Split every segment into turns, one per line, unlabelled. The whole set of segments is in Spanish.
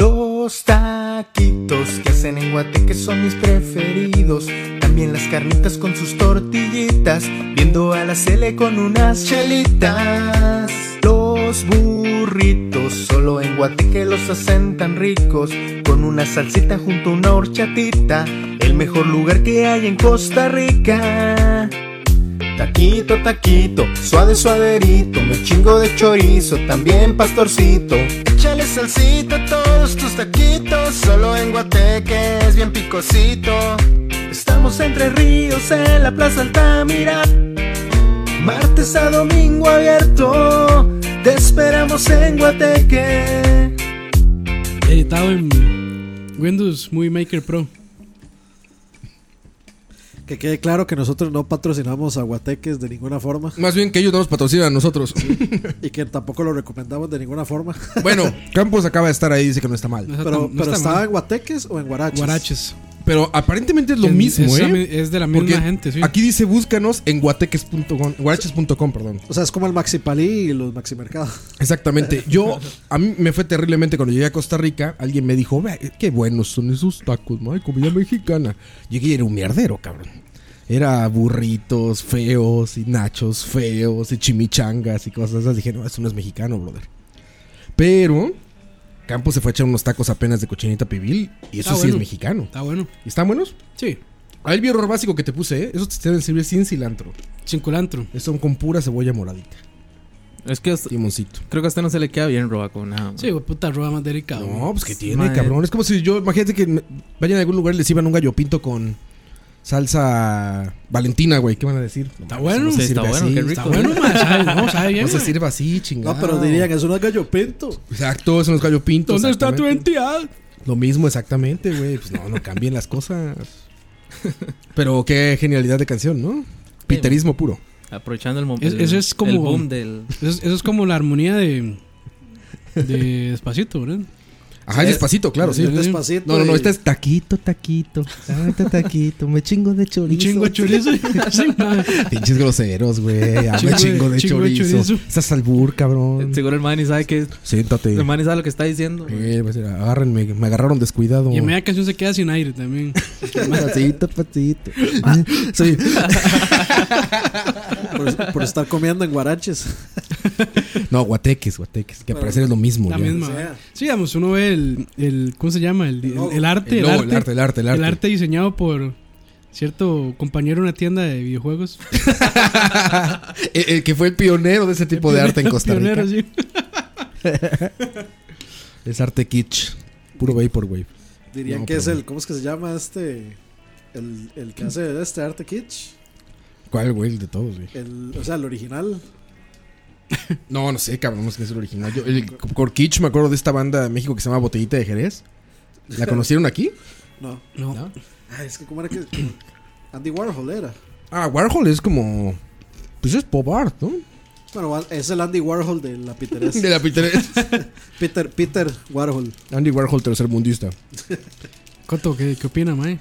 Los taquitos que hacen en Guateque son mis preferidos. También las carnitas con sus tortillitas. Viendo a la Cele con unas chelitas. Los burritos solo en Guateque los hacen tan ricos. Con una salsita junto a una horchatita. El mejor lugar que hay en Costa Rica. Taquito, taquito, suave, suaderito, me chingo de chorizo, también pastorcito. Échale salsita a todos tus taquitos, solo en Guateque es bien picosito. Estamos entre ríos en la Plaza Altamira, martes a domingo abierto, te esperamos en Guateque.
Editado en Windows Movie Maker Pro.
Que quede claro que nosotros no patrocinamos a Guateques de ninguna forma
Más bien que ellos no nos patrocinan a nosotros.
y que tampoco lo recomendamos de ninguna forma.
bueno, Campos acaba de estar ahí, dice que no está mal.
No está
Pero,
tan- no
pero
está
¿estaba
mal.
en Guateques o en Guaraches?
Guaraches.
Pero aparentemente es lo
Es-
mismo,
es, la mi-
¿eh?
Es de la misma
Porque
gente, sí.
aquí dice búscanos en guateques.com, guaraches.com, perdón.
O sea, es como el Maxipalí y los Maximercados.
Exactamente. Yo, a mí me fue terriblemente cuando llegué a Costa Rica. Alguien me dijo, "Vea, qué buenos son esos tacos, madre, comida mexicana. Llegué y era un mierdero, cabrón. Era burritos feos y nachos feos y chimichangas y cosas esas. Dije, no, eso no es mexicano, brother. Pero Campos se fue a echar unos tacos apenas de cochinita pibil y eso
Ah,
sí es
bueno.
mexicano.
Está bueno.
¿Y ¿Están buenos?
Sí.
Ah, el error básico que te puse, ¿eh? Esos te deben servir sin cilantro.
Sin culantro.
Son con pura cebolla moradita.
Es que hasta-
Limoncito.
creo que a usted no se le queda bien roba con nada.
Sí, güey, puta roba más delicado.
No, pues que tiene,
Madre.
cabrón. Es como si yo, imagínate que me- vayan a algún lugar y les sirvan un gallo pinto con salsa valentina, güey. ¿Qué van a decir?
Está
No,
bueno.
no se
Sí, está
sirve
bueno,
así,
qué rico.
está
Está bueno, man. Sabe, no, sabe bien.
No se
man.
sirve así,
No,
chingado.
pero dirían, es una gallo pinto.
Exacto, son los gallo pintos.
¿Dónde está tu
exactamente.
entidad?
Lo mismo, exactamente, güey. Pues no, no cambien las cosas. Pero qué genialidad de canción, ¿no? Piterismo puro.
Aprovechando el momento.
Es- eso es como-
El boom del.
Eso es, eso es como la armonía de. De Despacito, ¿verdad?
Ajá,
Sí,
despacito, claro, sí.
sí.
Despacito.
No, no, no,
y-
este es taquito, taquito. Taquito, taquito. Me chingo de chorizo.
Un chingo de chorizo. Sí, man.
Pinches groseros, güey. Habla
Chingo de-
chingo de
chingo de
chorizo.
chorizo.
Estás al bur, cabrón.
Seguro el man ni sabe que
Siéntate.
el man ni sabe lo que está diciendo.
Eh, pues, agárrenme, me agarraron descuidado.
Y en media canción se queda sin aire también.
Patito, patito.
Ah.
Soy-
Por, por estar comiendo en Guaraches.
No, guateques, guateques. Que al parecer es lo mismo.
La
ya.
misma.
o sea.
Sí, digamos, uno ve el, el- ¿Cómo se llama? El, el-
logo.
el arte.
Eh, El,
El,
logo,
arte,
el arte, el arte.
el arte diseñado por cierto compañero de una tienda de videojuegos.
Eh, El, el que fue el pionero de ese tipo de arte en Costa Rica.
Pionero, sí.
Es arte kitsch. Puro vaporwave.
Dirían
No,
que es
pero-
el, ¿cómo es que se llama este? El, el que hace este arte kitsch.
¿Cuál, güey? El de todos, güey.
El, o sea, el original.
No, no sé, cabrón, no sé qué es el original. Yo, el Corquich, me acuerdo de esta banda de México que se llama Botellita de Jerez. ¿La conocieron aquí?
No.
No.
No.
Ay, es que cómo era que... Andy Warhol era.
Ah, Warhol es como. Pues es pop art, ¿no?
Bueno, es el Andy Warhol de la Piteres.
De la Pinterest.
Peter, Peter Warhol.
Andy Warhol, tercermundista.
Coto, ¿qué, qué opina, mae?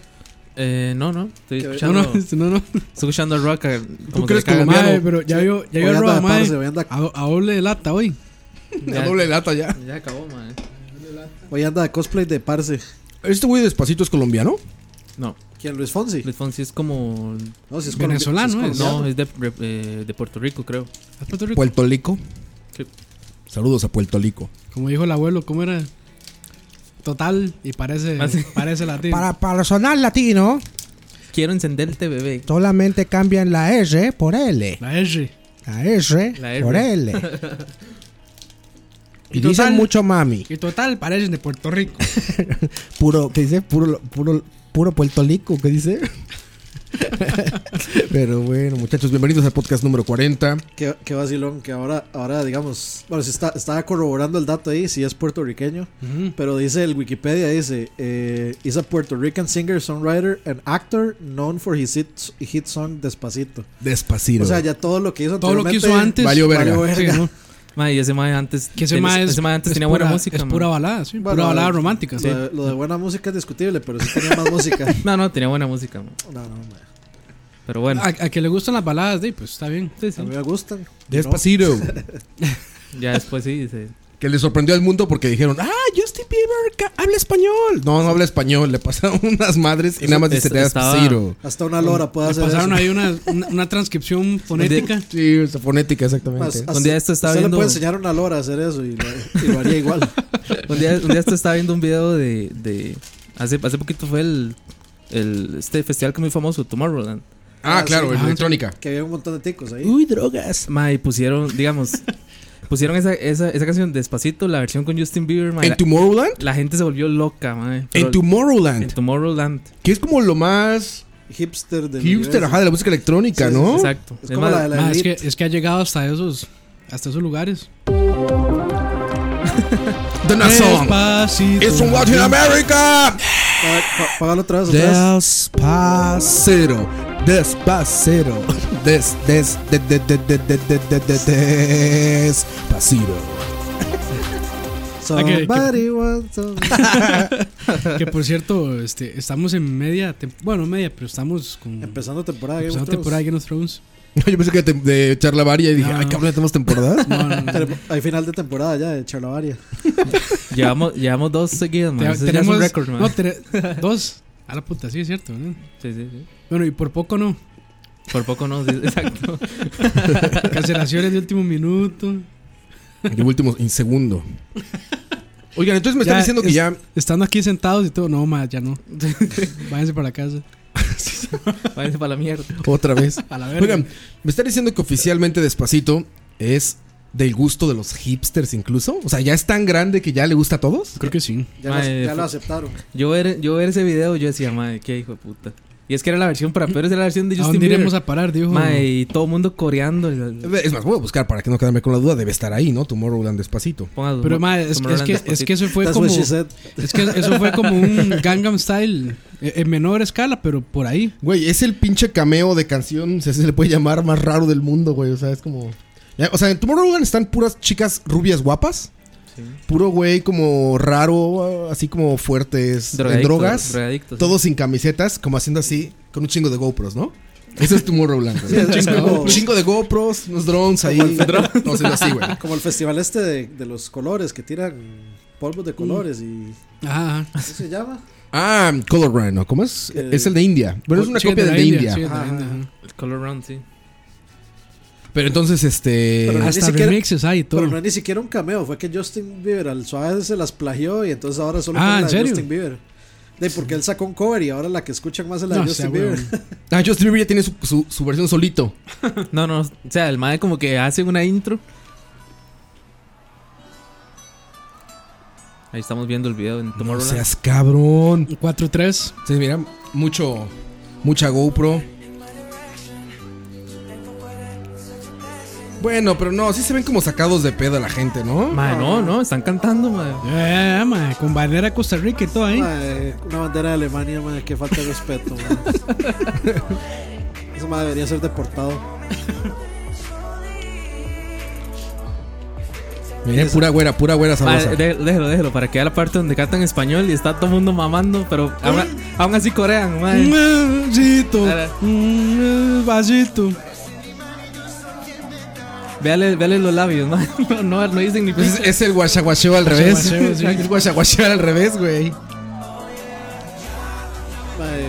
Eh, no, no. Estoy
No,
escuchando,
no, no. no.
estoy escuchando a Rock. a-
¿Tú
Como
crees
que le
que
caga el
mae?
miedo.
Pero ya vio, ya
Hoy
vio a
anda
Roa,
de
mae.
parce, hoy anda,
A, a doble de lata hoy.
La
Ya.
doble lata ya.
Ya acabó, eh. man.
hoy anda de cosplay de Parse.
¿Este güey despacito es colombiano?
No,
¿Quién? Luis Fonsi.
Luis Fonsi es como.
No, si es
Venezolano,
colombi- si
¿eh?
No,
colombiano.
es de, eh, de Puerto Rico, creo.
¿Es
Pues,
Puerto Rico?
Puerto Rico.
Sí.
Saludos a Puerto Rico.
Como dijo el abuelo, ¿cómo era? Total, y parece,
Ah, sí.
parece latín.
para sonar latino,
Quiero encenderte, bebé.
solamente cambian la R por L.
La R.
La R,
La R.
por ¿eh? L. Y
Total.
dicen mucho mami.
Y total, parecen de Puerto Rico.
Puro, ¿qué dice? Puro, puro, puro Puerto Rico, ¿qué dice? Pero bueno, muchachos, bienvenidos al podcast número 40.
Qué, qué vacilón, que ahora, ahora digamos, bueno, si está, estaba corroborando el dato ahí, si es puertorriqueño,
Ujú.
pero dice el Wikipedia, dice, eh, is a Puerto Rican singer, songwriter and actor known for his hit, hit song Despacito.
Despacito.
O sea, ya todo lo que hizo
Todo lo que hizo
anteriormente
antes.
Valió verga.
valió verga.
Sí, ¿no?
Ma, y ese mae antes.
Que ese
tenés-
mae es-
ese mae antes
es
tenía
pura-
buena música.
Es
ma.
pura balada, sí.
Bueno,
pura
lo-
balada romántica. sí.
Lo, de, lo de buena música es discutible, pero sí tenía más música.
No, no, tenía buena música. ma.
No, no, man.
Pero bueno.
A, a que le gustan las baladas, de, pues está bien.
Sí,
a
sí.
mí me gustan.
Despacito.
Ya después sí, se,
Que le sorprendió al mundo porque dijeron, ah, Justin Bieber ca- habla español. No, no habla español, le pasaron unas madres y nada más
Es-
dice, te das
estaba-
cero.
Hasta una lora puede
Le
hacer
pasaron
eso.
ahí una, una, una transcripción fonética.
Sí, esa fonética,
Más,
exactamente.
hasta-
día esto estaba
usted le
viendo-
puede enseñar a una lora a hacer eso y lo, y lo haría igual.
Un día, un día esto estaba viendo un video de. de hace, hace poquito fue el, el- este festival que es muy famoso, Tomorrowland.
Ah,
Ah,
claro,
sí.
es electrónica.
Que había un montón de ticos ahí.
Uy, drogas. Mae, pusieron, digamos, pusieron esa, esa, esa canción despacito, la versión con Justin Bieber, mae.
En
La,
Tomorrowland.
la gente se volvió loca, mae. Pero-
En Tomorrowland.
en Tomorrowland.
que es como lo más
Hipster del
hipster,
universo.
ajá, de la música electrónica,
Sí, sí,
¿no?
Exacto.
Es
Es
como
más,
la de la
Ma, es, que,
elite.
es que ha llegado hasta esos, hasta esos lugares.
The Nazi Song.
Despacito.
It's from Latin America.
Pa- pa- Págalo otra vez. otra vez.
Despacero. Despacero. Des, des, de, de, de, de, de, de, de, de, despacito.
Ah, que-
Somebody wants some-
Que por cierto, este, estamos en media. tem- Bueno, no media, pero estamos con.
Empezando temporada. Game of
Empezando
Thrones.
temporada de Game of Thrones.
Yo pensé que de, de charla varia y dije,
No.
ay, cabrón, ¿tenemos temporada?
No, no, no.
Tenemos- Hay final de temporada ya de Charlavaria.
llevamos, llevamos dos seguidas, mae.
Te-
Eso ya es
tenemos
un récord, mae.
no, tere- dos. A la puta, sí es cierto. ¿no?
Sí, sí, sí.
Bueno, y por poco no.
Por poco no, sí, exacto.
Cancelaciones de último minuto.
De último, en segundo. Oigan, entonces me están
Ya,
diciendo que
es-
ya.
Estando aquí sentados y todo. No, más, ya no. Váyanse para la casa.
Váyanse para la mierda.
Otra vez.
A la verga.
Oigan, me están diciendo que oficialmente Despacito es del gusto de los hipsters, incluso. O sea, ya es tan grande que ya le gusta a todos.
Creo que sí.
Ya,
Mae,
lo, ya
fue-
lo aceptaron.
Yo ver, yo ver ese video, yo decía, madre, qué hijo de puta. Y es que era la versión para peores, era la versión de
¿A
Justin
dónde
Bieber.
iremos a parar, dijo?
Mae, y todo el mundo coreando.
Es más, voy a buscar para que no quedarme con la duda. Debe estar ahí, ¿no? Tomorrowland despacito.
Ponga
Pero,
Tom-
ma, es, es
Tomorrowland
que, es
despacito.
que eso fue
That's
como.
what she said.
Es que eso fue como un Gangnam Style. eh, En menor escala, pero por ahí.
Güey, es el pinche cameo de canción, si así se le puede llamar, más raro del mundo, güey. O sea, es como. Ya, O sea, en Tomorrowland están puras chicas rubias guapas.
Sí.
Puro güey como raro, así como fuertes. en
Drogadicto,
drogas.
drogadicto, sí.
Todos sin camisetas, como haciendo así, con un chingo de GoPros, ¿no? Eso es Tomorrowland,
Sí,
güey.
es- es como-
Un chingo de GoPros, unos drones ahí. No, haciendo así, güey.
Como el festival este de, de los colores que tiran polvos
Mm.
de colores y.
Ajá. ajá.
¿Cómo se llama?
Ah, Color Run, ¿no? ¿Cómo es?
Eh,
es el de India. Bueno, es una
Sí,
copia del de India.
sí, el de la
Ajá,
India,
ajá.
El Color Run, sí.
Pero entonces, este.
Pero ni
ajá. Hasta
siquiera-
remixes hay y
Pero no
todo.
es ni siquiera un cameo, fue que Justin Bieber al suave se las plagió y entonces ahora solo
Ah,
ponen
¿en
la de
serio?
Justin Bieber. De porque él sacó un cover y ahora la que escuchan más es la de
No, sea
Justin
huevón.
Bieber.
Ah, Justin Bieber ya tiene su, su- su versión solito.
No, no, o sea, el mae como que hace una intro. Ahí estamos viendo el video en
No
Tomorrowland.
seas cabrón.
4-3.
Sí, mira, mucho. Mucha GoPro. Bueno, pero no, sí se ven como sacados de pedo a la gente, ¿no?
Mae, no, no, están cantando, mae.
Eh, ma, con bandera Costa Rica y todo ahí.
Mae, una bandera de Alemania, madre, que falta de respeto. mae. Eso madre debería ser deportado.
Mira, pura güera, pura güera
Mae,
sabrosa.
dé- déjelo, déjelo, para que vea la parte donde cantan español y está todo el mundo mamando, pero aún, aún así corean, mae.
Mm.
Un besito,
Ahora.
un vasito.
Véale, véale los labios, mae. No, no, no dicen ni
Pues es, es el guachaguacheo al revés.
Guachaguacheo, sí.
Es guachaguacheo al revés, güey.
Mae,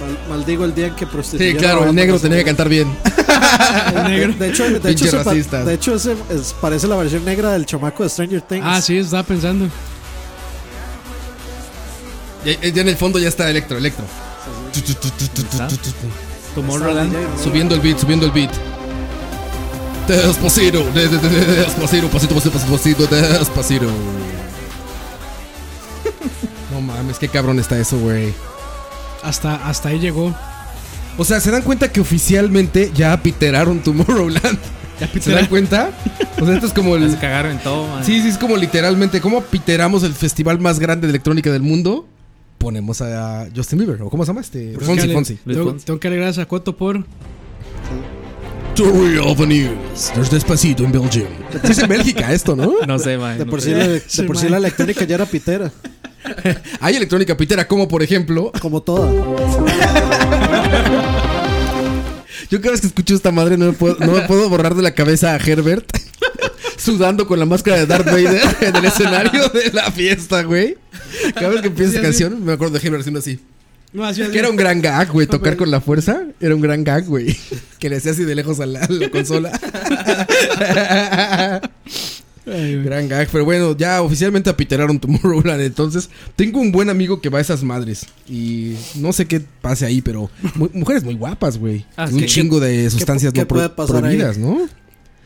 mal- maldigo el día en que prostituyeron.
Sí,
a
claro, el
Banda
negro
Rosa.
tenía que cantar bien.
De, de hecho, de hecho,
Pinche
se pa-
racistas.
de hecho se- es- parece la versión negra del chamaco de Stranger Things.
Ah, sí, estaba pensando.
Ya, ya en el fondo ya está electro, electro. Tu, tu, tu, tu, tu, tu, tu, tu, tu.
Tomorrowland.
Subiendo el beat, subiendo el beat. Despacito, de- de- de- de- despacito, pasito, pasito, pasito, pasito, despacito. No mames, qué cabrón está eso, güey.
Hasta, hasta ahí llegó.
O sea, ¿se dan cuenta que oficialmente ya piteraron Tomorrowland? ¿Se dan cuenta? O sea, esto es como
Ya
el...
Se cagaron en todo, mae.
Sí, sí, es como literalmente, ¿cómo piteramos el festival más grande de electrónica del mundo? Ponemos a Justin Bieber, ¿o cómo se llama este?
Tengo que
Fonsi,
ale-
Fonsi.
Luis
Tengo,
Fonsi.
tengo que alegrar a Coto por.
Story of the News. There's Despacito en Belgium. Sí es en Bélgica esto, ¿no?
No sé, mae.
De
no
por
sé.
sí, la, de por sí la electrónica ya era pitera,
Hay electrónica pitera, como por ejemplo.
como toda.
Yo cada vez que escucho esta madre no me puedo, no me puedo borrar de la cabeza a Herbert. sudando con la máscara de Darth Vader en el escenario de la fiesta, güey. Cada vez que empiezo
Sí,
esa
así.
canción, me acuerdo de Hitler haciendo así.
No, así es.
Que era un gran gag, güey. Tocar con la fuerza era un gran gag, güey. Que le hacía así de lejos a la, a la consola.
Ay, güey.
gran gag. Pero bueno, ya oficialmente apiteraron Tomorrowland. Entonces, tengo un buen amigo que va a esas madres. Y no sé qué pase ahí, pero mu- mujeres muy guapuas, güey.
Ah,
un
¿qué-
chingo de sustancias
qué
no pro-
puede pasar ahí?
prohibidas, ¿no?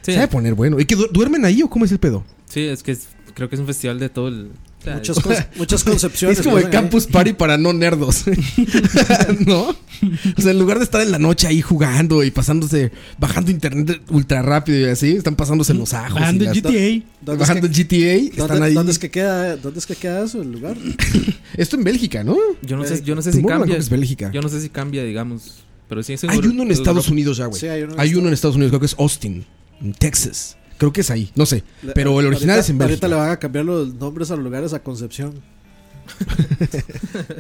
Sí,
Se va a poner bueno. ¿Y que du- duermen ahí o cómo es el pedo?
sí, es que es- creo que es un festival de todo el. o sea,
Muchas, con- muchas concepciones.
Es como el
¿no? Ahí.
campus party para no nerdos. ¿No? O sea, en lugar de estar en la noche ahí jugando y pasándose, bajando internet ultra rápido y así, están pasándose los ajos. y
Bajando el
las-
GTA.
¿Dónde es que-
bajando el GTA. Están
¿Dónde,
ahí.
dónde es que queda, ¿Dónde es que queda eso, el lugar?
Esto en Bélgica, ¿no?
Yo no sé, yo no sé si
Tomorrowland creo
cambia.
que es Bélgica.
Yo no sé si cambia, digamos. Pero sí, es
Hay
Euro-
uno en Estados Unidos ya, güey.
Sí, hay uno en
Hay uno en Estados Unidos, creo que es Austin, en Texas. Creo que es ahí, no sé. Pero el
Ahorita-
original es en
Ahorita le
Bélgica.
van a cambiar los nombres a los lugares a Concepción.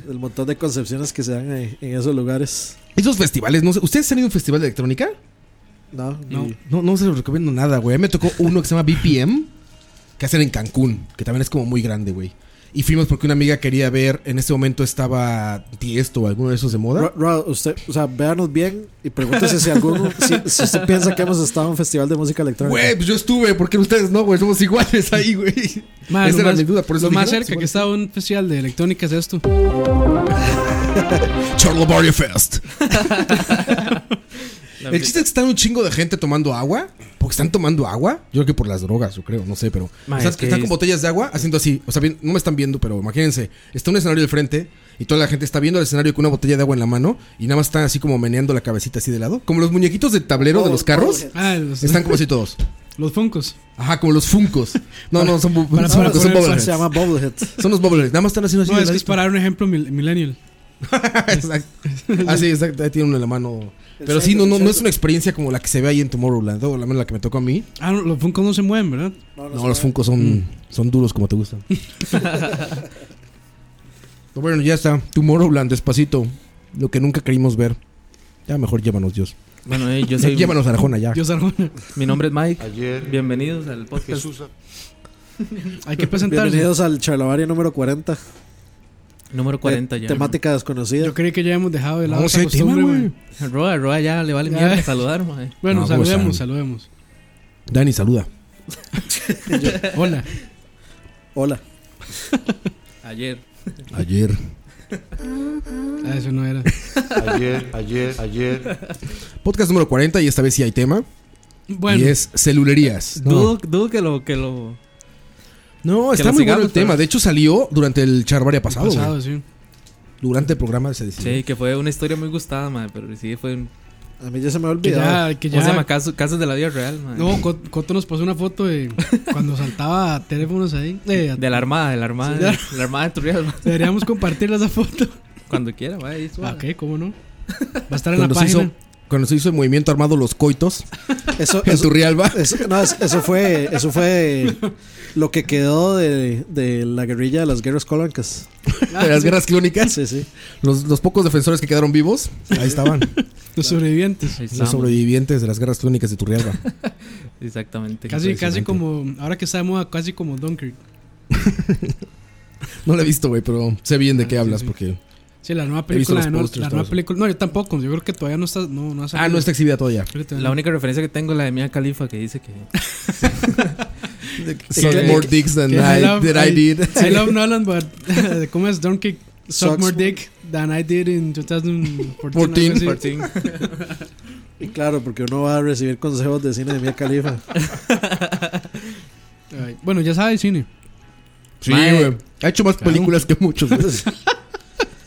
el montón de concepciones que se dan ahí, en esos lugares.
Esos festivales, no sé. ¿Ustedes han ido a un festival de electrónica?
No,
No.
y-
No, no se los recomiendo nada, güey. A mí me tocó uno que se llama BPM, que hacen en Cancún, que también es como muy grande, güey. Y fuimos porque una amiga quería ver, en ese momento estaba Tiesto o alguno de esos de
Ra-
moda.
Ra- usted, o sea, véanos bien y pregúntese si alguno, si, si usted piensa que hemos estado en un festival de música electrónica.
Güey, pues yo estuve, porque ustedes no, güey, somos iguales ahí, güey.
Ma,
Esa
lo
era
más-
mi duda, por eso
Lo
dije,
más
no,
cerca
pues,
que estaba un festival de electrónica es esto.
Charlo Barrio Fest.
La-
El chiste es que están un chingo de gente tomando agua, porque están tomando agua. Yo creo que por las drogas, yo creo, no sé, pero.
Ma,
o sea,
es
que
que
están con
es-
botellas de agua haciendo así. O sea, bien, no me están viendo, pero imagínense. Está un escenario del frente y toda la gente está viendo el escenario con una botella de agua en la mano y nada más están así como meneando la cabecita así de lado. Como los muñequitos de tablero de los carros.
Ah, los,
Están como así todos.
los Funkos.
Ajá, como los funcos. No, no, son, bu-
para-
son
para
funcos, son
poner-
bobbleheads.
se llama Bubblehead.
Son los bobbleheads. Nada más están haciendo así.
No,
de
es que es
ladito.
para dar un ejemplo mil- millennial.
Exacto. Ah, sí, exacto. Ahí tiene uno en la mano. Pero sí, no, no, no es una experiencia como la que se ve ahí en Tomorrowland, o la menos la que me tocó a mí.
Ah, no, los Funkos no se mueven, ¿verdad?
No, los Funkos son,
Mm.
son duros como te gustan. Pero bueno, ya está. Tomorrowland, despacito. Lo que nunca queríamos ver. Ya mejor llévanos, Dios.
Bueno, eh, yo soy.
Llévanos a Arjona ya.
Dios Arjona.
Mi nombre es Mike.
Ayer
Bienvenidos al podcast.
Hay que presentarse.
Bienvenidos al Charlavaria número 40.
Número 40
Eh,
ya.
Temática desconocida.
Yo creí que ya hemos dejado de lado
No,
esa
sí hay tema,
costumbre,
güey.
güey.
Roa, Roa, ya le vale
Ya.
mierda saludar, mae.
Bueno,
No,
saludemos,
gozan.
saludemos.
Dani, saluda.
Hola.
Hola.
Ayer.
Ayer.
Ah, eso no era.
Ayer, ayer, ayer.
Podcast número 40 y esta vez sí hay tema.
Bueno,
Y es celulerías.
Dudo, dudo que lo. Que lo...
No,
Que
está
lo
muy bueno
sigamos,
el tema.
pero-
De hecho, salió durante el charvaria pasado. güey.
pasado, sí.
Durante el programa se decidió.
Sí, que fue una historia muy gustada, mae. Pero sí fue. Un...
A mí ya se me ha
Que
olvidado.
ya, que
¿Cómo se llama?
ya.
Casos, casos de la vida real, mae.
No, Cot- Coto nos pasó una foto de cuando saltaba a teléfonos ahí. Eh, a-
De la armada, de la armada.
Sí, de la-
de la armada de Turrial, mae.
Deberíamos compartir esa foto.
Cuando quiera, mae. ahí suave.
Ah, ok, ¿cómo no? Va a estar en la
Cuando se,
página.
hizo, cuando se hizo el movimiento armado Los Coitos
Eso,
en
eso,
Turrialba.
eso- no, es- eso fue, eso fue lo que quedó de, de la guerrilla de las guerras coloncas.
de las guerras clónicas.
Sí, sí.
Los, los pocos defensores que quedaron vivos, ahí estaban.
Los sobrevivientes.
Ahí
los
estamos.
sobrevivientes de las guerras clónicas de Turrialba.
Exactamente.
Casi,
Impresionante.
casi como, ahora que está de moda, casi como Dunkirk.
No la he visto, güey, pero sé bien de qué hablas porque.
Sí, la nueva
He visto
película
los
de Nor-
posters,
la
todo
nueva
eso.
película. No, yo tampoco. Yo creo que todavía no está. No, no ha
Ah, no está exhibida todavía.
La única referencia que tengo es la de Mia Khalifa que dice que.
Suck
que-
more dicks than
que-
I,
I love-
that I did.
I love Nolan, but. ¿Cómo es? Dunkirk suck
Sucks
more
more-
dick than I did in 2014.
Fourteen.
algo así.
Martín.
Y claro, porque uno va a recibir consejos de cine de Mia Khalifa.
Ay, Bueno, ya sabe cine.
Sí,
Mae.
güey. Ha hecho más películas que muchos. güey.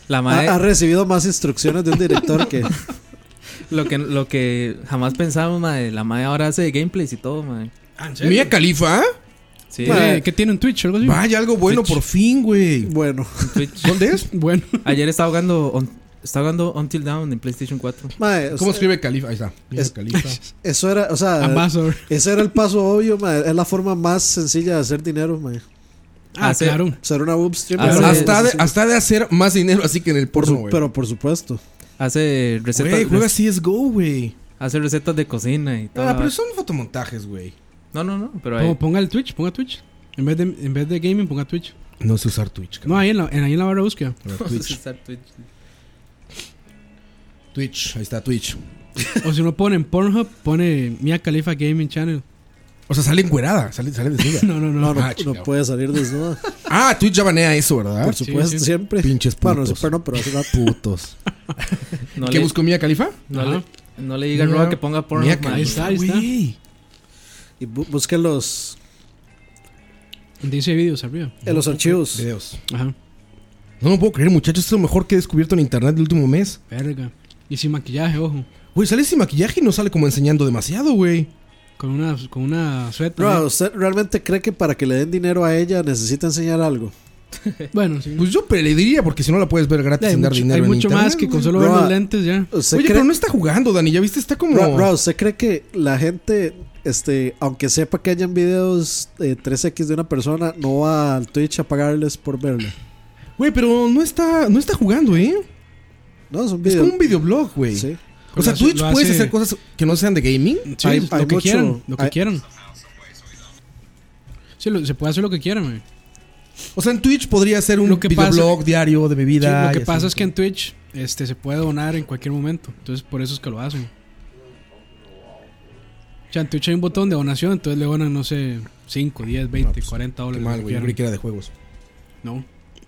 La
Ha,
Ah,
madre.
ha recibido más instrucciones de un director que
Lo que, lo que jamás pensábamos, mae, la madre ahora hace gameplays y todo, mae.
Mía Califa.
Sí,
Mae.
Ah.
¿Qué tiene en Twitch? o Algo así.
Vaya, algo bueno por fin, güey.
bueno.
en Twitch.
¿Dónde es?
Bueno,
Ayer estaba jugando, on- estaba jugando Until Down en PlayStation 4.
Mae,
¿Cómo escribe Califa? Ahí está. Mia
Es-
Khalifa.
eso era, o
Ah.
sea,
Ambassador.
ese era el paso obvio, mae. Es la forma más sencilla de hacer dinero, mae.
Ah,
hace-
claro.
Ser una boob streamer.
Hace-
mae,
Hasta de,
eso sí.
hasta de hacer más dinero así que en el
Por su-
porno, güey.
pero por supuesto.
Hace recetas,
Güey, juega CSGO, güey.
hace recetas de cocina y todo.
Ah, pero son Ah, fotomontajes, güey.
No, no, no, pero ahí.
Pongo- ponga el Twitch, ponga Twitch. En vez de, en vez de gaming, ponga Twitch.
No sé usar Twitch,
No,
cabrón.
ahí en la, en, ahí en la barra de búsqueda.
A ver,
Vamos a
Twitch.
usar Twitch.
Twitch, ahí está Twitch.
O si no ponen Pornhub, pone Mia Khalifa Gaming Channel.
O sea, sale encuerada, sale, sale desnuda.
No, no, no.
No, no,
Ah,
no
chingado.
puede salir desnuda.
Ah, Twitch ya banea eso, ¿verdad?
Por supuesto,
sí.
siempre.
Pinches
Bueno,
putos.
super no, pero hace rato.
Putos.
No le,
¿Qué buscó Mia Califa?
no, le,
Ajá.
no le diga a
Mira,
Roa que ponga porno.
Mia
man.
Ahí está, Ah, ahí está.
Y bu- busquen los,
Dice videos arriba.
en los archivos.
Videos.
Ajá.
No lo puedo creer, muchachos. Esto es lo mejor que he descubierto en internet el último mes.
Verga. Y sin maquillaje, ojo.
Güey, sale sin maquillaje y no sale como enseñando demasiado, güey.
Con una, con una suéter.
Roa, ¿usted realmente cree que para que le den dinero a ella necesita enseñar algo?
Bueno, sí.
Pues yo pe- le diría, porque si no la puedes ver gratis
Ya, hay
sin dar
mucho,
dinero.
hay
en
mucho
internet,
más que
güey. ah,
con solo ver
Roa.
los lentes ya.
¿Usted
Oye,
cree-
pero no está jugando, Dani. Ya viste, está como.
Ra- Ra, ¿usted cree que la gente, este, aunque sepa que hayan videos eh, 3X de una persona, no va al Twitch a pagarles por verlo?
Güey, pero no está, no está jugando, ¿eh?
No, es un
Es
video.
como un videoblog, güey.
Sí.
O sea,
Lo hace-
Twitch
lo
puedes
hace-
hacer cosas que no sean de gaming.
Sí,
Hay-
lo
hay
que
mucho-
quieran. Lo que
hay-
quieran. Sí, lo- se puede hacer lo que quieran, man.
O sea, en Twitch podría hacer un
Lo que
videoblog diario de mi
Sí,
vida.
lo
y
que
así.
pasa es que en Twitch este, se puede donar en cualquier momento. Entonces, por eso es que lo hacen. O sea, en Twitch hay un botón de donación, entonces le donan, no sé, 5, 10, 20, 40
pues, Qué
dólares.
mal,
lo
güey.
que
Yo creí que
quieran.
era de juegos.
No.
No,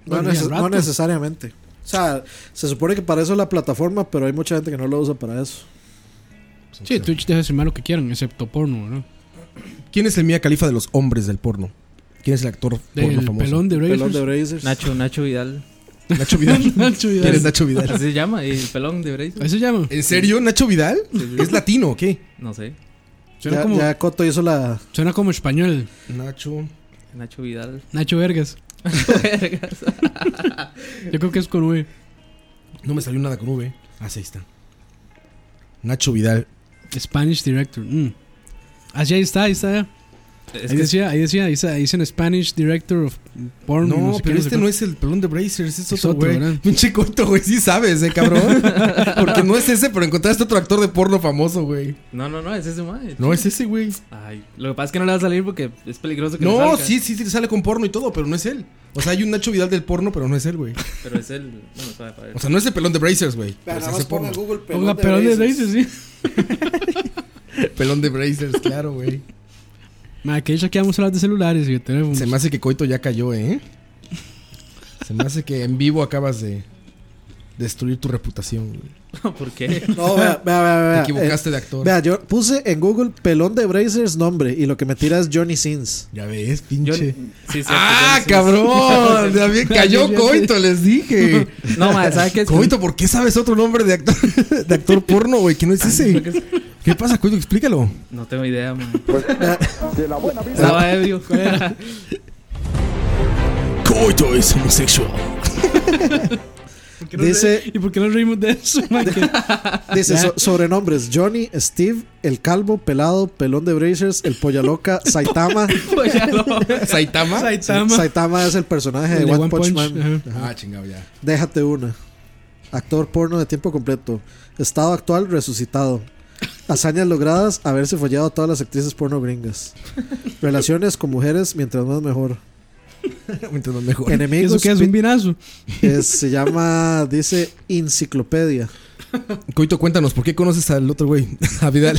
Bueno,
neces-
y al
no
rato.
necesariamente. O sea, se supone que para eso es la plataforma, pero hay mucha gente que no lo usa para eso.
Sí, Twitch deja de streamear lo que quieran, excepto porno, ¿no?
¿Quién es el Mía Califa de los hombres del porno? ¿Quién es el actor porno
Del
famoso?
pelón de
Pelón de
Brazers.
Brazers.
Nacho, Nacho Vidal.
Nacho Vidal.
Nacho Vidal.
¿Quién es Nacho Vidal?
Así se llama, el pelón de Brazers.
Ahí se llama.
¿En serio? ¿Nacho Vidal? ¿Es latino o qué?
No sé,
Suena,
Ya,
como,
ya Coto hizo la.
suena como español.
Nacho.
Nacho Vidal.
Nacho Vergas.
Vergas.
Yo creo que es con V.
No me salió nada con V. Ah, sí, ahí está. Nacho Vidal.
Spanish Director. mm. Así ahí está, ahí está. ya.
Es
Ahí
que
decía, ahí decía, ahí está, ahí dicen Spanish Director of Porn.
No,
sé qué,
pero
sé
este
cuánto.
no es el pelón de Brazers, es
Es
otro,
otro,
güey.
¿verdad?
Pinche corto, güey, sí sabes, eh, cabrón. Porque no es ese, pero encontraste otro actor de porno famoso, güey.
No, no, no, es ese mae.
No es ese, güey.
Ay, lo que pasa es que no le va a salir porque es peligroso que le
No,
salga.
sí, sí, sí, sale con porno y todo, pero no es él. O sea, hay un Nacho Vidal del porno, pero no es él, güey.
Pero es el. Bueno, sabe, para ver.
O sea, no es el pelón de Brazers, güey. Pero se hace porno.
Google
Ponga pelón de Brazers, sí.
Pelón de Brazers, claro, güey.
Ma, que ya que vamos a hablar de celulares y de teléfonos.
Se me hace que Coito ya cayó, ¿eh? Se me hace que en vivo acabas de destruir tu reputación, güey.
¿Por qué?
No, vea, vea, vea.
Te
vea.
equivocaste de
Eh,
actor.
vea, yo puse en Google pelón de Brazers nombre y lo que me tira es Johnny Sins.
Ya ves,
Yo-
pinche.
sí, cierto,
¡Ah,
yo no sé.
cabrón! También cayó Coito, les dije.
No, mae, ¿sabes qué?
Coito, ¿por qué sabes otro nombre de actor, de actor porno, güey? Que no es ese. ¿Qué pasa, Coito? Explícalo.
No tengo idea, mae.
Pues, De la buena vida.
Estaba ebrio.
Coito es homosexual.
Dice,
¿Y por qué nos reímos de eso, ma? Que-
Dice so- sobrenombres: Johnny, Steve, el calvo, pelado, pelón de Brazers, el polla loca, Saitama.
Pues ya lo-
¿Saitama?
Saitama.
Saitama es el personaje de
El de
One,
One
Punch,
Punch,
Man.
ajá.
Ah, chingado, ya.
Déjate una. Actor porno de tiempo completo. Estado actual resucitado. Hazañas logradas: haberse follado a todas las actrices porno gringas. Relaciones con mujeres mientras más mejor.
Mientras más mejor.
¿Eso
Enemigos
qué es? ¿Un vinazo?
es- se llama, dice, enciclopedia.
Coito, cuéntanos, ¿por qué conoces al otro güey? A Vidal.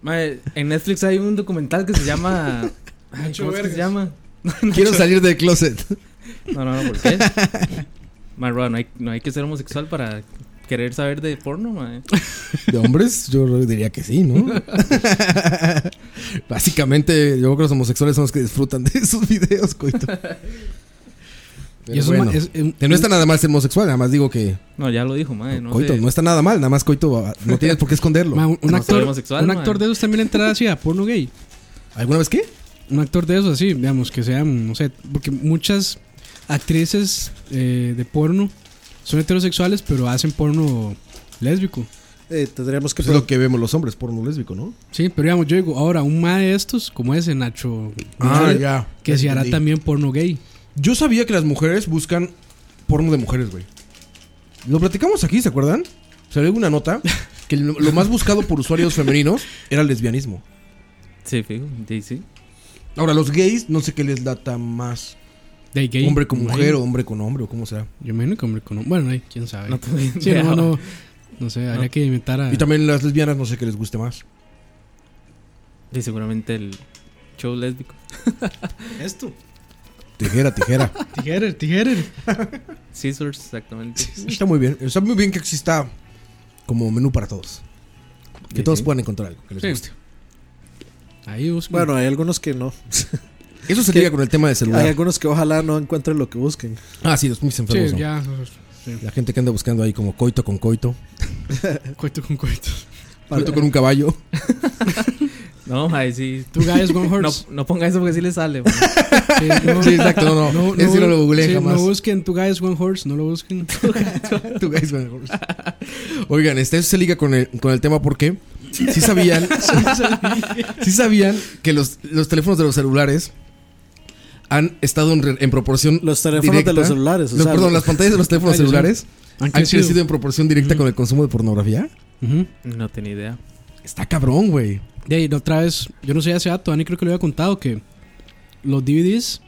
Mae, en Netflix hay un documental que se llama. Ay, ¿Cómo es que se llama?
Quiero salir del closet.
No, no, no, ¿por qué? Mae, Roa, no hay, no hay que ser homosexual para querer saber de porno, mae.
De hombres, yo diría que sí, ¿no? Básicamente, yo creo que los homosexuales son los que disfrutan de esos videos, coito.
Y
Pero
eso
bueno,
ma, es, eh,
que no está nada mal ser homosexual, nada más digo que
No, ya lo dijo, mae. No
coito
sé.
no está nada mal, nada más coito va- no tienes por qué esconderlo.
ma, un, un
No
actor,
soy homosexual,
un
ma.
actor de esos también entrará así a porno gay.
¿Alguna vez qué?
Un actor de esos así, digamos, que sean, no sé, porque muchas actrices eh, de porno son heterosexuales, pero hacen porno lésbico.
Eh, tendríamos que
Pues es lo que vemos los hombres, porno lésbico, ¿no?
Sí, pero digamos, yo digo, ahora un ma de estos, como ese Nacho,
Ah,
Nacho,
ya.
que
Ya
se hará
entendí.
también porno gay.
Yo sabía que las mujeres buscan porno de mujeres, güey. Lo platicamos aquí, ¿se acuerdan? Salió una nota que lo lo más buscado por usuarios femeninos era el lesbianismo.
Sí, fijo. Sí, sí.
Ahora, los gays, no sé qué les data más.
De gay.
hombre con
Güey.
mujer o hombre con hombre o cómo será.
Yo me imagino que hombre con hombre. Bueno, ay, quién sabe.
No tengo
Sí,
idea.
no, no. No sé, habría que inventar a.
Y también las lesbianas, no sé qué les guste más.
Y seguramente el show lésbico.
Esto.
Tijera, tijera.
Tijerer, tijerer.
Scissors, exactamente.
Está muy bien. Está muy bien que exista como menú para todos. Que
Sí,
todos
sí.
puedan encontrar algo que les
Sí.
guste.
Ahí busco.
Bueno, hay algunos que no.
Eso se
Que-
liga con el tema del celular.
Hay algunos que ojalá no encuentren lo que busquen.
Ah, sí, los muy
sí,
enfermos. ¿no?
ya. Sí.
La gente que anda buscando ahí como coito con coito.
Cuento con cuento.
Coito con un caballo.
No, mae, sí.
Two guys, one
No,
horse.
no ponga eso porque sí le sale. mae.
Sí, no,
Sí, exacto, no, no. Ese no lo googleé
sí,
jamás.
No busquen Two guys, one horse. No lo busquen.
Two guys, one horse. Oigan, este eso se liga con el, con el tema porque sí sabían, sí sabían que los, los teléfonos de los celulares han estado en, re- en proporción
Los teléfonos
directa-
de los celulares. o
Los-
sea,
perdón, las pantallas de los teléfonos
pantallas,
celulares
Han
han crecido
crecido.
en proporción directa con el consumo de pornografía.
Ujú.
No tenía idea.
Está cabrón, güey.
De ahí, la otra vez, yo no sé hace dato, Dani creo que lo había contado, que los DVDs,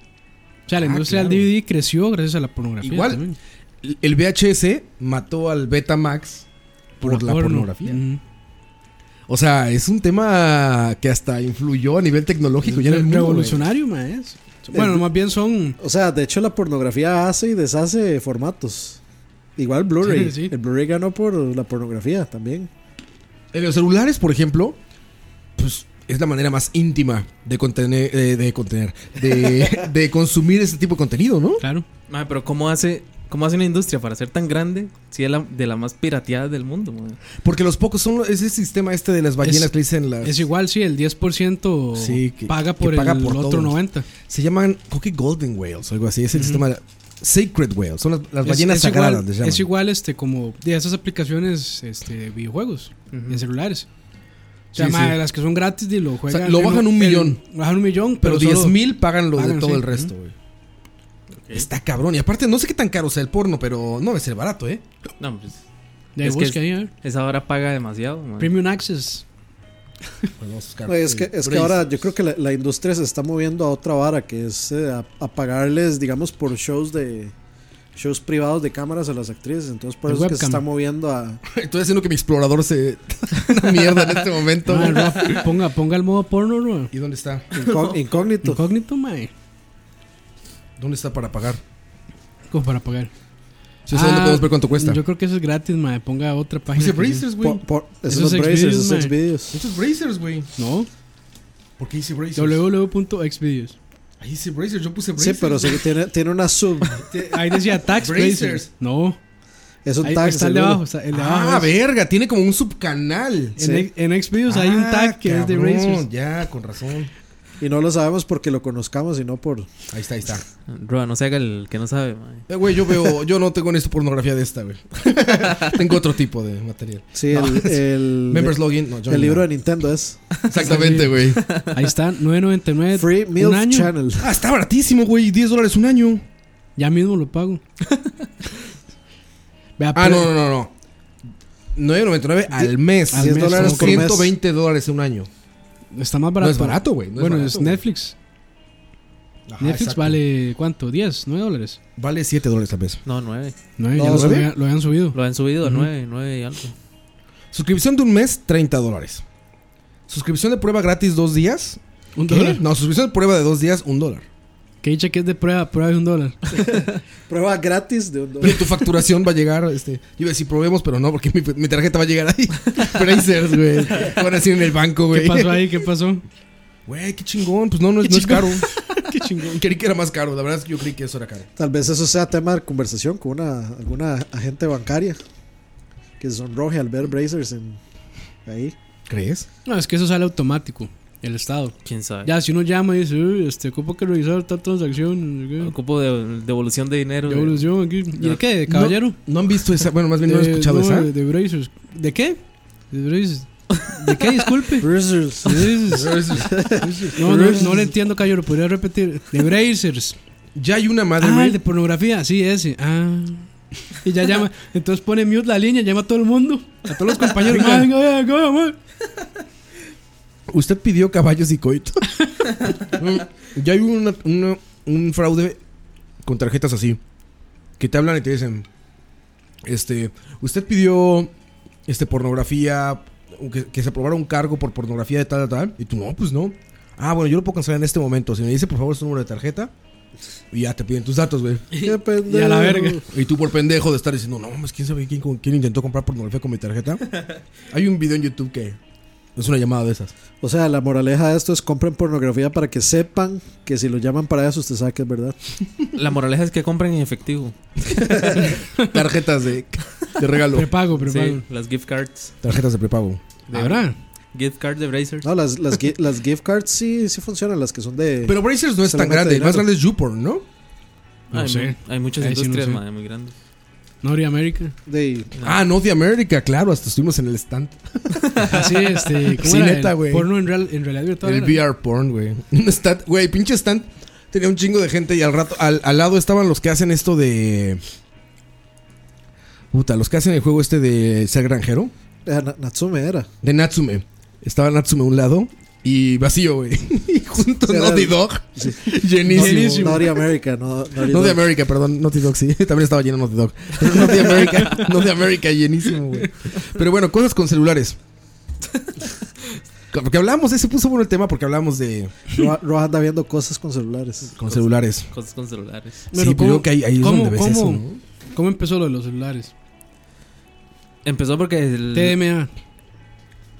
o sea, la
Ah,
industria
claro.
del DVD creció gracias a la pornografía.
Igual,
también.
El VHS mató al Betamax por, la
porno.
pornografía.
Ujú.
O sea, es un tema que hasta influyó a nivel tecnológico ya en el mundo. güey.
revolucionario, maes. Bueno,
El-
más bien son.
O sea, de hecho la pornografía hace y deshace formatos. Igual Blu-ray.
Sí, sí.
El Blu-ray ganó por la pornografía también.
En los celulares, por ejemplo, pues es la manera más íntima de contener, eh, de contener, de, de consumir ese tipo de contenido, ¿no?
Claro.
Mae, pero ¿cómo hace, ¿cómo hace una industria para ser tan grande si es la, de la más pirateada del mundo? mae?
Porque los pocos son ese sistema este de las ballenas
Es-
que le dicen las.
Es igual, sí, el 10%
Sí, que-
paga
que
por
paga
el
por
otro
todos.
90%.
Se llaman creo que Golden Whales o algo así. Es el sistema de- Sacred Whales. Son las, las
Es-
ballenas
es
sagradas.
igual,
les llaman.
es igual este, como de esas aplicaciones este, de videojuegos en celulares. O sea,
Sí,
mae,
sí.
las que son gratis y lo juegan.
lo bajan un
el-
millón.
bajan un millón,
Pero
pero,
10
solo-
mil pagan lo de
pagan,
todo
sí.
el resto, güey. Está cabrón. Y aparte, no sé qué tan caro sea el porno, pero no debe ser barato, ¿eh?
No, pues,
De
Es que es-
busca ahí, a ver.
esa hora paga demasiado. mae.
Premium Access.
Pues vamos a buscar
Oye, es que,
el
es que
Brace.
ahora yo creo que la, la industria se está moviendo a otra vara, que es eh, a, a pagarles, digamos, por shows de shows privados de cámaras a las actrices. Entonces por
De
eso es que se
webcam.
está moviendo a...
Estoy haciendo que mi explorador se. una mierda en este momento.
Mae, Rafa, Ah, ponga, ponga el modo porno, bro.
¿Y dónde está?
incó- incógnito.
Incógnito, mae.
¿Dónde está para pagar?
Como para pagar.
Si eso dónde
Ah,
podemos ver cuánto cuesta.
Yo creo que eso es gratis, mae. Ponga otra página.
Dice
que-
Brazers, güey.
Por- por- esos
Esos
son braces,
Xvideos,
esos
mae.
Xvideos.
Esto es Brazers, güey.
No,
¿Por qué dice Brazers?
www.xvideos.
Ahí dice Brazers, yo puse
Sí,
Brazers.
pero se- tiene, tiene una sub.
Ahí decía Tax
Brazers.
Brazers. No,
Es un
ahí,
tag.
está el de
seguro.
abajo. está el de abajo
Ah,
es-
verga, tiene como un subcanal.
Sí.
En, X- en Xvideos hay un
Ah,
tag que es de
cabrón,
Brazers.
Ya, con razón.
Y no lo sabemos porque lo conozcamos, sino por...
Ahí está, ahí está.
Roa, no se haga el que no sabe. mae.
Eh, güey, yo veo, yo no tengo en esto pornografía de esta, güey. tengo otro tipo de material.
Sí, el... el
Members Login, no, yo
el
no.
libro de Nintendo es
Exactamente, güey.
Ahí está, 9.99.
Free
Eh, un
Milk
año.
Channel.
Ah, está baratísimo, güey. 10 dólares un año.
Ya mismo lo pago. Vea,
Ah,
pero-
no, no, no, no. 9.99 al mes.
al
10
mes,
dólares
Son
como
por mes.
120 dólares un año.
Está más
No
barato.
es barato, güey. no
bueno,
barato,
es
güey.
Netflix.
Ajá,
Netflix
exacto.
vale, ¿cuánto? ¿10? ¿9 dólares?
Vale 7 dólares al mes.
No, nueve.
No, ya
No,
lo,
¿sabe?
habían- lo habían subido.
Lo han subido a nueve, nueve y algo.
Suscripción de un mes, 30 dólares. Suscripción de prueba gratis, dos días.
Un
¿Qué?
dólar.
No, suscripción de prueba de dos días, un dólar.
Que dicha que es de prueba, prueba de un dólar.
Prueba gratis de un dólar.
Pero tu facturación va a llegar, este... Yo iba a decir probemos, pero no, porque mi, mi tarjeta va a llegar ahí. Brazers, güey. Van a decir en el banco,
¿Qué
güey.
pasó ahí? ¿Qué pasó?
Güey, qué chingón. Pues no, no, es- no es caro.
Qué chingón.
Creí que era más caro. La verdad es que yo creí que eso era caro.
Tal vez eso sea tema de conversación con una, alguna agente bancaria que se sonroje al ver Brazers en, ahí.
¿Crees?
No, es que eso sale automático. El Estado.
¿Quién sabe?
Ya, si uno llama y dice, "Uy, este, ocupo que revisar tal transacción. no sé qué,
Ocupo de devolución de dinero. de-
Devolución aquí. ¿Y de
Ya.
qué? ¿De caballero?
No, han visto esa... Bueno, más bien no han
Eh,
escuchado
no,
esa.
De, de Brazers. ¿De qué? De Brazers. ¿De qué? Disculpe.
Brazers.
De Brazers. No, no, no le entiendo, Cayo. Lo podría repetir. De Brazers.
Ya hay una madre,
Ah,
güey.
el de pornografía. Sí, ese. Ah. Y ya llama. Entonces pone mute la línea, llama a todo el mundo. A todos los compañeros. Ah, venga, venga, venga, venga.
usted pidió caballos y coito. Mm, ya hay una- una- un fraude con tarjetas así. Que te hablan y te dicen. Este. Usted pidió. Este pornografía. o Que, que se aprobara un cargo por pornografía de tal, tal, tal. Y tú, no, pues no. Ah, bueno, yo lo puedo cancelar en este momento. Si me dice, por favor, su número de tarjeta. Y ya te piden tus datos, güey.
Qué pendejo.
Y a la verga.
Y tú por pendejo de estar diciendo, no mames, ¿quién sabe quién, con- quién intentó comprar pornografía con mi tarjeta? Hay un video en YouTube que es una llamada de esas.
O sea, la moraleja de esto es compren pornografía para que sepan que si lo llaman para eso usted sabe que es verdad.
La moraleja es que compren en efectivo.
Tarjetas de, de regalo.
Prepago, prepago.
Sí, las gift cards.
Tarjetas de prepago.
Habrá.
Gift cards de Brazers.
No, las, las, gi- las gift cards sí, sí funcionan, las que son de...
Pero Brazers no es
Se le
tan
mete
grande. El más
dinero.
grande es YouPorn, ¿no?
No
hay,
sé.
mu- hay muchas
Ahí sí no
industrias,
sé.
madre, muy grandes.
Norteamérica.
de
Ah, no, de América, claro. Hasta estuvimos en el stand.
Así, este. ¿cómo
Sí,
era?
neta,
El
güey.
Porno en, real- en realidad virtual.
El
era.
VR porn, güey. Un stand, güey, pinche stand. Tenía un chingo de gente y al rato, al, al lado estaban los que hacen esto de. Puta, los que hacen el juego este de ser granjero.
eh, Na- Natsume era.
De Natsume. Estaba Natsume a un lado y vacío, güey. y junto
Sí,
Naughty
era-
Dog.
sí.
Llenísimo.
Llenísimo.
Naughty America, no, Naughty
No
Dog.
de América, perdón, Naughty Dog, sí. También estaba lleno Naughty Dog. Pero no de América, no de América, llenísimo, güey. Pero bueno, cosas con celulares. Porque hablamos, ese puso bueno el tema porque hablamos de.
Ro- Roja anda viendo cosas con celulares.
Con celulares.
Cosas con celulares.
Pero
sí,
¿cómo-
pero que ahí, ahí es
cómo-
donde ves
cómo?
eso, ¿no?
¿Cómo empezó lo de los celulares?
Empezó porque el...
TMA.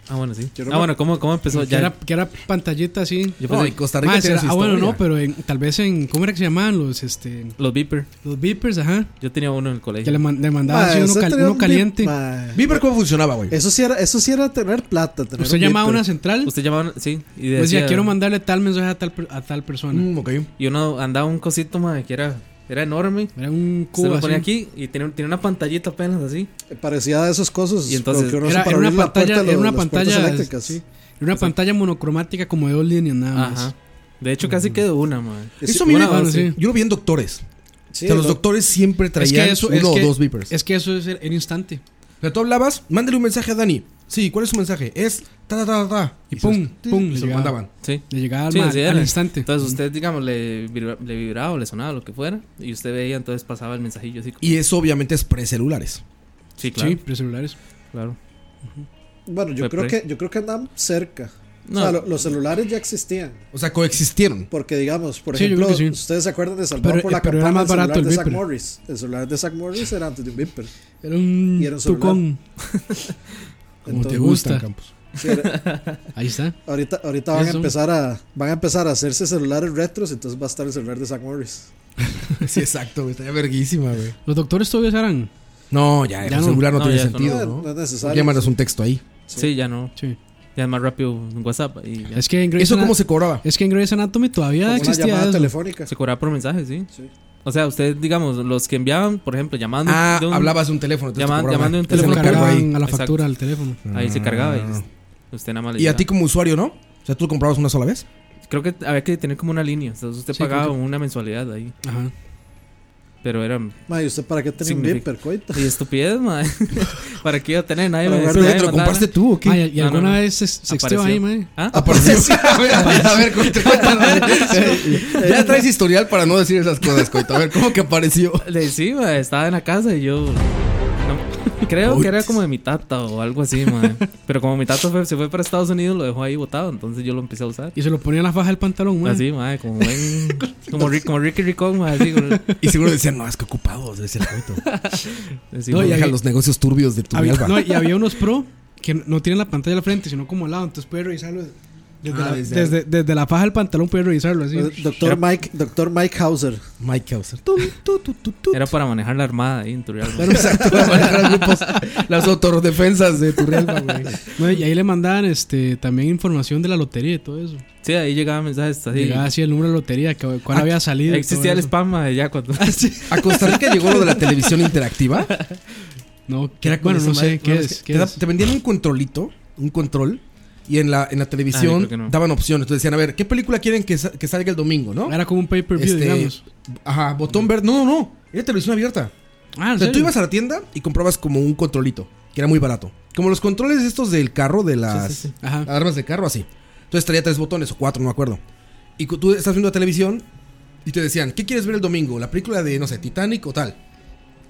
Ah, bueno, sí.
Yo no
Ah,
me-
bueno, ¿cómo, cómo empezó?
Que
Ya,
era, que era pantallita así.
yo
No,
pensé-
en Costa Rica
Más,
tiene
era-
su
ah, bueno,
historia.
no, pero en- tal vez en. ¿Cómo era que se llamaban los este
Los beeper.
los beepers? Ajá.
Yo tenía uno en el
Que
colegio.
le, man- le mandaban
Ma,
así uno,
eso
cal-
tenía
uno
un
caliente.
bip, ma.
Viper, ¿cómo funcionaba, güey?
Eso sí, era, eso sí era tener plata. Tener
Usted
un
llamaba a
bip,
una central.
Usted llamaba, sí, y
Pues
decía,
ya quiero mandarle tal mensaje a tal, per- a tal persona.
Mm, ok.
y uno andaba un cosito, madre, que era, era enorme.
Era un
Se
cubo
lo
así.
ponía aquí y tenía, tenía una pantallita apenas así.
pero Eh, Parecía de esos cosas.
Y entonces,
lo que uno hace
Era,
para
era una
abrir la
pantalla,
puerta de
era una
las puertas
pantalla,
eléctricas.
sí, era una pantalla monocromática como de dos líneas nada más.
Ajá. De hecho, casi
Mm.
quedó una, madre.
Eso
sí,
mira,
bueno,
sí.
yo lo vi en doctores.
Sí,
o sea, los
lo-
doctores siempre traían
eso-
uno
es
o
que-
dos Vipers.
Es que eso es el, el instante.
O sea, tú hablabas, mándale un mensaje a Dani. Sí, ¿cuál es su mensaje? Es ta ta ta ta. ta.
Y pum,
se-
pum,
y
le
se lo
llegaba.
mandaban.
Sí.
Le llegaba al,
Sí,
ma-
sí,
al
era.
instante.
Entonces usted, digamos, le, vibra- le vibraba o le sonaba lo que fuera. Y usted veía, entonces pasaba el mensajillo así. como-
Y eso obviamente es precelulares.
sí, claro.
sí, precelulares.
claro.
Bueno, yo
Fue
creo,
pre-
que, yo creo que andaban cerca.
No.
O sea, lo- los celulares ya existían.
O sea, coexistieron.
Porque, digamos, por
Sí, yo
ejemplo,
creo que sí.
ustedes se acuerdan de Salvador
Pero- eh,
por la
pero era
campana
más barato
celular
el
de Zack
Viper.
Morris. El celular de Zack Morris era antes de un Viper.
Era un,
Y era un celular.
tucón.
Como
Entonces,
te gustan,
gusta.
Campos.
sí, era-
Ahí está.
ahorita ahorita van, a
Eso.
empezar a, van a empezar a hacerse celulares retros, entonces va a estar el celular de Zack Morris.
Sí, exacto, güey. Estaría verguísima, güey.
Los doctores todavía serán.
No, ya,
Ya
el
no.
celular no,
No,
tiene
ya eso
sentido,
Ah,
¿no?
no es necesario.
Ya mandas un texto ahí.
Sí. ya no.
Sí.
Ya es más rápido en WhatsApp. Y ya.
Es que en Grey's,
¿Eso cómo
Ana-
se cobraba?
es que en Grey's Anatomy todavía
Una
existía
llamada
eso.
telefónica.
Se cobraba por mensaje, sí.
Sí.
O sea, usted, digamos, los que enviaban, por ejemplo, llamando.
Ah,
de un-
hablabas de un teléfono. entonces
Llaman-
te cobraban.
llamando de un
Te hacían
Lo
teléfono
cargo ahí.
cargaban a la
Exacto.
factura del teléfono.
Ahí se cargaba.
Ah.
Y usted nada más le
¿Y a
llegaba.
ti como usuario, no? O sea, tú comprabas una sola vez.
Creo que había que tener como una línea. Entonces usted
Sí,
pagaba
creo
una mensualidad ahí.
Ajá.
Pero era.
Ma, ¿y usted para qué tenía un
Significa-
Viper, coito?
Y estupidez, madre. ¿Para qué iba a tener? Nadie
Pero
me
bueno,
nadie
¿Te
me
lo
mandaba
compraste
nada.
tú o qué?
Ah, y, y
No, no,
alguna
no.
vez se sexteó ahí,
Apareció.
mae.
¿Ah?
Apareció. a ver, a ver, cuéntame, cuéntame. Ya traes historial para no decir esas cosas, Coito. A ver, ¿cómo que apareció?
Le- Sí, ma, estaba en la casa y yo. no- creo que era como de mi tata o algo así, madre. Pero como mi tata fue- se fue para Estados Unidos, lo dejó ahí botado. Entonces yo lo empecé a usar.
Y se lo ponía en la faja del pantalón, mae.
Así, madre, como buen. Como, Rick- como Ricky Ricón, madre. Así, como-
Y seguro decían, no, es que ocupados debe ser Coito.
así,
No,
madre.
y
Deja
había-
los negocios turbios de tu
Había-
alba.
no, y había unos pro que no tienen la pantalla al frente, sino como al lado. Entonces puedes revisarlo desde,
Ah,
la,
desde
desde, desde la faja del pantalón, puedes revisarlo así.
Eh, Doctor Mike, Doctor Mike Hauser.
Mike Hauser. Tu, tu, tu, tu, tu.
Era para manejar la armada ahí en Turrialba.
Exacto, para manejar grupos, las autodefensas de tu realba, güey.
No, y ahí le mandaban este, también información de la lotería y todo eso.
Sí, ahí llegaban mensajes así. Ah,
Llegaba así el número de lotería, que, cuál había salido. y
Existía
todo
el
eso. Ah,
spam madre, ya cuando.
A Costa Rica llegó lo de la televisión interactiva.
No,
Que era con
bueno,
esa
no
madre-
sé qué
no,
es.
que
qué
te, da-
es.
te vendían un controlito, un control. Y en la, en la
Ah, yo
televisión
creo que no.
daban opciones. Entonces decían, a ver, ¿qué película quieren que, sa- que salga el domingo, no?
Era como un pay-per-view,
Este,
digamos.
Ajá, botón verde. No, no, no. Era televisión abierta.
Ah,
O
¿en
sea, tú
serio?
ibas a la tienda y comprabas como un controlito, que era muy barato. Como los controles estos del carro, de las
sí, Ah, sí.
Ajá.
armas de carro, así. Entonces traía tres botones o cuatro, no me acuerdo. Y cu- tú estás viendo la televisión y te decían, ¿qué quieres ver el domingo? ¿La película de, no sé, Titanic o tal?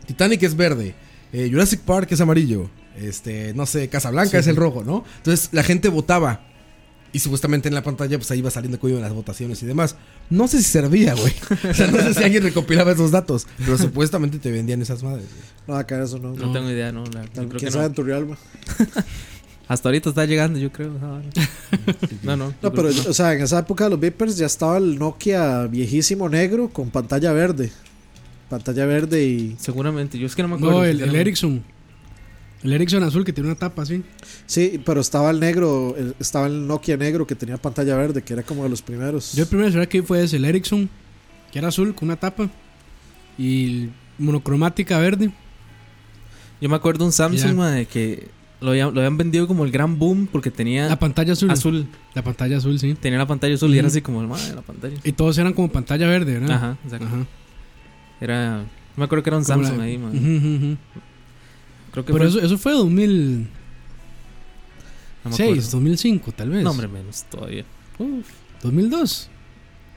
Titanic es verde, eh, Jurassic Park es amarillo, este, no sé, Casablanca es el rojo, ¿no? Entonces la gente votaba. Y supuestamente en la pantalla, pues ahí iba saliendo cuello en las votaciones y demás. No sé si servía, güey. O sea, no sé si alguien recopilaba esos datos. Pero supuestamente te vendían esas madres. güey.
No, acá eso no.
No, tengo idea, no. la- yo creo que
¿Quién
no.
sabe en Turrialba?
Hasta ahorita está llegando, yo creo. esa vara. No, no. yo creo
No, pero,
que no.
o sea, en esa época de los Vipers ya estaba el Nokia viejísimo negro con pantalla verde. Pantalla verde y.
Seguramente, yo es que no me acuerdo.
No, el, el
sinceramente.
Ericsson. El Ericsson azul que tiene una tapa así.
Sí, pero estaba el negro, el- estaba el Nokia negro que tenía pantalla verde, que era como de los primeros.
Yo el primero celular que vi fue ese, el Ericsson, que era azul con una tapa. Y monocromática verde.
Yo me acuerdo un Samsung,
Ya.
mae, que lo habían, lo habían vendido como el gran boom porque tenía
La pantalla azul.
Ah, azul.
La pantalla azul, sí.
Tenía la pantalla azul y
Ujú. Ah.
era así como, madre, la pantalla.
Y todos eran como pantalla verde, ¿verdad?
Ajá, exacto.
Ajá.
Era. Yo me acuerdo que era un
Como
Samsung
la-
ahí, mae.
Ujú, ujú, ujú.
Creo que
Pero
fue-
eso, eso fue 2006,
no me acuerdo.
2005 tal vez.
No, hombre, menos todavía. Uf.
2002.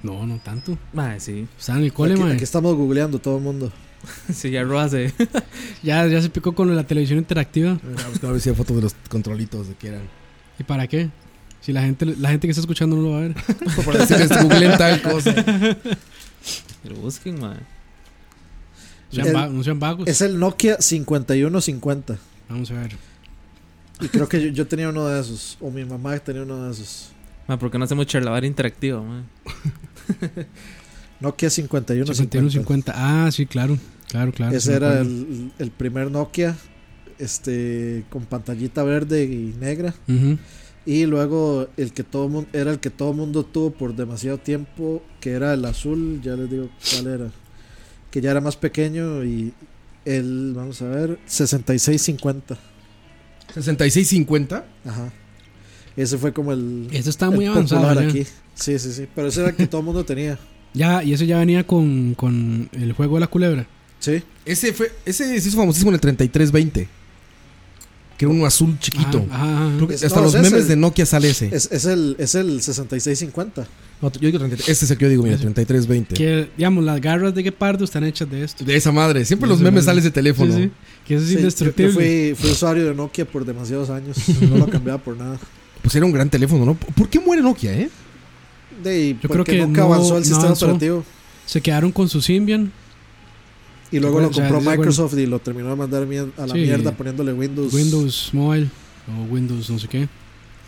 No, no tanto.
Mae, sí.
Estaba en el
aquí,
cole, mae.
aquí estamos googleando todo el mundo.
Sí, ya lo hace.
Ya, ya se picó con la televisión interactiva.
Ah.
Voy a buscar a ver si hay fotos de los controlitos de que eran.
¿Y para qué? Si la gente, la gente que está escuchando no lo va a ver.
Para decirles, googleen tal cosa.
Pero busquen, mae.
Sean
El-
va- no sean vagos.
Es el Nokia 5150.
Vamos a ver.
Y creo que yo, yo tenía uno de esos, o mi mamá tenía uno de esos.
Mae, ¿por qué no hacemos charlavar interactivo, mae?
Nokia 5150.
5150. Ah, sí, claro. Claro, claro. sí
Ese
me
era
acuerdo.
el, el primer Nokia, este, con pantallita verde y negra.
Ujú.
Y luego el que todo mundo, era el que todo mundo tuvo por demasiado tiempo, que era el azul, ya les digo cuál era. Que ya era más pequeño y el, vamos a ver, 6650.
6650.
Ajá. Ese fue como el,
Este está
el
muy avanzado.
popular
Ya.
aquí. Sí, sí, sí. Pero ese era el que todo mundo tenía.
Ya, y ese ya venía con, con el juego de la culebra.
Sí.
Ese, fue, ese se hizo famosísimo en el 3320. Que era uno azul chiquito.
Ajá, ajá, ajá.
Creo que
Es-
hasta
no,
los
es ese.
memes de Nokia sale ese.
Es, es el, es el 6650.
No, yo digo 33. Este es el que yo digo, mira,
Ese.
3320.
Que, digamos, las garras de Guepardo están hechas de esto.
De esa madre. Siempre
De
los
esa
memes
madre.
salen de teléfono.
Sí, sí. Que eso es
Sí, yo-
indestructible.
Yo, fui, fui usuario de Nokia por demasiados años. No lo cambiaba por nada.
Pues era un gran teléfono, ¿no? ¿Por qué muere Nokia, eh?
De, y
Yo
porque
creo que
nunca
no-
avanzó el
no
sistema
avanzó.
operativo.
Se quedaron con su Symbian.
Y luego lo
O sea,
compró
dice, bueno.
Microsoft y lo terminó de mandar mier- a la
Sí.
mierda poniéndole Windows.
Windows Mobile o Windows no sé qué.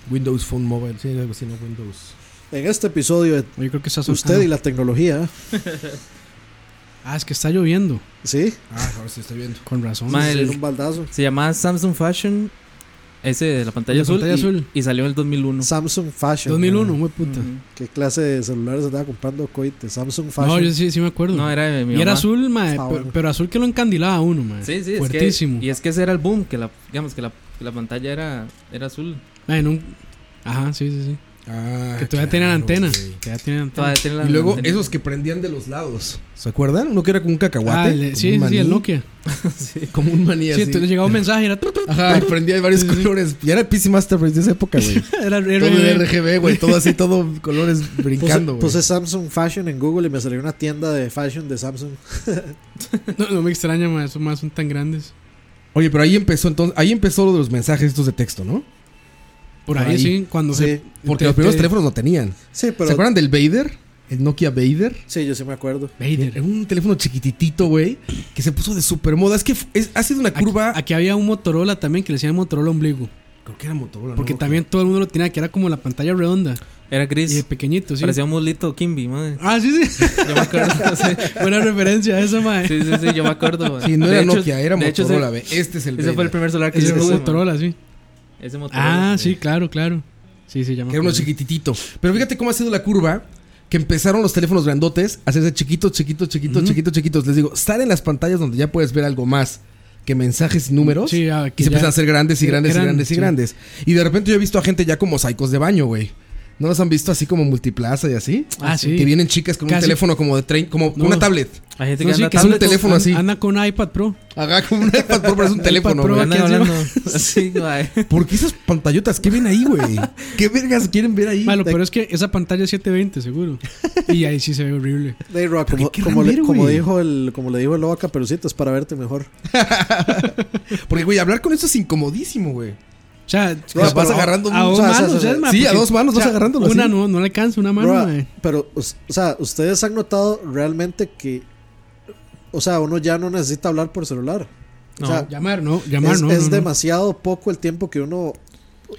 Windows Phone Mobile. Sí, algo así, ¿no? Windows.
En este episodio de
Yo creo que está
Usted y la tecnología,
Ah, es que está lloviendo.
¿sí?
Ah, ahora sí estoy viendo.
Con razón.
Mae,
Era
el-
un baldazo.
se llamaba Samsung Fashion. Ese de la pantalla,
La
azul,
pantalla
y,
azul.
y salió en el 2001.
Samsung Fashion.
2001,
eh,
muy puta.
mm,
Ujú.
¿Qué clase de celulares estaba comprando coite? Samsung
No,
Fashion.
yo sí, sí me acuerdo.
No, era de mi
y era
mamá.
azul,
Ah,
mae, pero,
bueno.
pero azul que lo encandilaba a uno, mae.
Sí, sí, es que-
Fuertísimo.
y es que ese era el boom, que la, digamos, que la, que la pantalla era, era azul.
Mae, no- Ajá, sí, sí, sí.
Ah,
que todavía tenían
claro,
antena.
güey.
Todavía tenían antena.
Todavía tiene la-
Y luego
la-
esos que prendían de los lados. ¿Se acuerdan? Uno que era como un
Ah,
cacahuate.
el-
como
sí,
un
sí,
maní,
el Nokia.
Como un maní
Sí,
así.
entonces llegaba un mensaje y era... tru, tru,
Ajá, y prendía de varios colores. Ya era el PC Master Race de esa época, güey.
era
todo
RGB.
en RGB, güey. Pues, Todo así, todo colores
puse,
brincando, güey.
puse Samsung Fashion en Google y me salió una tienda de fashion de Samsung.
No, no me extraña, mae, esos más son tan grandes.
Oye, pero ahí empezó entonces, ahí empezó lo de los mensajes estos de texto, ¿no?
Por
Por
ahí,
ahí.
sí, cuando
Sí,
se...
Porque
te-
los primeros
te-
teléfonos no tenían.
sí,
¿Se
pero.
acuerdan del Vader? El Nokia Vader.
Sí, yo sí me acuerdo.
Era un teléfono chiquititito, güey, que se puso de super moda. Es que fu- es- ha sido una
Aquí,
curva.
aquí había un Motorola también que le decían Motorola ombligo.
creo que era Motorola.
Porque también todo el mundo lo tenía, que era como la pantalla redonda.
Era
Y de
gris.
pequeñito, sí.
Parecía un mulito Kimby, madre.
Ah, sí, sí.
Yo me acuerdo. sí,
Buena referencia a esa, mae.
sí, sí, sí, yo me acuerdo. mae.
Sí, no
De
era
hecho,
Nokia, era
de hecho, ese-
Motorola, ve. Este es el
Ese fue el
Vader.
primer celular que
Ese
yo
fue
tuve, mae.
Motorola, sí.
Ese Motorola.
Ah, sí, claro, claro. Sí, sí, llama.
Que era uno chiquititito. Pero fíjate cómo ha sido la curva. Que empezaron los teléfonos grandotes a hacerse chiquitos, chiquitos, chiquitos, chiquitos, chiquitos. Les digo, estar en las pantallas donde ya puedes ver algo más que mensajes y números.
Sí, ah,
y
que
se
ya-
empiezan a hacer grandes y
que
grandes y
eran,
grandes y
sí.
grandes. Y de repente yo he visto a gente ya como saicos de baño, güey. ¿No los han visto así como multiplaza y así?
Ah, sí.
Que vienen chicas con un
Casi.
teléfono como de trein- como
No.
una tablet.
Hay gente
No,
que
sí,
anda
que
es un
tablet-
teléfono así.
Anda con iPad Pro.
Haga como un iPad Pro, pero es un teléfono,
Pro
güey.
andan
aquí encima.
hablando. Así, mae.
¿Por qué esas pantallotas? ¿Qué ven ahí, güey? ¿Qué vergas quieren ver ahí?
Malo, pero es que esa pantalla es 720, seguro. Y ahí sí se ve horrible.
Day Rock,
Pero
como,
qué
como le-
ramero,
como
güey.
dijo el, como le dijo el lobo a Caperucita, es para verte mejor.
Porque, güey, hablar con eso es incomodísimo, güey.
O sea,
O sea,
pero
vas agarrando
a
un-
dos
o sea, o
manos,
sea, o sea,
ya, ma,
sí, a
porque-
dos manos vas
o sea,
agarrándolo
Una
así.
no, no le alcanza, una mano,
Bro,
ma.
pero, o sea, ustedes han notado realmente que, o sea, uno ya no necesita hablar por celular. O
No,
sea,
Llamar, no, llamar,
es,
no.
es
no, no.
demasiado poco el tiempo que uno, o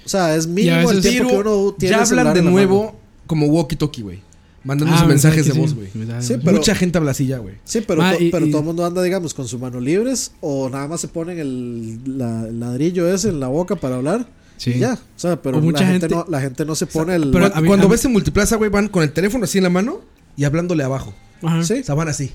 sea, es
Y a
mínimo el
veces-
tiempo que uno tiene.
ya
el celular
hablan de
en la
nuevo
mano.
como walkie-talkie, güey. Mandándose
Ah,
mensajes de
sí,
voz, güey.
mensajes
Sí,
de voz.
pero-
Mucha gente habla así ya, güey.
Sí, pero,
Ma,
to-
y-
pero
y-
todo el mundo anda, digamos, con su mano libres o nada más se ponen el, la- el ladrillo ese en la boca para hablar.
Sí.
Y ya, o sea, pero
O mucha
la, gente...
gente-
no, la gente no se pone el...
pero-
Cu-
a mí-
Cuando
a mí-
ves en multiplaza, güey, van con el teléfono así en la mano y hablándole abajo.
Ajá.
Sí.
O sea, van así.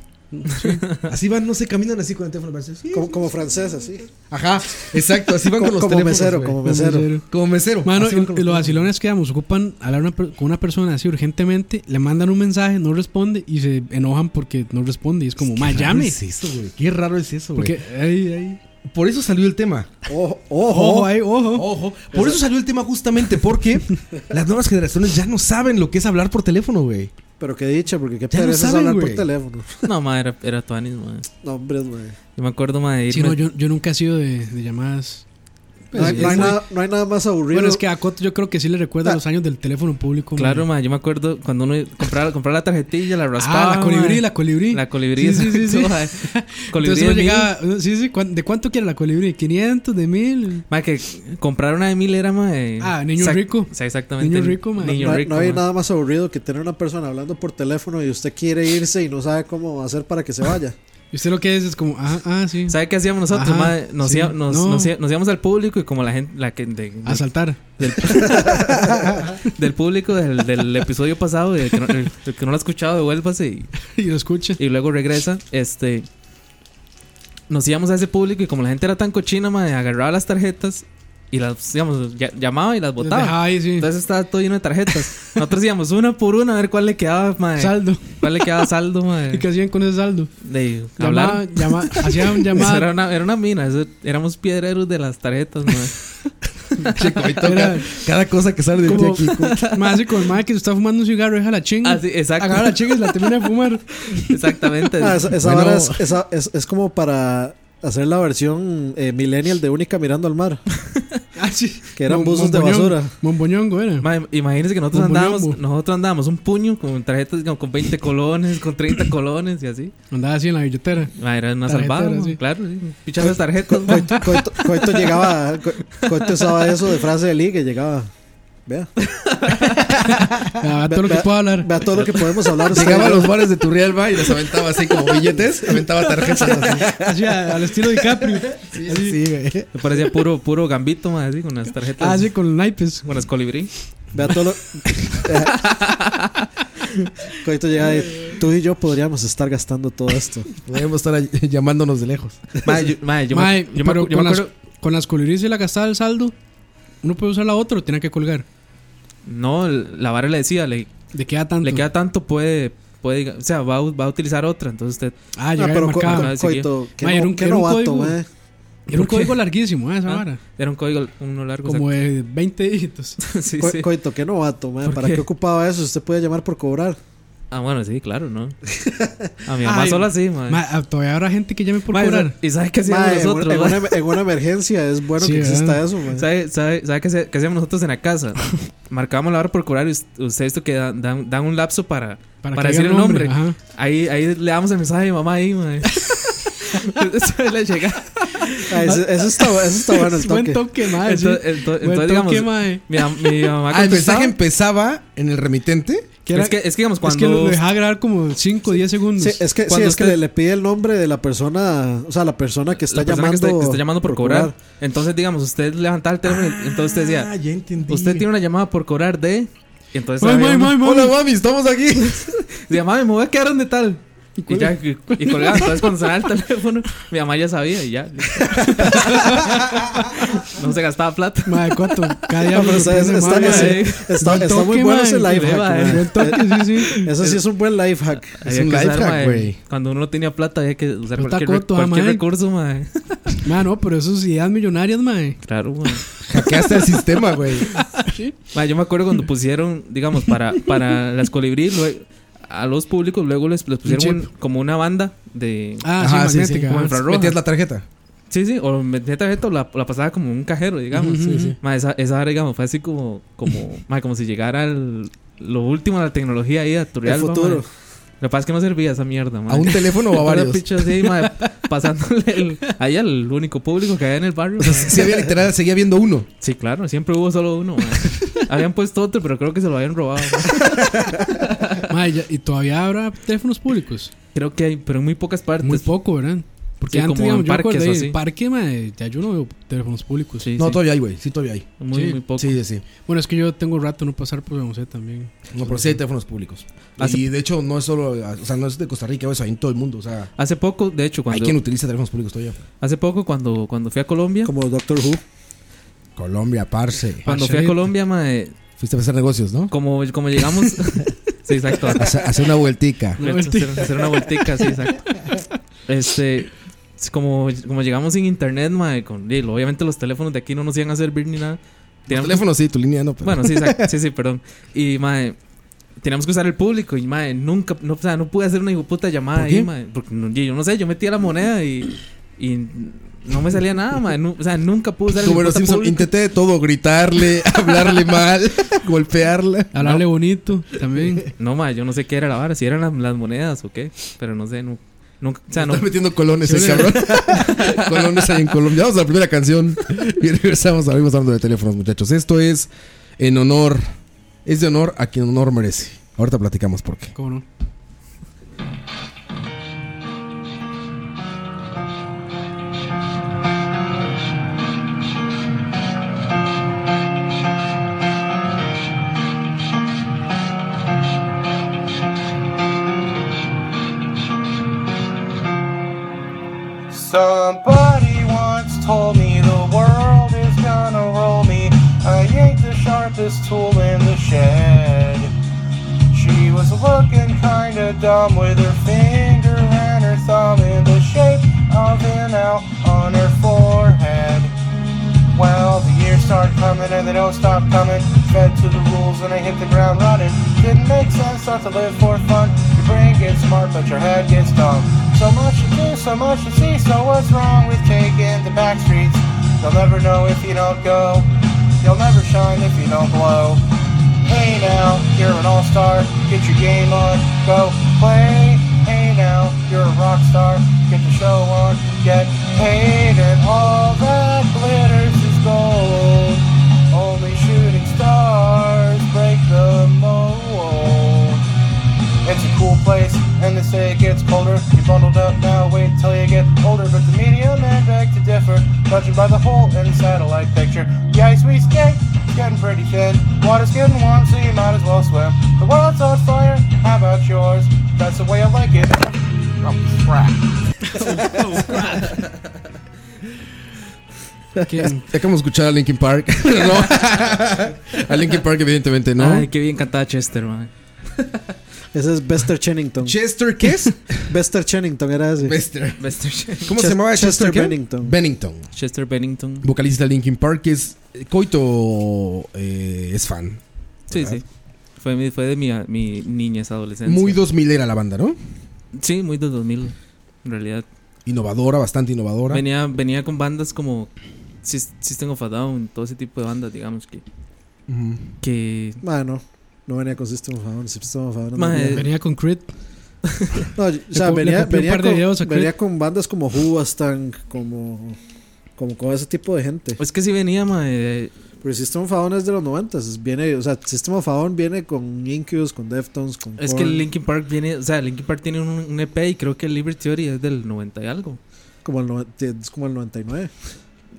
Así van, no se caminan así con el teléfono. van así, sí.
como, como francesa, sí.
Ajá, exacto, así van
Co-
con los
como
teléfonos.
mesero,
güey.
como
Como
mesero.
mesero.
Como mesero.
Mano,
así
y,
van con
y los
teléfonos.
vacilones que damos, ocupan hablar una per- con una persona así urgentemente, le mandan un mensaje, no responde y se enojan porque no responde. Y es como, ma,
Qué raro
llame.
es eso, güey. Qué raro es eso, güey.
Porque, ay, ay.
Por eso salió el tema.
Ojo, ojo.
Ojo, ay, ojo.
Ojo. Por eso salió el tema justamente porque las nuevas generaciones ya no saben lo que es hablar por teléfono, güey.
Pero qué dicha, porque qué
Ya no
pereza es
saben,
hablar
güey.
por teléfono.
No, mae, era, era Tuanis, mae.
No, hombre, güey.
Yo me acuerdo, mae, de
Sí,
irme.
no, yo, yo nunca he sido de, de llamadas.
No, hay,
Pues es
no hay
muy-
nada, no hay nada más aburrido.
Bueno, es que a Coto yo creo que sí le recuerda
Ah.
los años del teléfono público. ma.
Claro, mae, yo me acuerdo cuando uno compraba, compraba la tarjetilla, la raspaba.
Ah, la colibrí,
mae.
la colibrí.
La colibrí,
Sí, sí, sí, sí.
exacto, mae. Colibrí
Entonces uno
de mil.
llegaba, sí, sí, ¿cuán- ¿de cuánto quiere la colibrí? ¿500? ¿De 1000?
Mae, que comprar una de mil era, mae.
Ah, niño
sac-
rico.
Sí, exactamente.
Niño rico, mae.
Niño
no, hay-
rico,
no hay
mae.
nada más aburrido que tener una persona hablando por teléfono y usted quiere irse y no sabe cómo hacer para que se vaya.
Y usted lo que es es como, ah, ah, sí,
¿Sabe qué hacíamos nosotros?
Ajá,
mae? Nos,
sí,
ia- nos,
no. Ah,
nos ia- nos íbamos al público y como la gente, la que de-
a saltar.
del público del, del episodio pasado, el que, no, el- el que no lo ha escuchado, devuélvase y,
y lo escucha.
y luego regresa. Este, nos íbamos a ese público y como la gente era tan cochina, mae, agarraba las tarjetas y las, digamos, ya- llamaba y las botaba.
Dejaba ahí, sí.
Entonces estaba todo lleno de tarjetas. Nosotros íbamos una por una a ver cuál le quedaba, mae.
Saldo.
¿Cuál le quedaba saldo, mae?
¿Y qué hacían con ese saldo?
De hablar.
Llamaba, llama, hacían
Eso era,
llamadas.
una, era una mina, eso- éramos piedreros de las tarjetas, mae.
Checo, ahí toca
Era-
cada cosa que sale de ti
como-
aquí.
Más así con el mae que se está fumando un cigarro, deja la chinga.
Ah, sí, exacto.
Agarra la chinga y se la termina de fumar.
Exactamente.
Ah, esa esa
Bueno.
vara es, esa- es, es como para hacer la versión eh, millennial de Única mirando al mar,
Ah, sí.
que eran
Mon-
buzos de
monboñón.
basura.
Momboñongo era.
Ma, imagínense que nosotros
Un
andábamos,
buñongo.
nosotros andábamos un puño con tarjetas digamos, con 20 colones, con 30 colones y así.
Andaba así en la billetera.
Ma, era una
Tarjetera,
salvada, ma,
sí.
claro, sí. Pichando las tarjetas. ma.
Coito, Coito- Coito llegaba, Co- Coito usaba eso de frase de ligue, llegaba. Vea,
Ah, todo lo que
Ve-
puedo hablar.
vea todo lo que podemos hablar. usted
Llegaba a
y yo.
los bares de Turrialba y los aventaba así como billetes, aventaba tarjetas. así.
Así a- al estilo de Capri. así.
güey.
Me parecía puro, puro gambito, ma, así, con las tarjetas.
Ah, sí, con naipes.
Con las colibrí.
Vea todo lo- Coito llega de, tú y yo podríamos estar gastando todo esto.
Podríamos estar ahí llamándonos de lejos.
Ma, yo, ma, yo me-
Mae,
yo me,
pero
acu- yo me
con,
acuerdo.
las, con las colibríes y la gastada del saldo, uno puede usar la otra o tiene que colgar.
No, el- la vara le decía, le,
¿De qué da tanto?
le queda tanto, puede, puede, o sea, va, a- va a utilizar otra. Entonces usted.
Ah,
Ah,
llegar
pero
al
co-
mercado.
Ah,
co- Coito, qué,
Ma, era
no-
un-
qué
era un
novato,
código.
mae.
Era un
¿por qué?
código larguísimo, ¿eh? esa
ah,
vara.
Era un código, uno largo.
Como de 20 dígitos.
exacto. sí,
Co-
sí.
Coito, qué novato, mae.
¿Por
¿Para
qué?
qué? ocupaba eso? Usted podía llamar por cobrar.
Ah, bueno, sí, claro, ¿no? A mi mamá
Ay,
sola sí, ma.
Ma, ah, todavía habrá gente que llame por
Ma,
cobrar.
¿Y sabes qué hacíamos
Mae, en,
nosotros?
una- en
ma?
una, en una emergencia es bueno
Sí,
que exista
¿verdad?
eso, mae.
¿Sabe, sabe, sabe qué, hace- qué hacíamos nosotros en la casa? Marcábamos la hora por cobrar y us- ustedes esto que dan, dan, dan un lapso para, para,
que
decir
diga
el nombre.
Ajá.
Ahí, ahí le damos el mensaje a mi mamá ahí, mae. Entonces le llega.
Ah, ese- eso, está, bu- eso está bueno el
Buen
toque.
toque, ma. Ah, sí.
Entonces, ento-
Buen
entonces,
toque,
digamos,
mae.
mi, am- mi mamá
Ah,
contestaba.
el mensaje empezaba en el remitente.
Que era-
es, que, es que, digamos,
es que
cuando...
lo dejaba grabar como 5 o 10 segundos.
Sí, es que, sí,
Cuando
es que
usted-
le, le pide el nombre de la persona, o sea, la persona que está
la persona
llamando.
que está, que está llamando por cobrar. Entonces, digamos, usted levantaba el teléfono y entonces usted
Ah,
decía,
ya entendí.
usted tiene una llamada por cobrar de... Y entonces...
Ay,
había
ay,
uno-
ay, ay.
Hola, mami, estamos aquí.
Decía, mami, me voy a quedar donde tal. Y ya, y, y colgaba. Entonces, cuando sonaba el teléfono, mi mamá ya sabía y ya. listo. no se gastaba plata.
Madre, ¿cuánto? Cada día
No, pero
me
está,
sorprende
está- está-
más, madre.
está-
Buen
está muy
toque,
bueno
mae,
ese life hack.
buen
mae.
Buen toque, sí, sí.
Eso sí es un buen life hack.
Es
Había
un
que
life
usar,
hack,
mae,
güey.
Cuando uno no tenía plata, había que usar
Pero está
cualquier, re-
corto, ah,
cualquier
mae.
recurso, mae.
Mae, no, pero eso es ideas millonarias, mae.
Claro, mae.
Hackeaste el sistema, güey.
Ah, Mae, yo me acuerdo cuando pusieron, digamos, para, para las colibrí, lue- a los públicos luego les, les pusieron un- como una banda de...
Ah,
Ajá,
sí,
sí,
magnética.
sí.
ah.
infrarroja.
Metías la tarjeta.
Sí, sí, o metía tarjeta o la, la pasaba como un cajero, digamos.
Ujú, sí, sí.
Mae, esa, esa hora, digamos, fue así como... Como, mae, como si llegara al- lo último de la tecnología ahí a
El
Turrialba, mae.
futuro.
Lo que pasa es que no servía esa mierda, mae.
¿A un teléfono o a
Una
varios?
picha así, mae, pasándole el- ahí al único público que había en el barrio. mae.
Si había literal, seguía viendo uno.
Sí, claro, siempre hubo solo uno. mae. Habían puesto otro, pero creo que se lo habían robado. mae.
Mae, ya- y todavía habrá teléfonos públicos.
Creo que hay, pero en muy pocas partes.
Muy poco, ¿verdad? Porque
Sí,
antes,
como
digamos,
en
yo me acuerdo
parques o
ahí,
así.
el parque, mae, ya yo no veo teléfonos públicos.
Sí,
No,
sí.
todavía hay, güey. Sí, todavía hay.
Muy,
sí.
muy poco.
Sí, sí, sí.
Bueno, es que yo tengo rato no pasar por la musea también.
No, pero sí hay teléfonos públicos.
Hace-
Y de hecho, no es solo. O sea, no es de Costa Rica, eso hay en todo el mundo. O sea,
Hace poco, de hecho,
hay
cuando
quien utiliza teléfonos públicos todavía.
hace poco cuando cuando fui a Colombia,
Como Doctor Who.
Colombia, parce.
cuando fui a
Parcerito.
Colombia, eh, mae,
Fuiste a hacer negocios, ¿no?
como como llegamos Sí, exacto.
Hace- Hacer una vueltica.
Una
hacer,
vueltica.
hacer una vueltica, sí, exacto. Este es como, como llegamos sin internet, mae, con, y obviamente los teléfonos de aquí no nos iban a servir ni nada.
El
Teníamos-
teléfono sí, tu línea no. Pero...
Bueno, sí, exacto. sí, sí, perdón. Y, mae, teníamos que usar el público y, mae, nunca, no, o sea, no pude hacer una puta llamada
¿Por
ahí,
qué?
mae. Porque no- yo no sé, yo metía la moneda y, y no me salía nada, mae. nu- o sea, nunca pude usar el
Como los
puta
Simpson,
público.
intenté de todo: gritarle, hablarle mal, golpearla.
Hablarle bonito también.
No, mae, yo no sé qué era la vara, si eran las, las monedas o qué, pero no sé, nu- nunca, o sea, no.
Están metiendo colones, el cabrón. colones ahí en Colombia. Vamos a la primera canción y regresamos. Ahora mismo hablando de teléfonos, muchachos. Esto es en honor. Es de honor a quien honor merece. Ahorita platicamos por qué.
¿Cómo no?
Somebody once told me the world is gonna roll me. I ain't the sharpest tool in the shed. She was looking kinda dumb with her finger and her thumb in the shape of an L on her forehead. Well, the years start coming and they don't stop coming. Fed to the rules and I hit the ground running. Didn't make sense not to live for fun. Your brain gets smart, but your head gets dumb. So much to do, so much to see. So what's wrong with taking the back streets? You'll never know if you don't go. You'll never shine if you don't blow. Hey now, you're an all-star. Get your game on. Go play. Hey now, you're a rock star. Get the show on. Get paid, and all that glitters is gold. Only shooting stars break the mold. It's a cool place, and they say it gets colder. You bundled up now, wait till you get older. But the media man beg to differ, judging by the hole in the satellite picture. The ice we skate is getting pretty thin. Water's getting warm, so you might as well swim. The world's on fire, how about yours? That's the way I like it. Oh, crap.
¿Qué-
Dejamos escuchar a Linkin Park. No. A Linkin Park, evidentemente, ¿no?
Ay, qué bien cantaba Chester, mae.
Ese es Bester Chennington.
Chester, ¿qué es?
Bester Chennington era ese.
Chester.
Bester-
¿Cómo
Ches-
se llamaba Chester?
Chester
qué?
Bennington.
Bennington.
Chester Bennington.
Vocalista de Linkin Park, que es. Coito eh, es fan.
Sí, sí. Fue, mi- fue de mi, mi niñez, adolescencia.
Muy 2000 era la banda, ¿no?
Sí, muy de 2000. En realidad.
Innovadora, bastante innovadora.
Venía, venía con bandas como Sys- System of a Down, todo ese tipo de bandas, digamos, que...
Ujú.
que
Mae, no. No venía con System of a Down. System of a Down no
Mae,
venía.
Venía con Crit.
No, yo- o sea,
co- le
venía,
copié un
venía
par de videos a
con,
Creed.
venía con bandas como Hoobastank, como, como con ese tipo de gente.
es que sí venía, mae.
Pero System of a Down es de los 90. Viene, o sea, System of a Down viene con Incubus, con Deftones, con.
Es que
Korn,
Linkin Park viene... O sea, Linkin Park tiene un, un EP y creo que Liberty Theory es del 90 y algo.
como el, noven- es como el 99.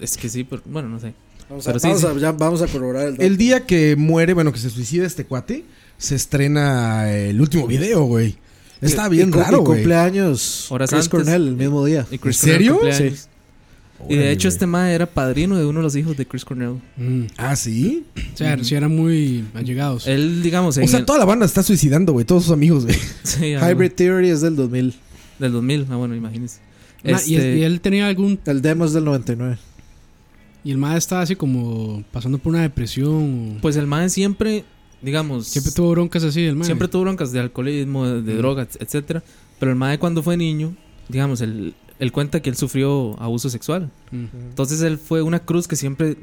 Es que sí, pero bueno, no sé.
Vamos,
Pero
a,
sí,
vamos
sí.
a- ya vamos a corroborar el dato.
El día que muere, bueno, que se suicida este cuate, se estrena el último video, güey. Está bien
Y cu-
raro,
y
güey.
cumpleaños
Horas
Chris
antes.
Cornell el mismo día.
Y Chris
¿En
Cornell
serio?
cumpleaños. Y
Órale,
de hecho,
güey.
este mae era padrino de uno de los hijos de Chris Cornell.
Mm.
Ah, sí.
O sea, si eran muy allegados.
Él, digamos, en
O sea,
el-
toda la banda está suicidando, güey. Todos sus amigos, güey.
Sí, algo
Hybrid Theory es del 2000.
del 2000. Ah, bueno, imagínense.
Ma, y,
Este,
y él tenía algún.
El demo es del 99.
Y el mae estaba así como pasando por una depresión. o-
Pues el mae siempre, digamos,
siempre tuvo broncas así, el mae.
siempre tuvo broncas de alcoholismo, de, de drogas, etcétera. Pero el mae cuando fue niño, digamos, él, él cuenta que él sufrió abuso sexual.
Mm.
Entonces él fue una cruz que siempre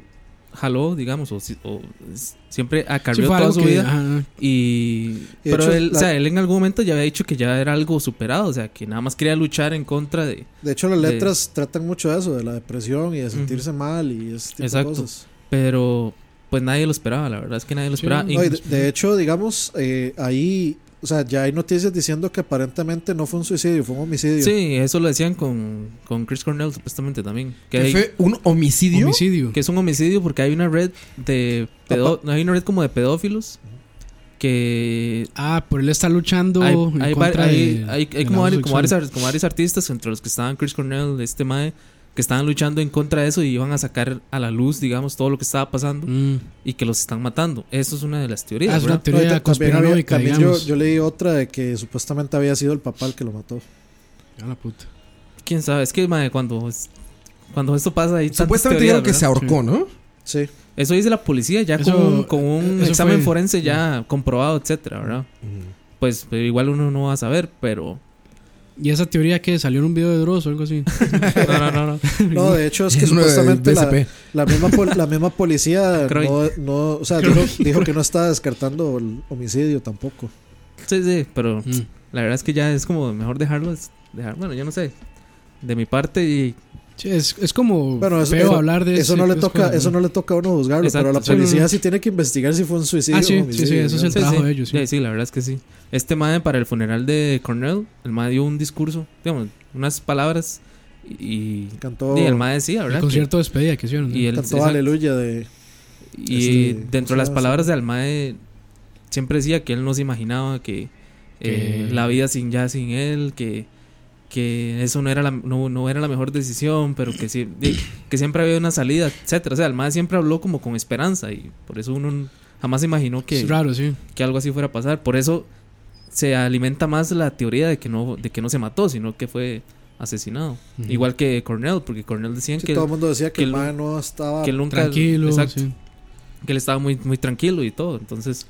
jaló, digamos, o, si- o s- siempre
Sí,
acarrió
fue
toda
algo
su
que-
vida.
ajá.
Y,
Y de
pero
hecho,
él,
la-
o sea, él en algún momento ya había dicho que ya era algo superado, o sea, que nada más quería luchar en contra de...
De hecho, las
De-
letras tratan mucho de eso, de la depresión y de sentirse mal y ese tipo
Exacto.
de cosas.
Pero pues nadie lo esperaba, la verdad es que nadie lo
Sí,
esperaba.
no,
Y-
No, y de, de hecho, digamos, eh, ahí, o sea, ya hay noticias diciendo que aparentemente no fue un suicidio, fue un homicidio.
sí, eso lo decían con, con Chris Cornell supuestamente también. Que,
¿Que
hay-
fue un homicidio?
Homicidio.
que es un homicidio porque hay una red de... pedo- hay una red como de pedófilos que
Ah, pero él está luchando
hay,
en
hay var-
contra
hay-
de-
hay- hay
del
como,
abuso
varios, como, varios,
sexual.
ar- como varios artistas, entre los que estaban Chris Cornell, este Mae, que estaban luchando en contra de eso y iban a sacar a la luz, digamos, todo lo que estaba pasando
Mm.
y que los están matando. Eso es una de las
Ah,
teorías.
es
¿verdad?
una
No, y
teoría
ta- también había-
conspiranoica,
también yo,
digamos.
yo leí otra de que supuestamente había sido el papá el que lo mató.
A la puta.
Quién sabe, es que mae, cuando, es- cuando esto pasa ahí.
Supuestamente dijeron que se ahorcó, ¿no?
Sí.
Eso dice la policía, ya
Eso-
con, un- con un
eso
examen
fue-
forense ya comprobado, etcétera, ¿verdad? Pues pero igual uno no va a saber, pero.
¿Y esa teoría que salió en un video de Dross o algo así?
No, no, no. no.
No, de hecho es que
Es una de
supuestamente la,
BSP.
la misma pol- la misma policía
Croy.
no, no, o sea, dijo, dijo que no estaba descartando el homicidio tampoco.
Sí, sí, pero
Mm.
la verdad es que ya es como mejor dejarlo. es- Dejar, bueno, yo no sé. De mi parte, y
Sí, es, es como
Bueno, eso,
feo
eso-
hablar de
eso no le
esas
toca,
cosas,
eso no le toca a uno juzgarlo,
Exacto,
pero la
sí,
policía
no, no.
sí tiene que investigar si fue un suicidio.
Ah,
o
sí,
un
sí, sí,
homicidio,
eso es el
digamos.
Sí,
trabajo
sí.
de ellos, sí.
Sí, sí, la verdad es que sí. Este madre para el funeral de Cornell, el madre dio un discurso, digamos, unas palabras y,
Cantó,
y el madre decía,
El
¿verdad? Que-
concierto de despedida que hicieron. ¿no?
y el-
cantó
exacto.
aleluya de
Y
Este,
dentro de las
¿cómo se llama?
palabras de Almae, siempre decía que él no se imaginaba que eh,
Que-
la vida sin ya sin él, que, que eso no era, la, no, no era la mejor decisión, pero que, sí, de- que siempre había una salida, etcétera O sea, Almae siempre habló como con esperanza y por eso uno jamás se imaginó que,
Es raro, sí.
que algo así fuera a pasar. Por eso se alimenta más la teoría de que no, de que no se mató, sino que fue asesinado.
Ujú.
Igual que Cornell, porque Cornell decían
sí,
que,
todo el mundo decía que,
que
el
lo-
mae no estaba
que él nunca...
Tranquilo,
Exacto,
sí.
que él estaba muy, muy tranquilo y todo. Entonces...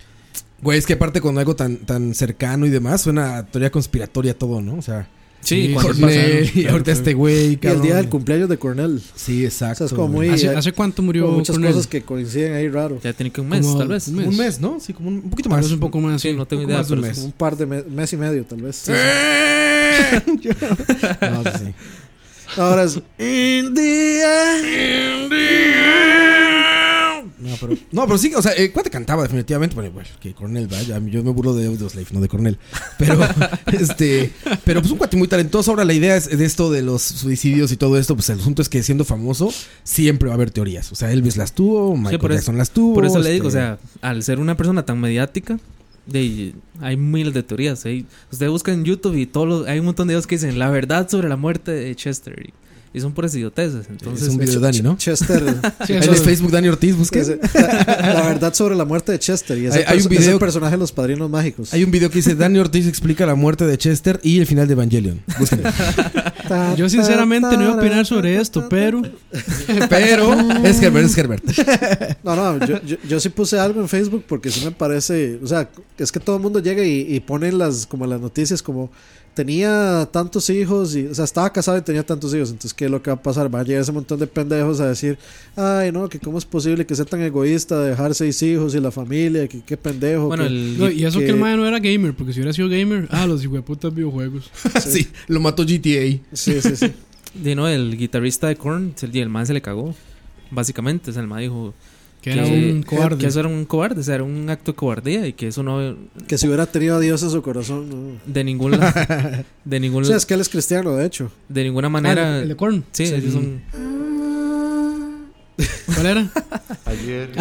Güey, es que aparte con algo tan, tan cercano y demás, suena a teoría conspiratoria todo, ¿no? O sea,
Sí,
Sí,
cuando
Cornell.
pasa,
Cornell, y
claro,
ahorita
claro.
este güey,
y el
cabrón.
día del cumpleaños de Cornell.
Sí,
O
exacto.
sea, es como
güey.
muy
¿Hace,
hay-
hace cuánto murió
como muchas
Cornell?
cosas que coinciden ahí raro.
ya tiene que un mes,
Como
tal vez.
un
Un mes, ¿no? Sí, como un, un poquito
Tal
más.
vez un poco más,
Sí,
sí.
no tengo
poco
idea,
más de un
pero
mes.
Un par de me- mes y medio tal vez.
No, pues sí, sí.
Ahora es In the end.
No, pero, no, pero sí, o sea, eh, cuate cantaba definitivamente. Bueno, bueno, que Cornell, vaya, yo me burlo de Audioslave, no de Cornell. Pero, este, pero pues un cuate muy talentoso. Ahora la idea es de esto de los suicidios y todo esto, pues el asunto es que siendo famoso siempre va a haber teorías. O sea, Elvis las tuvo, Michael
por eso-
Jackson las tuvo.
Por eso le
este,
digo, o sea, al ser una persona tan mediática, de, hay miles de teorías. hay- Usted busca en YouTube y todos los- hay un montón de videos que dicen la verdad sobre la muerte de Chester. Y, y son puras idioteces. Entonces,
es un video de Dani, ¿no?
Chester.
Sí,
En
eso-
el Facebook Dani Ortiz, busquen.
Ese- la, la verdad sobre la muerte de Chester y ese,
Hay- hay un
perso- ese
video-
personaje de los padrinos mágicos.
Hay un video que dice Dani Ortiz explica la muerte de Chester y el final de Evangelion. Búsquenlo.
Ta,
Yo
ta,
sinceramente no iba a
ta,
opinar
ta,
sobre
ta,
esto,
ta, ta.
pero...
Pero es Herbert, es Herbert.
No, no, yo, yo, yo sí puse algo en Facebook porque sí me parece. O sea, es que todo el mundo llega y, y pone las, como las noticias como. Tenía tantos hijos, y, o sea, estaba casado y tenía tantos hijos. Entonces, ¿qué es lo que va a pasar? Va a llegar ese montón de pendejos a decir: Ay, no, que cómo es posible que sea tan egoísta de dejar seis hijos y la familia, que qué pendejo.
bueno,
que-
el-
No, y eso que,
que-
el mae no era gamer, porque si hubiera sido gamer... Ah, los hijueputas videojuegos.
Sí, lo mató GTA.
Sí, sí, sí.
de, no, el guitarrista de Korn, el, el man se le cagó. Básicamente, o sea, el man dijo
Que era un cobarde.
que eso era un cobarde, o sea, era un acto de cobardía y que eso no
Que si hubiera tenido a Dios en su corazón, no.
de ningún la- de ningún
O sea, es que él es cristiano, de hecho.
de ninguna
Ah,
manera
el de Korn.
sí, ellos son-
¿Cuál era?
Ayer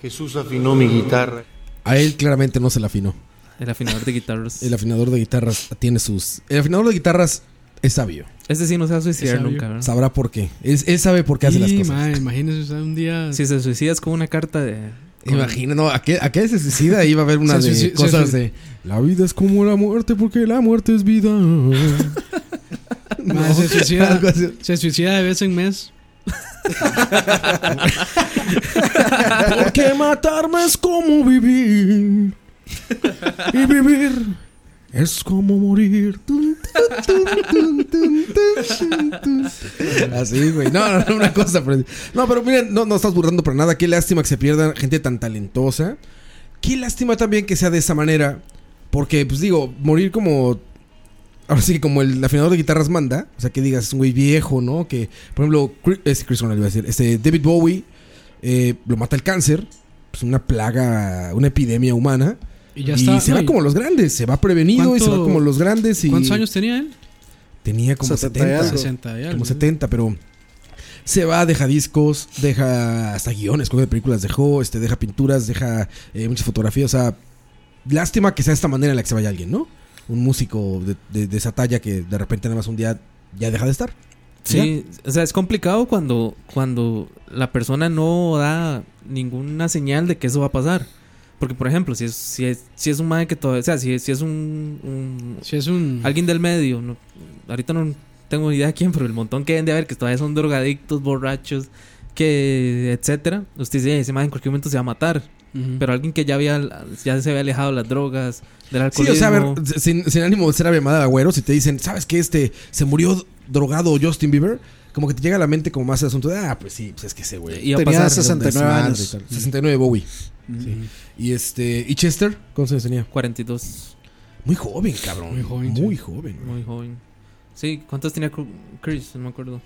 Jesús afinó mi guitarra.
A él claramente no se la afinó.
El afinador de guitarras.
El afinador de guitarras tiene sus. El afinador de guitarras es sabio.
Este sí no se va a suicidar
sabio.
nunca, ¿verdad?
Sabrá por qué. Es- él sabe por qué hace las
Y,
cosas.
mae, imagínese usted un día.
Si se suicida es con una carta de. con-
Imagina, no, aquel, aquel se suicida iba a haber una
Se
de
suici- se
cosas
suici-
de la vida es como la muerte porque la muerte es vida.
mae, se, suicida,
Algo así.
se suicida de vez en mes.
Porque matarme es como vivir. Y vivir es como morir. Tun, tun, tun, tun, tun, tun, tun, tun. Así, güey. No, no, no, una cosa. Pero, no, pero miren, no, no estás burlando para nada. Qué lástima que se pierda gente tan talentosa. Qué lástima también que sea de esa manera. Porque, pues digo, morir como. Ahora sí, que como el afinador de guitarras manda. O sea, que digas, es un güey viejo, ¿no? Que, por ejemplo, Chris, es Chris Cornell, iba a decir. Este, David Bowie eh, lo mata el cáncer. Pues una plaga, una epidemia humana.
Y ya está.
se
No,
va
y-
como los grandes. Se va prevenido y se va
¿Cuánto-
como los grandes. Y
¿Cuántos años tenía él?
Tenía como
70 y
70.
algo.
60 y algo.
Como 70, pero se va, deja discos, deja hasta guiones, creo que de películas dejó, este, deja pinturas, deja eh, muchas fotografías. O sea, lástima que sea de esta manera en la que se vaya alguien, ¿no? Un músico de, de- de esa talla que de repente nada más un día ya deja de estar.
Sí, o sea, es complicado cuando, cuando la persona no da ninguna señal de que eso va a pasar. Porque, por ejemplo, si es, si es, si es un madre que todavía. O sea, si es, si es un, un-
Si es un.
Alguien del medio. no- ahorita no tengo ni idea de quién, pero el montón que deben de haber que todavía son drogadictos, borrachos, que etcétera. Usted dice, "Eh, ese madre en cualquier momento se va a matar.
Ujú.
Pero alguien que ya había ya se había alejado de las drogas, del
Sí,
alcoholismo.
o sea, a ver, sin, sin ánimo de ser avemada, güero, si te dicen, ¿sabes qué? Este se murió drogado Justin Bieber, como que te llega a la mente como más el asunto de, ah, pues sí, pues es que ese güey.
iba a
tenía
pasar.
69
Desmadre y
años.
tal. 69 Bowie.
Mm.
Sí. Y este, y Chester, ¿cuántos años tenía?
42,
Muy joven, cabrón.
Muy joven,
Muy joven. güey.
muy joven. Sí, ¿cuántos tenía Cru- Chris? No me acuerdo.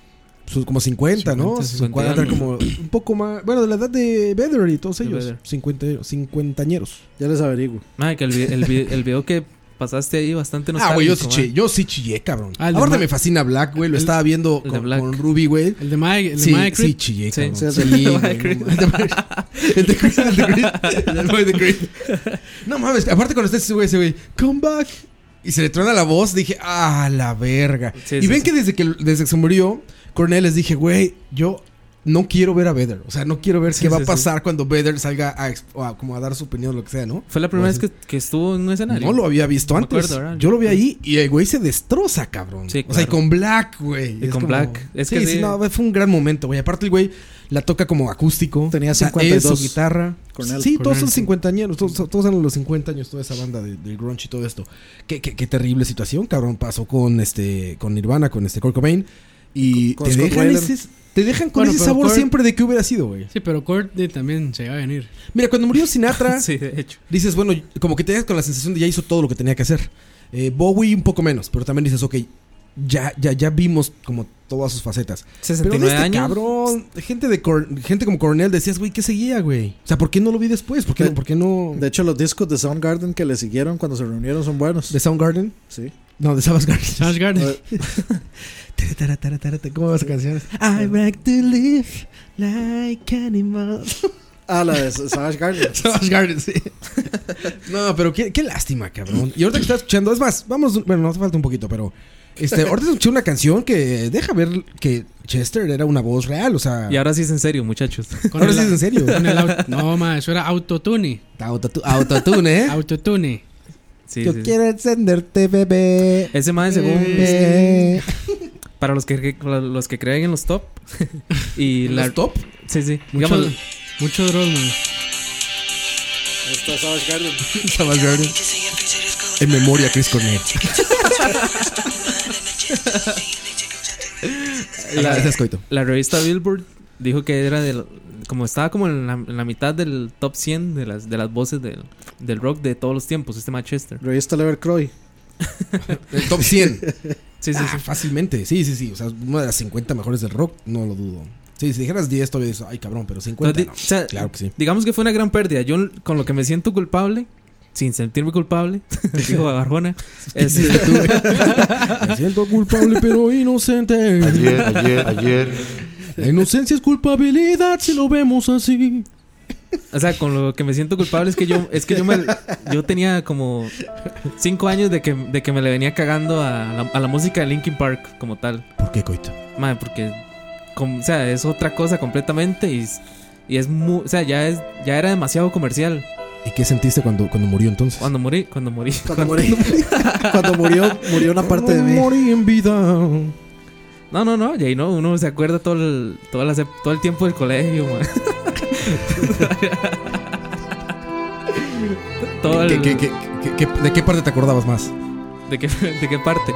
Sus- como 50, ¿no?
50,
50,
50
como un poco más. Bueno, de la edad de Vedder y todos
De
ellos.
Vedder.
50, 50 añeros.
Ya les averiguo.
Madre, que el, vi- el, vi- el video que pasaste ahí bastante
Ah, güey, yo sí,
nostálgico,
chillé, yo sí chillé, cabrón.
Ah, el de
Ahorita
Ma-
me fascina Black, güey. Lo
el-
estaba viendo
de
con,
Black.
con Ruby, güey.
El de Mae. El de
Sí,
Mae Creed.
sí, chillé,
Sí.
cabrón.
Sí,
Sí,
sí,
güey,
el de
no mames. El de Creed, el de Creed. El güey de Creed. No mames, aparte cuando está ese güey, ese güey, come back. Y se le truena la voz, dije, ah, la verga.
¿eh? Sí,
y
sí,
ven
sí.
que desde que desde que se murió, Cornell les dije, güey, yo no quiero ver a Vader. O sea, no quiero ver qué va
sí,
a
sí.
pasar cuando Vader salga a, exp- o a- como a dar su opinión o lo que sea, ¿no?
Fue la primera
Pues,
vez que, que estuvo en un escenario.
No lo había visto
Me
antes.
acuerdo, ¿verdad?
Yo lo vi ahí y el güey se destroza, cabrón.
Sí,
O sea, y
claro.
con Black, güey.
Y con
Es como-
Black. Es
sí,
que
sí,
sí.
no, fue un gran momento, güey. Aparte el güey la toca como acústico.
Tenía
O sea,
52.
es su guitarra.
Cornell.
sí, todos
Cornell,
son
sí.
cincuentañeros. Todos, todos eran los 50 años, toda esa banda de- del grunge y todo esto. Qué, qué- qué terrible situación, cabrón. Pasó con este con Nirvana, con este Kurt Cobain. Y
Con- con
te,
Scott
dejan
Weiland.
ese, te dejan con
Bueno,
ese
pero
sabor
Kurt-
siempre de que hubiera sido, güey.
Sí, pero Kurt eh, también se iba a venir.
Mira, cuando murió Sinatra...
Sí, de hecho.
Dices, bueno, como que te das con la sensación de ya hizo todo lo que tenía que hacer. Eh, Bowie un poco menos, pero también dices, ok, ya, ya, ya vimos como todas sus facetas. Pero de
69
este
años.
cabrón, gente, de Cor- gente como Cornell decías, güey, ¿qué seguía, güey? O sea, ¿por qué no lo vi después? ¿Por qué,
De-
no- por qué no...?
De
De,
hecho, los discos de Soundgarden que le siguieron cuando se reunieron son buenos.
Soundgarden?
Sí.
No, de Savage Garden.
Savage Garden.
Tara, tara, tara, tara, ¿Cómo vas a canciones? I like to live like animals.
Ah, la de Savage Garden.
Savage Garden, sí. No, pero qué, qué lástima, cabrón. Y ahorita que estás escuchando, es más, vamos, bueno, nos falta un poquito, pero. Este, ahorita escuché una canción que deja ver que Chester era una voz real, o sea.
Y ahora sí es en serio, muchachos.
Con
Ahora
el-
sí es en serio.
con el au- no, ma, eso era autotune.
Autotu- Autotune, ¿eh?
Autotune.
Sí,
Yo
sí, sí.
quiero encenderte, bebé.
Ese madre, según.
bebé.
Para los que, para los que creen en los top. y la.
¿Los top?
Sí, sí.
Mucho,
Digamos,
mucho drone, ma.
Está Savage Garden.
Savage Garden. En memoria, Chris Cornell. Ah,
la,
Ese es coito.
la revista Billboard dijo que era del. Como estaba como en la, en la mitad del top 100 de las, de las voces del, del rock de todos los tiempos, este Manchester.
Revista Lever Croy.
El top 100.
Sí, sí,
Ah,
sí.
fácilmente, sí, sí, sí. O sea, una de las 50 mejores del rock, no lo dudo. Sí, si dijeras 10, todavía dices, ay, cabrón, pero 50.
Entonces, di- o sea,
no. Claro que sí.
Digamos que fue una gran pérdida. Yo con lo que me siento culpable, sin sentirme culpable, dijo Arjona, es-
Me siento culpable, pero inocente.
Ayer, ayer, ayer.
La inocencia es culpabilidad si lo vemos así.
O sea, con lo que me siento culpable es que yo, es que yo me yo tenía como cinco años de que, de que me le venía cagando a la, a la música de Linkin Park como tal.
¿Por qué, Coito?
Madre, porque com- o sea, es otra cosa completamente y, es- y es muy, o sea, ya es, ya era demasiado comercial.
¿Y qué sentiste cuando, cuando murió entonces?
Cuando morí, cuando morí.
Cuando morí. Cuando murió, murió una parte de mí.
Morí en vida.
No, no, no, y ahí no, uno se acuerda todo el, todo el, hace- todo el tiempo del colegio, madre. todo el,
¿Qué- qué- qué- qué- qué- ¿De qué parte te acordabas más?
¿De qué, de qué parte?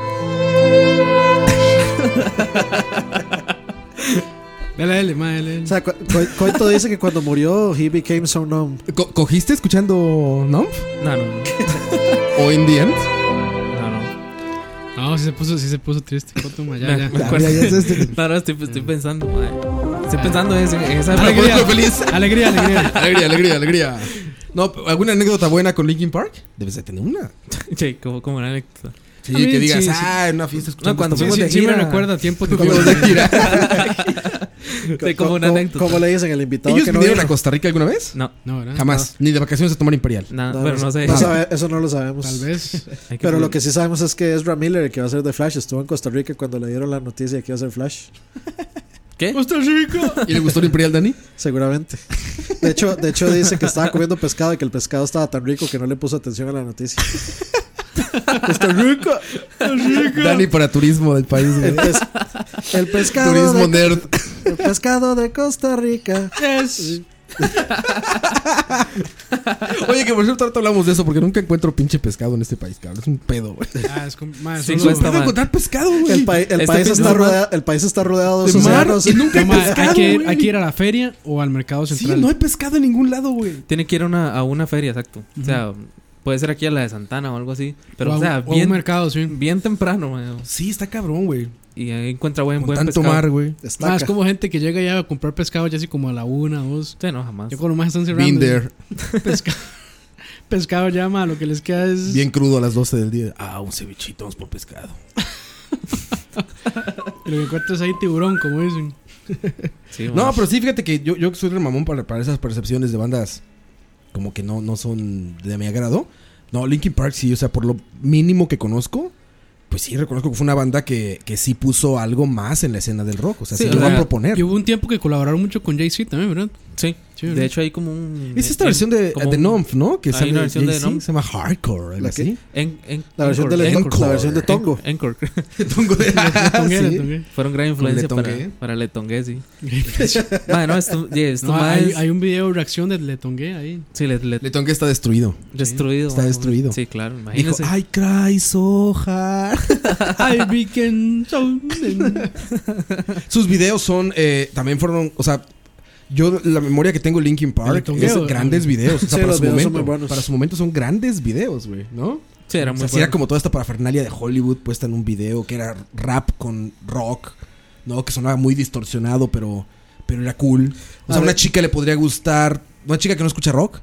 Dale, dale, ma, dale, dale.
O sea, Co- Co- Coito dice que cuando murió, he became so numb.
Co- ¿Cogiste escuchando No?
No, no, no.
¿O In the End?
no, no.
No, sí se puso, sí se puso triste. Coto, ma, ya,
Me-
ya. este.
me acuerdo. No, no, estoy, estoy pensando, madre. Estoy pensando en, ese- en esa
Para
época.
ponerlo
Alegría.
feliz.
Ah, Alegría, alegría.
Alegría, alegría, alegría. No, ¿Alguna anécdota buena con Linkin Park? Debes de tener una.
Che, como, como una anécdota.
Sí,
A mí,
que digas,
sí, sí.
ah, en una fiesta escuchando.
No, cuando
esta
Sí,
fuimos
sí,
de
música".
sí me
gira.
recuerda a tiempo tu
Cuando fuimos de gira.
Sí, como una
Co- co-
anécdota.
Como le dicen el invitado
¿Ellos
que no
vinieron a
vino?
Costa Rica alguna vez?
No,
No, ¿verdad?
Jamás. Ni de vacaciones a tomar Imperial.
nada, bueno, no sé.
sabe- eso no lo sabemos.
Tal vez.
Hay
Pero lo que sí sabemos es que Ezra Miller, el que va a ser de Flash, estuvo en Costa Rica cuando le dieron la noticia de que iba a ser Flash.
¿Qué?
Costa Rica.
¿Y le gustó el Imperial, Dani?
Seguramente. De hecho, de hecho dice que estaba comiendo pescado y que el pescado estaba tan rico que no le puso atención a la noticia. Está rico.
Dani para turismo del país, güey.
El, pes- el pescado.
Turismo
de,
nerd.
el pescado de Costa Rica.
Yes.
Oye, que por cierto, ahorita hablamos de eso porque nunca encuentro pinche pescado en este país, cabrón. Es un pedo, güey.
Ah, es con- ma,
Sí,
solo-
cuesta
Puedo
mal.
encontrar pescado, güey.
El, pai- el
Este
país
fin de
está
semana-
rodea- el país está rodeado de
De este mar
océanos.
y nunca hay
No, ma, hay,
pescado,
que ir,
güey.
hay que ir a la feria o al mercado
Sí,
central.
no hay pescado en ningún lado, güey.
Tiene que ir a una, a una feria, exacto. O sea, puede ser aquí a la de Santana o algo así. Pero,
o,
o,
a un-
sea,
o a
bien,
un mercado, sí.
bien temprano, man,
Sí, está cabrón, güey.
Y ahí encuentra buen,
Con
buen
tanto
pescado.
mar, güey.
Ma,
Estaca.
Ah, es como gente que llega ya a comprar pescado ya así como a la una, dos.
Sí, no, jamás.
Ya cuando más están cerrando.
Been there.
Pescado, pescado ya, ma, lo que les queda es.
Bien crudo a las 12 del día. Ah, un cevichito, vamos por pescado.
Lo que encuentras ahí, tiburón, como dicen.
Sí,
No,
man.
pero sí, fíjate que yo, yo soy el mamón para, para esas percepciones de bandas como que no, no son de mi agrado. No, Linkin Park sí, o sea, por lo mínimo que conozco, pues sí reconozco que fue una banda que, que sí puso algo más en la escena del rock. O sea,
Sí,
sí,
o
lo van a
sea,
proponer.
Y hubo un tiempo que colaboraron mucho con Jay-Z también, ¿verdad?
Sí.
Sí,
De
¿no?
hecho, hay como un.
Es esta versión de,
como
de
un-
Nomf, ¿no? Que
hay
sale
una versión de
Jay-Z,
Numb.
se llama Hardcore. algo
¿La
así.
En, en,
la versión,
Encore,
de,
en-
Encore.
la versión de Tongo.
Encore.
Tongo de-
Tonguera,
Ah, Sí. Este
tonguera.
Fueron gran influencia
Letongue.
para, para Letongue, sí. Madre, no, esto, y esto
No,
más
hay, hay un video de reacción de Letongue ahí.
Sí, le, le-
Le Tongue está destruido.
destruido.
está
man.
destruido.
Sí, claro,
Dijo, "Ah,
imagínense.
I cry so hard.
I became so-
Sus videos son, eh, también fueron, o sea, yo la memoria que tengo de Linkin
El
Park
tongueo,
es grandes videos. O sea,
Sí,
para
los
su
videos son
momento.
muy buenos.
Para su momento son grandes videos, güey, ¿no?
sí, era
o
muy
sea, sí
bueno.
era como toda esta parafernalia de Hollywood puesta en un video que era rap con rock, ¿no? Que sonaba muy distorsionado, pero, pero era cool. O
A
sea,
ver.
una chica le podría gustar, una chica que no escucha rock,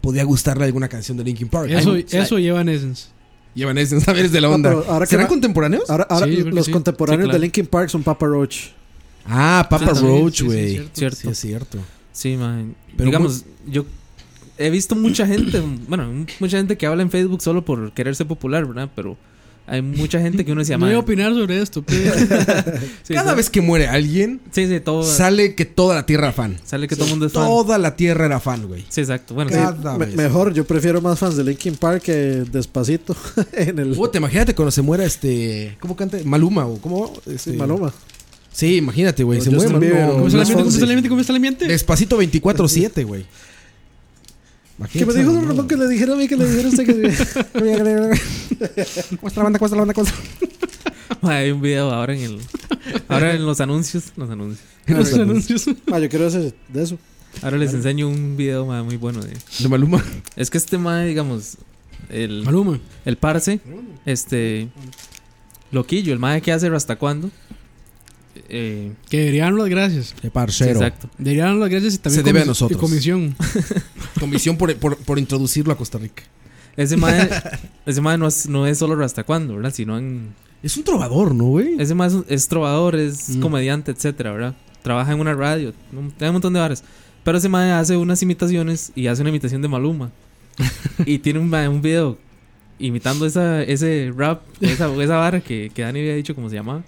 podría gustarle alguna canción de Linkin Park.
Eso,
Ay,
eso lleva en Essence.
Llevan ese saberes de la
No,
onda.
pero ahora que
¿Serán
va-
contemporáneos?
Ahora, ahora
Sí, yo creo que
los
sí.
contemporáneos
Sí, claro.
de Linkin Park son Papa Roach.
Ah, Papa
Sí,
También,
Roach,
sí, sí,
güey.
cierto.
Cierto.
Sí, es cierto.
Sí, man.
Pero
Digamos, yo he visto mucha gente, bueno, mucha gente que habla en Facebook solo por quererse popular, ¿verdad? Pero hay mucha gente que uno se
No
llama.
voy a opinar sobre esto, pero-
sí,
Cada
sí.
vez que muere alguien,
Sí, sí, todo.
sale que toda la tierra era fan.
sale que todo el mundo es fan.
Toda la tierra era fan, güey.
Sí, exacto. Bueno, sí.
Cada
Me-
vez.
mejor, yo prefiero más fans de Linkin Park que Despacito en el
Puta, imagínate cuando se muera este. ¿Cómo canta? Maluma o cómo. Este,
sí, Maloma.
Sí, imagínate, güey.
O
Se muere
Justin Bieber,
Maluma.
¿Cómo
o-
está el
Los
ambiente? ¿Cómo está el
Fonsi.
ambiente? ¿Cómo está el ambiente?
Despacito 24-7, güey. Imagínate
Que me
esa
dijo Don
mamada,
Ramón que le dijera a mí que le dijera a usted que
güey. ¿Cómo está la banda? ¿Cómo está la banda? ¿Cómo está
ma, hay un video ahora en el. Ahora en los anuncios. Los anuncios.
Los
la banda?
anuncios.
Ah, yo quiero ese, de eso.
Ahora les enseño un video ma, muy bueno. De,
De Maluma.
es que este mae, digamos, el,
Maluma.
el parce, este. Loquillo, el mae que hace hasta cuándo. Eh,
Que deberían las gracias.
Qué
sí,
parcero.
exacto.
Deberían las gracias y también
Se debe a
comis-
nosotros.
Y comisión.
Comisión por, por, por introducirlo a Costa Rica.
Ese mae, ese mae no, es, no es solo hasta cuándo, ¿verdad? Sino en.
Es un trovador, ¿no, güey?
Ese más es trovador, es
Mm.
comediante, etcétera, ¿verdad? Trabaja en una radio, un- hay un montón de bares. Pero ese mae hace unas imitaciones y hace una imitación de Maluma. y tiene un, mae- un video imitando esa, ese rap, esa, esa vara que, que Dani había dicho, como se llamaba.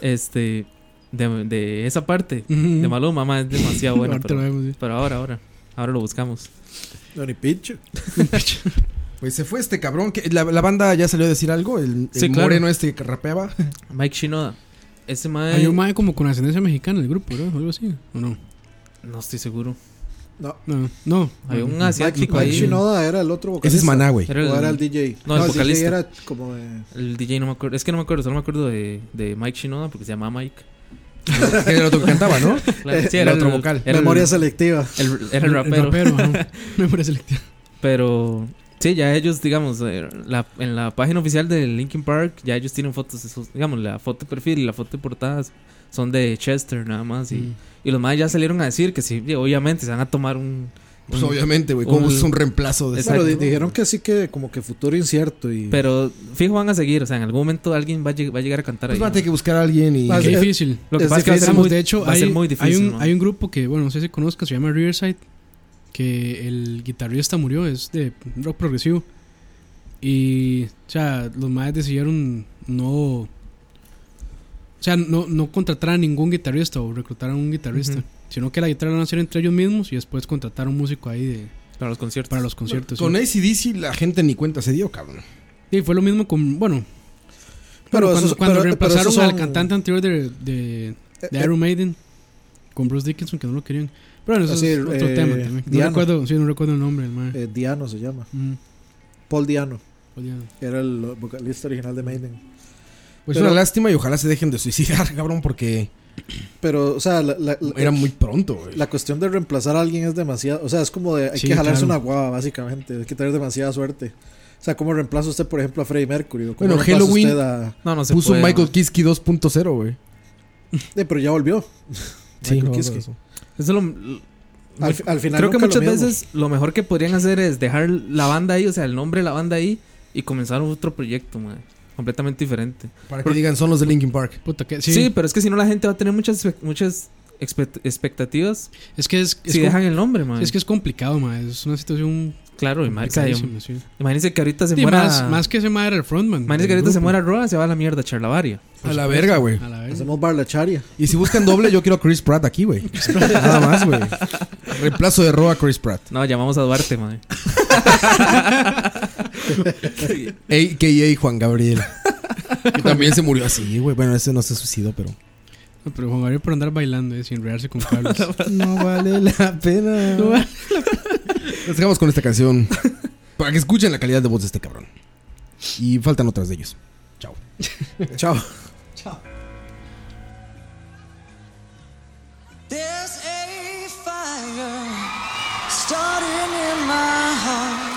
Este, de, de esa parte de Maluma, mae, es demasiado bueno.
Mm. Ahorita lo
pero,
vemos, sí.
pero ahora, ahora, ahora lo buscamos.
No, ni pinche.
Pues se fue este cabrón. Que la, la banda ya salió a decir algo. El, el
Sí, claro.
moreno este que rapeaba.
Mike Shinoda. Ese mae,
Hay un mae como con ascendencia mexicana en el grupo, ¿verdad? O algo así. ¿O no?
no estoy seguro.
No, no.
Hay un
Mike,
asiático
Mike
ahí.
Shinoda era el otro vocalista.
Ese es Maná, güey.
Era
O era el
el,
DJ.
No, el vocalista.
DJ era como de.
el DJ, no me acuerdo. Es que no me acuerdo, solo me acuerdo de, de Mike Shinoda porque se llamaba Mike.
Que era el otro que cantaba, ¿no?
Claro, sí,
El
era
otro
el-
vocal.
Era el-
Memoria selectiva.
el- era el rapero.
ajá. Memoria selectiva.
Pero sí, ya ellos, digamos, eh, la- en la página oficial de Linkin Park, ya ellos tienen fotos, esos- digamos, la foto de perfil y la foto de portadas son de Chester nada más. Y,
Mm.
y los más ya salieron a decir que sí, y obviamente se van a tomar un...
Pues
un-
obviamente, güey. ¿Cómo
Un-
es un reemplazo de
Exacto.
Pero di- dijeron que sí que como que futuro incierto y
Pero fijo van a seguir, o sea, en algún momento alguien va a, lleg- va a llegar a cantar
Pues
ahí.
van a
¿no?
tener que buscar a alguien y.
Ah,
Qué
es-
difícil.
Lo que
es
pasa es que va a ser
difícil.
muy,
de hecho,
va a
hay,
ser muy difícil.
hay, un,
¿no?
hay un grupo que, bueno, no sé si conozcas, se llama Riverside, que el guitarrista murió, es de rock progresivo. Y, o sea, los maes decidieron no. O sea, no, no contratar a ningún guitarrista o reclutar a un guitarrista,
Ujú.
sino que la guitarra la van a hacer entre ellos mismos y después contratar a un músico ahí de,
Para los conciertos.
para los conciertos.
Con
sí.
ACDC la gente ni cuenta se dio, cabrón.
Y fue lo mismo con, bueno,
Pero
cuando,
esos-
cuando
pero- pero
reemplazaron
esos son-
al cantante anterior de, de, de
Eh,
Iron Maiden con Bruce Dickinson, que no lo querían. Pero bueno, eso
Así,
es otro
eh,
tema también. No
Diano.
recuerdo, sí, no recuerdo el nombre del mae.
eh, Diano se llama.
Mm,
Paul Diano,
odiado.
era el vocalista original de Maiden.
Pues
Pero-
una lástima y ojalá se dejen de suicidar, cabrón, porque
Pero o sea, la, la- la-
era muy pronto, güey.
la cuestión de reemplazar a alguien es demasiado, o sea, es como de hay
Sí,
que jalarse
claro.
una guava básicamente, hay que tener demasiada suerte. O sea, ¿cómo reemplaza usted, por ejemplo, a Freddie Mercury? ¿O cómo
Bueno,
reemplaza
Halloween-
usted a-
No, no se
Puso
puede,
un Michael
¿no?
Kiske 2.0, güey.
Eh, pero ya volvió.
Sí,
Michael
no, pues,
Kiske.
eso.
Eso es lo-
Al, fi- al final
Creo que
nunca
muchas
lo mismo.
veces lo mejor que podrían hacer es dejar la banda ahí, o sea, el nombre de la banda ahí y comenzar otro proyecto, mae, completamente diferente.
Para que digan, son los de Linkin Park.
Puta, que, sí,
Sí. pero es que si no la gente va a tener muchas espe- muchas expect- expectativas
es que es, es,
si
com-
dejan el nombre, mae.
es que es complicado, mae. Es una situación
claro, y marca,
complicadísima, sí.
imagínense que ahorita se
Y
muera
más, más que ese mae era el frontman.
imagínense que
del
ahorita se
grupo.
muera Roa, se va a la mierda Charlavaria.
A la verga, güey.
A la verga.
Hacemos barlacharia.
Y si buscan doble, yo quiero a Chris Pratt aquí, güey. Nada más, güey. Reemplazo de Roa a Chris Pratt.
No, llamamos a Duarte, mae.
AKA Juan Gabriel. Que también se murió así, güey. Bueno, ese no se suicidó, pero.
No, Pero Juan Gabriel por andar bailando eh, sin enredarse con cables.
No vale la pena. Nos dejamos con esta canción. Para que escuchen la calidad de voz de este cabrón. Y faltan otras de ellos. Chao.
Chao.
There's a fire starting in my heart.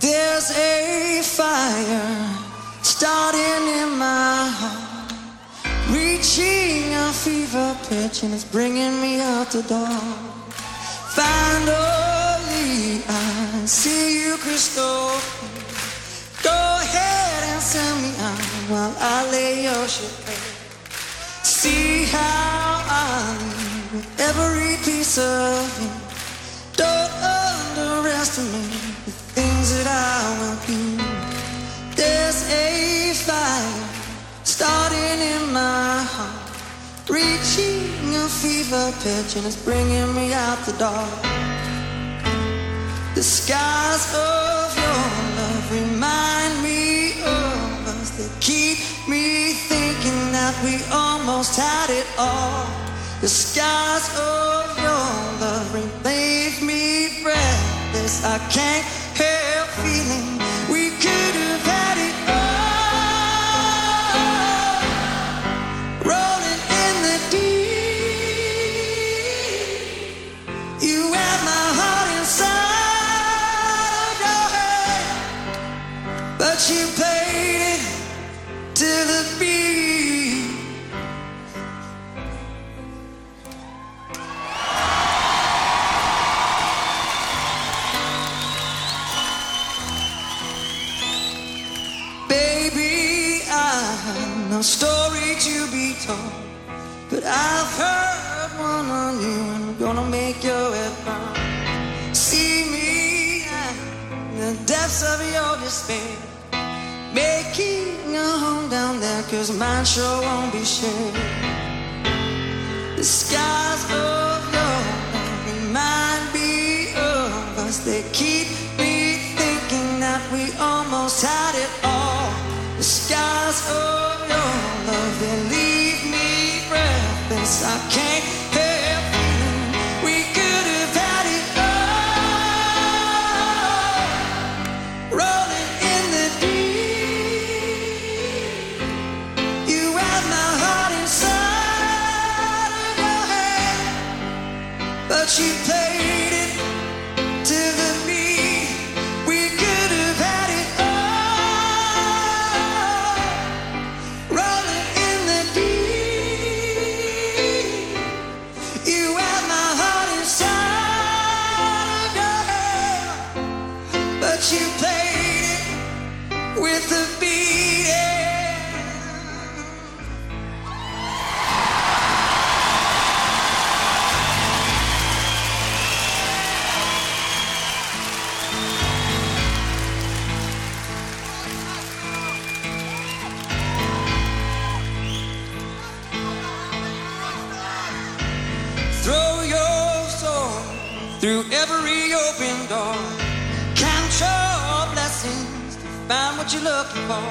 There's a fire starting in my heart. Reaching a fever pitch and it's bringing me out the door. Finally, I see you, crystal. Go ahead and send me out while I lay your shit bare. See how I leave with every piece of you. Don't underestimate the things that I will do. There's a fire starting in my heart, reaching a fever pitch, and it's bringing me out the dark. The skies of your love remind me of us. They keep me thinking that we almost had it all. The skies of your love leave me breathless. I can't help feeling we could have had it all. Rolling in the deep. You have my heart inside of you played it to the beat. Baby, I've no story to be told, but I've heard one on you and I'm gonna make your head bound. See me in the depths of your despair, making a home down there, cause mine sure won't be shared. The skies of your love remind me of us, they keep me thinking that we almost had it all. The skies of your love, they leave me breathless. I can't help feeling we could have had it all. Rolling in the deep, you have my heart inside of your hand, but you played it to the beat. We could have had it all. Rolling in the deep. You have my heart inside of your hand. But you played it with the beat. yeah. Throw your soul through every open door. Count your blessings to find what you're looking for.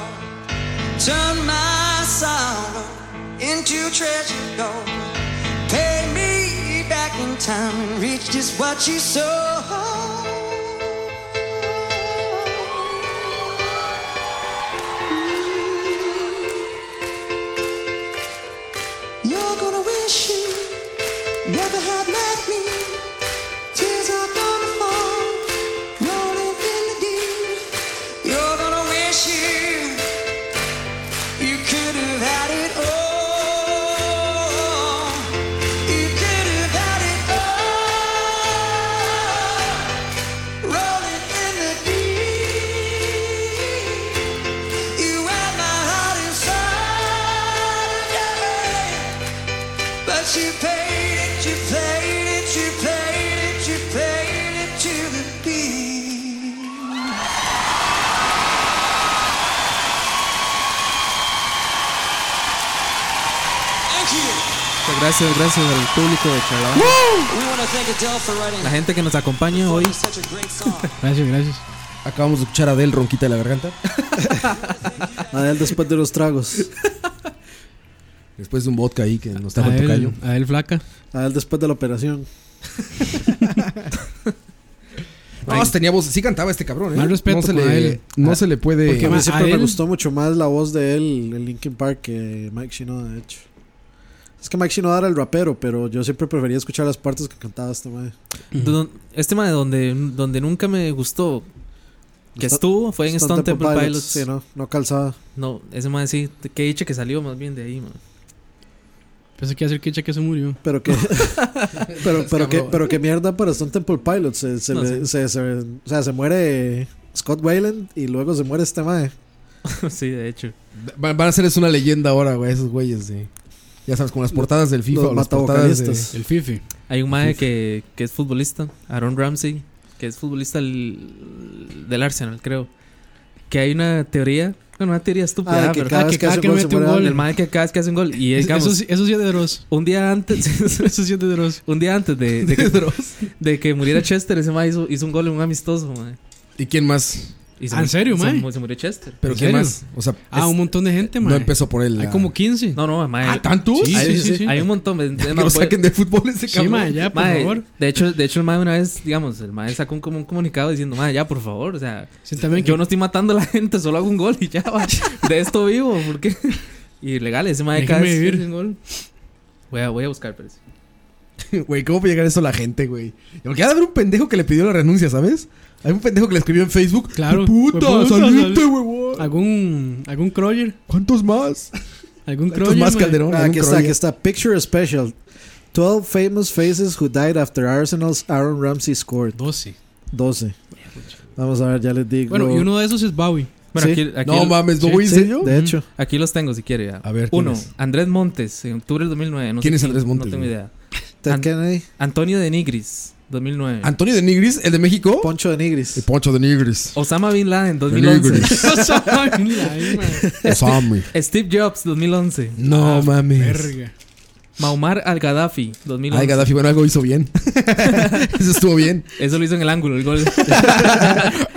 Turn my sorrow into treasure gold. Pay me back in time and reach just what you sow. You're gonna wish you never had met me. Tears are gonna fall, rolling in the deep. You're gonna wish you you could have had it all. You could have had it all, rolling in the deep. You had my heart inside of your hand. But you played it, you played it, you played it, you played it to the beat. Thank you.
Muchas gracias, gracias al público de Charlotte.
We want to thank Adele for writing
La gente que nos acompaña hoy.
such a great song.
Gracias, gracias.
Acabamos de escuchar a Adel ronquita de la garganta.
Adel después de los tragos.
Después de un vodka ahí que nos está
A
faltando
él,
callo.
a él flaca.
Adel después de la operación.
No, tenía voz. Sí cantaba este cabrón, ¿eh?
Más respeto
no se
con
le,
Adel.
no
Ah,
se le puede.
porque
a
ma-
mí siempre me
Adele-
gustó mucho más la voz de él en Linkin Park que Mike Shinoda, de hecho. Es que Mike Shinoda era el rapero, pero yo siempre prefería escuchar las partes que cantaba este mae.
Don- Este tema de donde, donde nunca me gustó que
Stone-
estuvo fue en Stone, Temple, Pilots.
Sí, no, no calzaba.
No, ese más sí, que dicho que salió más bien de ahí, man.
Pensé que iba a ser Kicha que se murió.
Pero que, pero, pero que,
Cabrón.
pero que mierda para Stone Temple Pilots. Se, se,
No,
le-
sí.
se- se- o sea, se muere Scott Wayland y luego se muere este mae.
sí, de hecho.
Van van a ser es una leyenda ahora, güey, esos güeyes de. Ya sabes, con las portadas del FIFA
Los
o las portadas de-
matavocalistas.
El Fifi.
Hay un mae que, que es futbolista, Aaron Ramsey, que es futbolista del, del Arsenal, creo. Que hay una teoría, bueno, una teoría
Ah,
estúpida,
de que
pero
cada
ah,
vez
que
que hace
cada que
un gol se
mete un
muere
gol,
el
alguien.
mae que cada vez que hace un gol y
Es-
digamos,
Eso, sí- eso sí es de Dross.
un día antes
Eso sí es de Dross.
un día antes de, de que, de que muriera Chester, ese mae hizo, hizo un gol en un amistoso, mae.
¿Y quién más?
Y se
Ah, ¿en
murió-
serio,
se
mae?
mu- Se, murió Chester.
¿Pero
¿En
quién
serio?
más? O sea,
Ah,
es-
un montón de gente, man.
no empezó por él.
Hay
la-
como 15.
No, no, mae.
¿Ah, tantos?
Sí,
Ay,
sí,
hay,
sí, sí.
hay un montón. de-
Que
de-
lo
no,
saquen de fútbol ese
pues. Sí,
cabrón.
ma, ya, por
Mae,
favor.
De hecho, de hecho, el mae una vez, digamos, el mae sacó un, como un comunicado diciendo, mae, ya, por favor, o sea,
Sí, también
yo
que-
no estoy matando a la gente, solo hago un gol y ya, va. de esto vivo, porque ilegal, ese mae cada
Déjeme
vez que
vivir.
hace un gol. Voy a, voy a buscar, parece.
Güey, ¿cómo puede llegar eso a la gente, güey? Porque ha de haber un pendejo que le pidió la renuncia, ¿sabes? Hay un pendejo que le escribió en Facebook.
Claro.
¡Puta,
Puta,
saliste,
sal-
huevón!
¿Algún, algún Croyer?
¿Cuántos más?
¿Algún
¿Cuántos
Croyer?
más,
mae?
Calderón?
Ah,
¿Algún
aquí está,
Croyer?
aquí está. Picture Special. 12 famous faces who died after Arsenal's Aaron Ramsey scored.
12.
12. Vamos a ver, ya les digo.
Bueno, y uno de esos es Bowie.
Bueno,
Sí.
aquí, aquí,
No mames, ¿lo
sí,
voy en
Sí,
serio?
de hecho.
aquí los tengo si quiere. ya.
A ver, ¿quién
Uno,
es?
Andrés Montes, en octubre del 2009. No
¿Quién
sé
es Andrés Montes,
No tengo
güey?
idea.
Ted
An-
Kennedy,
Antonio de Nigris, 2009.
¿Antonio de Nigris, el de México?
Poncho de
Y
Nigris.
Poncho de Nigris.
Osama Bin Laden,
De
2011.
Nigris.
O sea, ahí, mae.
Osami.
Steve Jobs, 2011.
No mames.
Ah, Verga.
Maumar al-Gaddafi, 2011.
Ay, Gaddafi, bueno, algo hizo bien. Eso estuvo bien.
Eso lo hizo en el ángulo, el gol.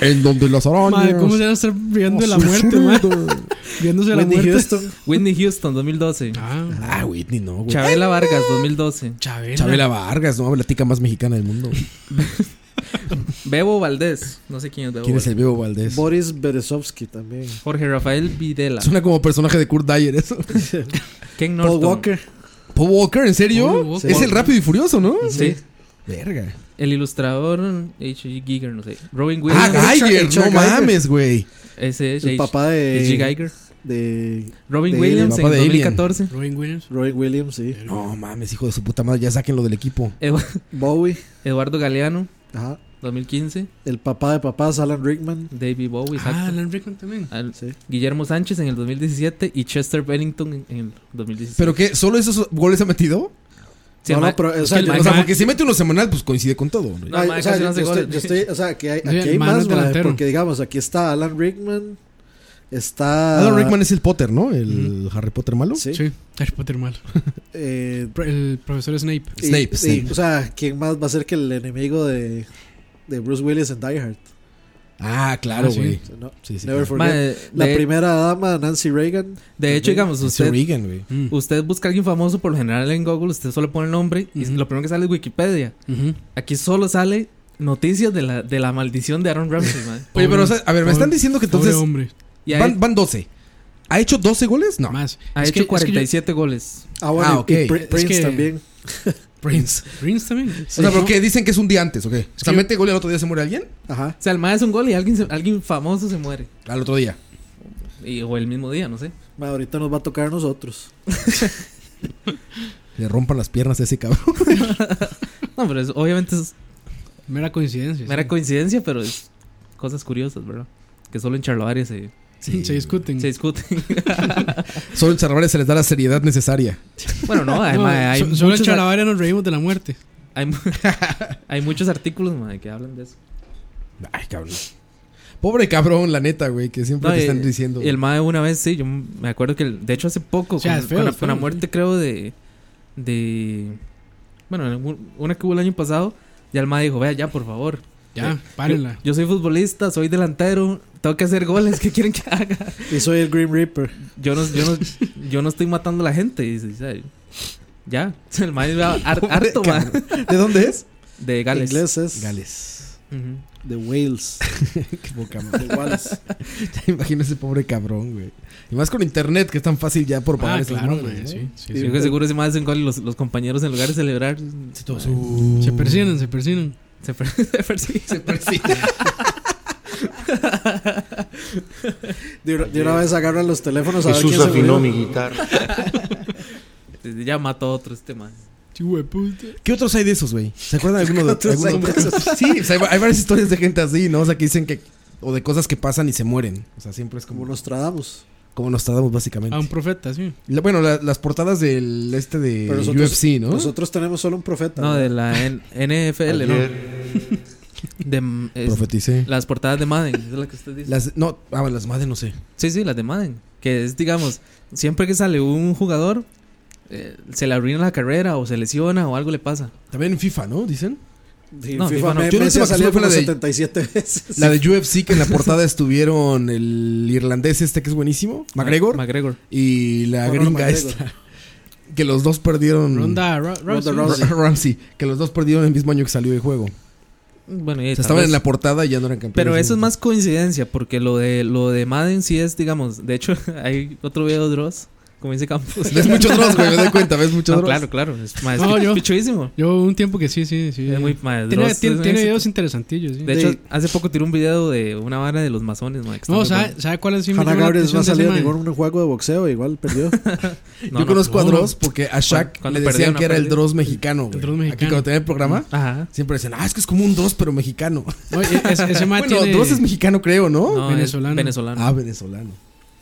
En donde las arañas. Oh,
Madre, ¿cómo se van a estar riendo de la muerte, mae? Riéndose de la
Whitney
muerte.
Houston.
Whitney Houston, 2012.
Ah,
Ah, Whitney, no, güey.
Chabela Vargas, 2012.
Chabela.
Chabela Vargas, no, la tica más mexicana del mundo.
Bebo Valdés, no sé quién es Bebo
¿Quién es
Valdés.
el Bebo Valdés?
Boris Berezovsky también.
Jorge Rafael Videla.
Suena como personaje de Kurt Dyer eso.
Ken
Paul
Norton.
Walker.
Paul Walker, ¿en
Paul
serio?
Walker.
Es el rápido y furioso, ¿no?
Sí.
Verga.
El ilustrador H.G. Giger, no sé. Robin
Ah,
Williams.
Geiger,
Richard
no
Geiger.
mames, güey.
Ese es
El
H-
papá
H.G.
de,
Giger.
de
Robin
de
Williams
Alien.
en
Papá de Alien.
2014.
Robin Williams.
Roy Williams, sí.
No mames, hijo de su puta madre, ya sáquenlo del equipo.
Edu-
Bowie.
Eduardo Galeano,
Ajá.
2015.
El papá de papás, Alan Rickman.
David Bowie,
Ah,
exacto.
Alan Rickman también.
Al-
Sí.
Guillermo Sánchez en el 2017 y Chester Bennington en- en el 2016.
¿Pero qué? ¿Solo esos goles ha metido?
Sí,
no,
ma-
no, pero, o
es
sea,
que el
O
ma-
sea, porque si mete uno semanal, pues coincide con todo. ¿no?
No,
Ay,
madre,
o sea,
casi no
yo,
hace
estoy,
goles.
yo estoy- o sea, que hay,
Sí,
aquí hay
el man
más,
es
madre,
delantero.
porque digamos, aquí está Alan Rickman, está...
Alan Rickman es el Potter, ¿no? El Harry Potter malo.
Sí.
Sí, Harry Potter malo.
eh,
Pro- El profesor Snape.
y-
Snape,
y,
Snape.
O sea, ¿quién más va a ser que el enemigo de, de Bruce Willis en Die Hard?
Ah, claro,
Ah, sí.
güey.
O sea, no,
Sí, sí.
never
claro.
ma- de,
forget. La primera dama, Nancy Reagan.
de hecho, digamos,
Ese
usted,
Reagan, güey.
Mm.
usted busca a alguien famoso por lo general en Google, usted solo pone el nombre y
Ujú.
lo primero que sale es Wikipedia.
Ujú.
Aquí solo sale noticias de la, de la maldición de Aaron Ramsey, man.
Oye, pero, o
Pobre-
sea, a ver, me están
pobre-
diciendo que
Pobre
entonces
hombre.
Y ha,
van, van 12. ¿Ha hecho 12 goles? No.
Más.
ha
Es
hecho
que- es que yo-
47 goles.
Ah, bueno,
Ah,
y- y
ok.
Pr-
Es
Prince
que-
también.
Prince.
Prince también.
o sea,
No,
porque dicen que es un día antes, ¿ok? o sea,
que-
mete gol y al otro día se muere alguien.
Ajá.
O sea, el mae es un gol y alguien, se- alguien famoso se muere.
Al otro día.
Y- o el mismo día, no sé.
Ma, ahorita nos va a tocar a nosotros.
Le rompan las piernas a ese cabrón.
No, pero es- obviamente es
Mera coincidencia.
mera
sí.
coincidencia, pero es cosas curiosas, ¿verdad? Que solo en Charlovaria se,
Se discuten.
se discuten.
Solo en Charlavaria se les da la seriedad necesaria.
bueno, no,
No,
además hay,
so- solo en
muchos, ar-
Charavaria nos reímos de la muerte.
hay, mu- hay muchos artículos mae, que hablan de eso.
Ay, cabrón. Pobre cabrón, la neta, güey, que siempre
No,
te
y-
están diciendo.
Y el mae una vez, sí, yo me acuerdo que, el- de hecho, hace poco,
O sea,
con,
es feo,
con la,
es
con la
feo,
muerte, creo, de, de. Bueno, en algún- una que hubo el año pasado, ya el mae dijo: Vea, ya, por favor.
Ya,
Yo,
párenla.
yo soy futbolista, soy delantero, tengo que hacer goles, ¿qué quieren que haga?
Y soy el Green Reaper.
Yo no, yo no, yo no estoy matando a la gente. Y dice, "Sabe, Ya, el mae va har- harto, mae,
¿De dónde es?
De Gales.
Inglés es
Gales.
Ujú.
de Wales.
Qué poca madre.
De Wales.
Imagina ese pobre cabrón, güey. Y más con internet, que es tan fácil ya por pagar
Ah,
esas
claro,
madres,
mae,
¿no?
sí, sí,
Yo
sí.
creo que seguro ese mae hace un gol y los, los compañeros en lugar de celebrar se,
Todo su-
Se persiguen, se persiguen.
per- se persiguen.
Se persigue.
De, una- de una vez agarran los teléfonos a ver
Jesús
quién se
afinó
murió.
mi guitarra.
Ya mató a otro este mae.
Chihuahua puta.
¿Qué otros hay de esos, güey? ¿Se acuerdan de alguno de,
otros
alguno
hay de esos?
Sí, o sea, hay hay varias historias de gente así, ¿no? O sea, que dicen que. O de cosas que pasan y se mueren. O sea, siempre es
Como
como,
nos tratamos.
como nos tratamos, básicamente.
A un profeta, sí.
La- bueno, la- las portadas del este de
Pero nosotros-
UFC, ¿no?
Nosotros tenemos solo un profeta.
No,
¿no?
de la N- NFL, ¿no?
Ayer,
De, mm, es-
Profeticé.
las portadas de Madden, es la que usted dice.
Las, no, ah, bueno, las madres no sé.
Sí, sí, las de Madden. Que es, digamos, siempre que sale un jugador, eh, se le arruina la carrera o se lesiona o algo le pasa.
También en FIFA, ¿no? Dicen.
Sí,
no,
FIFA
FIFA no.
me-
Yo la
Messi
última
ha
que
salido
supe fue la
como
de-
77 veces.
La de UFC, que en la portada estuvieron el irlandés este que es buenísimo, McGregor,
McGregor.
y la
Conor
gringa
McGregor.
esta. Que los dos perdieron.
Ronda Ra-
Ronda
Rousey.
Rousey.
Ra- Ramsey. Que los dos perdieron el mismo año que salió el juego.
Bueno, y
O sea,
tal
estaban
vez.
en la portada y ya no eran campeones.
Pero eso es más coincidencia, porque lo de lo de Madden sí es, digamos, de hecho hay otro video de Dross como dice Campos.
Ves mucho Dross, güey, me doy cuenta, ves mucho
No,
Dross.
Claro, claro. Es, ma, es
No,
pi-
yo-
pichuísimo.
Yo un tiempo que sí, sí, sí.
Es muy- ma, Dross
tiene tiene-
es un
tiene
éxito.
videos interesantillos, sí.
De hecho,
De-
hace poco tiró un video de una vara de los masones, ma, que está
No,
muy
¿sabe,
bueno.
¿sabe cuál es? sí me
Hannah
llamó la
Gabriel no ha
atención de
salido
ese
en
mae?
ningún juego de boxeo, igual perdió.
No,
Yo
no,
conozco a
no, no.
Dross porque a Shaq
cuando
le
perdió
decían
una
que era el
pelea.
Dross mexicano, güey.
El Dross
Aquí
mexicano.
cuando tenía el programa,
Ajá.
siempre decían, ah, es que es como un Dross, pero mexicano.
No, e- ese, ese mae
Bueno,
tiene-
Dross es mexicano, creo, ¿no?
No, es
venezolano.
Venezolano.
Ah, venezolano.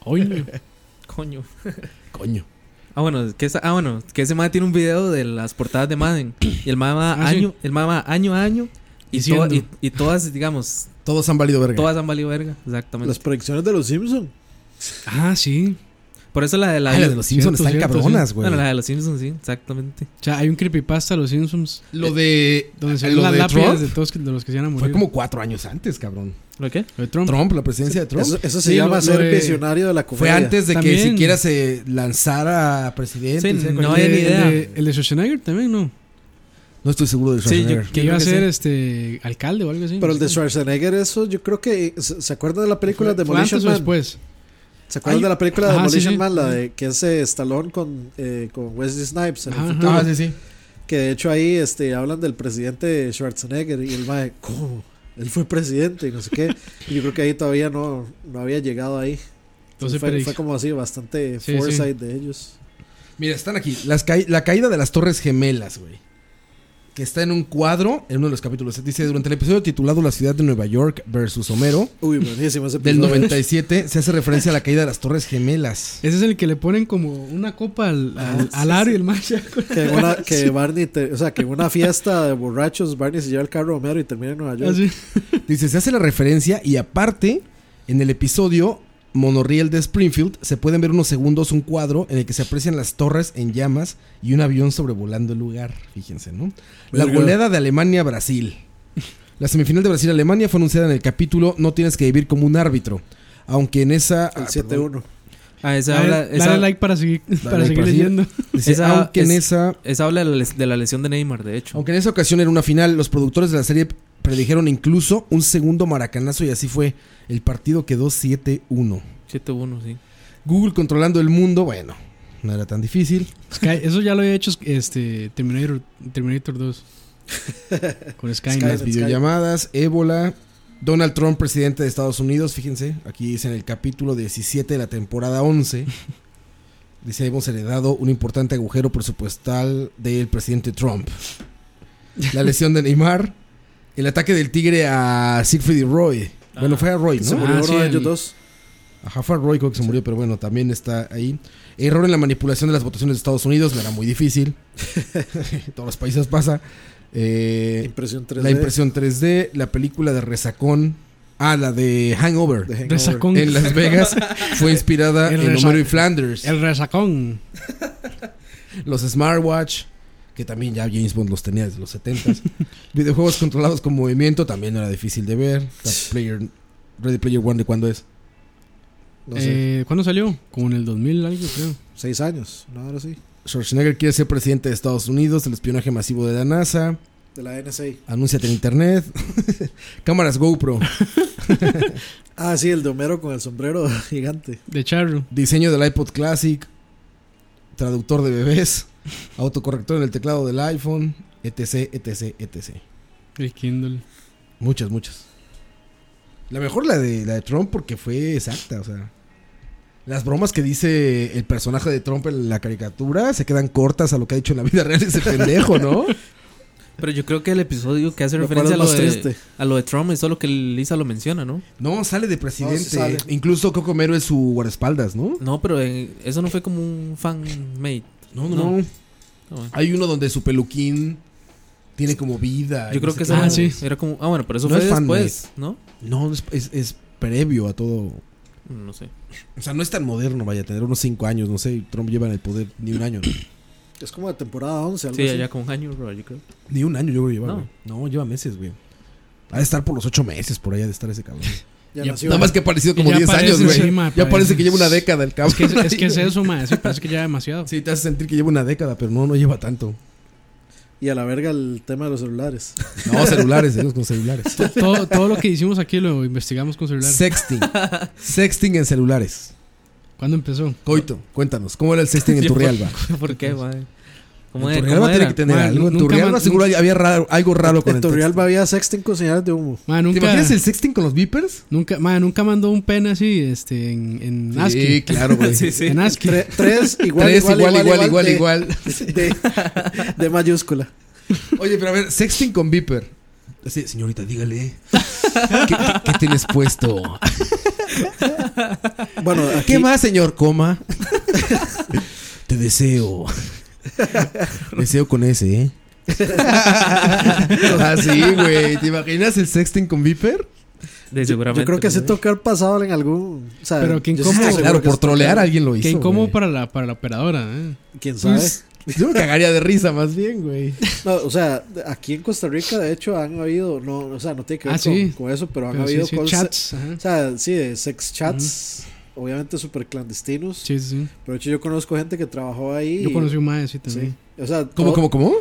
Oye,
Coño.
Coño.
Ah, bueno, que esa- ah, bueno, que ese mae tiene un video de las portadas de Madden. Y el mae va
Ah, sí.
año, el mae va año a año. Y,
Diciendo.
toda- y, y todas, digamos,
Todos han valido verga.
todas han valido verga. Exactamente.
Las proyecciones de los Simpsons.
ah, sí.
Por eso la de la,
Ah, la de los Simpsons
Cierto,
están
cierto,
cabronas, güey.
Bueno, la de los Simpsons, sí, exactamente.
O sea, hay un creepypasta de los Simpsons
Lo de.
donde eh, se ven
lo
las
de
lápidas de
Trump
todos que- de los que se han
fue
morido.
como cuatro años antes, cabrón.
¿Lo qué?
Lo de Trump.
Trump, la presidencia de Trump.
Eso, eso se
Sí,
llama
lo- lo
ser
de-
visionario de la comedia.
Fue antes de que
También.
siquiera se lanzara presidente.
Sí,
o sea,
no
cualquier-
hay ni
El
idea.
de- El de Schwarzenegger también, ¿no?
No estoy seguro de
Sí, yo-
Schwarzenegger.
Que
yo
iba a
creo
ser
sí.
este alcalde o algo así.
Pero
no
el de
sé.
Schwarzenegger, eso yo creo que. ¿Se se acuerdan de la película
¿Fue antes
Demolition
o
Man?
después?
¿Se acuerdan
Ay,
de la película
ajá, sí,
Demolition
sí.
Man? La de que es eh, Stallone con, eh, con Wesley Snipes. en el
Ajá,
futuro?
ajá.
Ah, sí, sí.
Que de hecho ahí este, hablan del presidente Schwarzenegger y el mae, ¿cómo? Él fue presidente y no sé qué. Y yo creo que ahí todavía no, no había llegado ahí.
Entonces,
Entonces fue,
pero-
fue como así, bastante
Sí, sí.
foresight de ellos.
Mira, están aquí. Las ca- la caída de las Torres Gemelas, güey. Que está en un cuadro, en uno de los capítulos. Dice, durante el episodio titulado La ciudad de Nueva York versus Homero,
Uy, buenísimo ese
del
episodio.
97, se hace referencia a la caída de las Torres Gemelas.
Ese es el que le ponen como una copa al,
Ah,
al, al aro y el macho.
Que, en una- que Barney, te- o sea, que en una fiesta de borrachos, Barney se lleva el carro a Homero y termina en Nueva York.
Así.
Dice, se hace la referencia y aparte, en el episodio Monorriel de Springfield, se pueden ver unos segundos un cuadro en el que se aprecian las torres en llamas y un avión sobrevolando el lugar. Fíjense, ¿no? La
Verga.
goleada de Alemania a Brasil. La semifinal de Brasil-Alemania fue anunciada en el capítulo No tienes que vivir como un árbitro. Aunque en esa...
El
ah,
7-1.
Ah, esa
Dale,
habla, esa,
dale like para seguir, para
like
seguir
para seguir.
leyendo.
perdón. Dice,
Esa
aunque en
es-
esa...
esa habla de la, les- de la lesión de Neymar, de hecho.
Aunque en esa ocasión era una final, los productores de la serie predijeron incluso un segundo maracanazo y así fue. El partido quedó 7-1.
7-1, sí.
Google controlando el mundo, bueno, no era tan difícil.
Sky- eso ya lo había hecho este, Terminator, Terminator 2. Con Skynet.
Las videollamadas, ébola. Donald Trump, presidente de Estados Unidos, fíjense, aquí dice en el capítulo 17 de la temporada 11. Dice, hemos heredado un importante agujero presupuestal del presidente Trump. La lesión de Neymar, el ataque del tigre a Siegfried y Roy. Bueno, fue a Roy,
Se
¿no?
murió
Ah,
uno
sí,
de
el-
ellos dos.
Ajá, fue a Roy creo que se murió, pero bueno, también está ahí. Error en la manipulación de las votaciones de Estados Unidos, no era muy difícil. Todos los países pasa. Eh,
Impresión 3D.
la impresión 3D, la película de Resacón. Ah, la de Hangover.
de Hangover.
Resacón.
en Las Vegas fue inspirada
El
en
resa-
Homero y Flanders.
El resacón.
Los Smartwatch, que también ya James Bond los tenía desde los 70s. Videojuegos controlados con movimiento, también no era difícil de ver. La Player, Ready Player One, ¿de cuándo es?
No sé,
Eh, ¿Cuándo salió? Como en el 2000 algo, creo.
seis años. No, ahora sí.
Schwarzenegger quiere ser presidente de Estados Unidos, el espionaje masivo de la NASA.
De la NSA.
Anúnciate en internet. Cámaras GoPro.
Ah, sí, el de Homero con el sombrero gigante.
De Charro.
Diseño del iPod Classic, traductor de bebés, autocorrector en el teclado del iPhone, etc, etc, etc.
El Kindle.
Muchas, muchas. La mejor la de la de Trump porque fue exacta, o sea, las bromas que dice el personaje de Trump en la caricatura se quedan cortas a lo que ha dicho en la vida real ese pendejo, ¿no?
Pero yo creo que el episodio que hace
Lo cual
referencia a
es
lo,
más
de,
triste.
a lo de Trump es solo que Lisa lo menciona, ¿no?
No, sale de presidente.
No, sí sale.
Incluso Coco Mero es su guardaespaldas, ¿no?
No, pero eh, eso no fue como un fan made.
No,
no. Ah,
Hay uno donde su peluquín tiene como vida.
Yo
y no
creo
sé
que
qué.
eso
Ah,
no-
sí.
era como ah bueno, pero eso
No
fue
es fan
después, ¿no?
No, es, es- es previo a todo.
Mm, No sé.
O sea, no es tan moderno, vaya, tener unos 5 años, no sé, Trump lleva en el poder ni un año.
Es como de temporada 11, algo
Sí,
así.
allá con Hanyur, bro, yo creo.
ni un año yo creo que lleva,
No.
güey. No. lleva meses, güey. Ha de estar por los 8 meses, por allá de estar ese cabrón.
Ya
Ya-
nació.
Nada más que ha parecido como
Ya
10 años,
parece,
güey.
sí, ma,
ya parece
parece.
que lleva una década el cabrón.
Es que es, es que es eso, madre. Sí, parece que ya demasiado.
Ah, Sí, te hace sentir que lleva una década, pero no, no lleva tanto.
Y a la verga el tema de los celulares.
No, celulares, ellos con celulares.
Todo, todo lo que hicimos aquí lo investigamos con celular.
Sexting. Sexting en celulares.
¿Cuándo empezó?
Coito, cuéntanos, ¿cómo era el sexting en
Yo,
Turrialba?
¿Por qué, madre? ¿Cómo,
En
era?
Turrialba
¿Cómo
tiene
era?
que tener
Madre,
algo. En
nunca
Turrialba
más-
seguro había raro- algo raro con
En
el texto.
Torrealba había sexting con señales de humo.
Ma,
¿Te
nunca,
imaginas el sexting con los beepers?
nunca, ma, nunca mandó un pen así este, en, en ASCII.
Ah, Sí, claro, güey.
Sí, sí.
En ASCII.
Tre- tres igual,
Tres,
igual, igual, igual, de-
igual.
De, de mayúscula.
Oye, pero a ver, sexting con Viper. Así, señorita, dígale. ¿Qué, qué- qué tienes puesto?
Bueno, aquí,
¿Qué más, señor? Coma. Te deseo. Deseo con ese, ¿eh? Así, Ah, güey. ¿Te imaginas el sexting con Viper?
De seguramente.
yo creo que se
madre.
tocar pasado en algún. O sea,
Pero ¿quién
yo estoy
cómo?
seguro
Claro,
que este
por
esto-
trolear alguien lo hizo.
Qué incómodo
güey.
para la, para la operadora. eh.
Quién sabe.
Yo
Pues,
me cagaría de risa, más bien, güey.
No, o sea, aquí en Costa Rica, de hecho, han habido. No, o sea, no tiene que ver
Ah,
con,
sí.
con eso, pero han
Pero sí,
habido
sí,
cosas-
chats. ajá.
O sea, sí, de sex chats. Obviamente súper clandestinos.
Sí, sí, sí.
Pero de hecho, yo conozco gente que trabajó ahí.
Yo
y-
conocí un mae así
Sí.
también.
O sea,
¿Cómo,
todo-
cómo, cómo?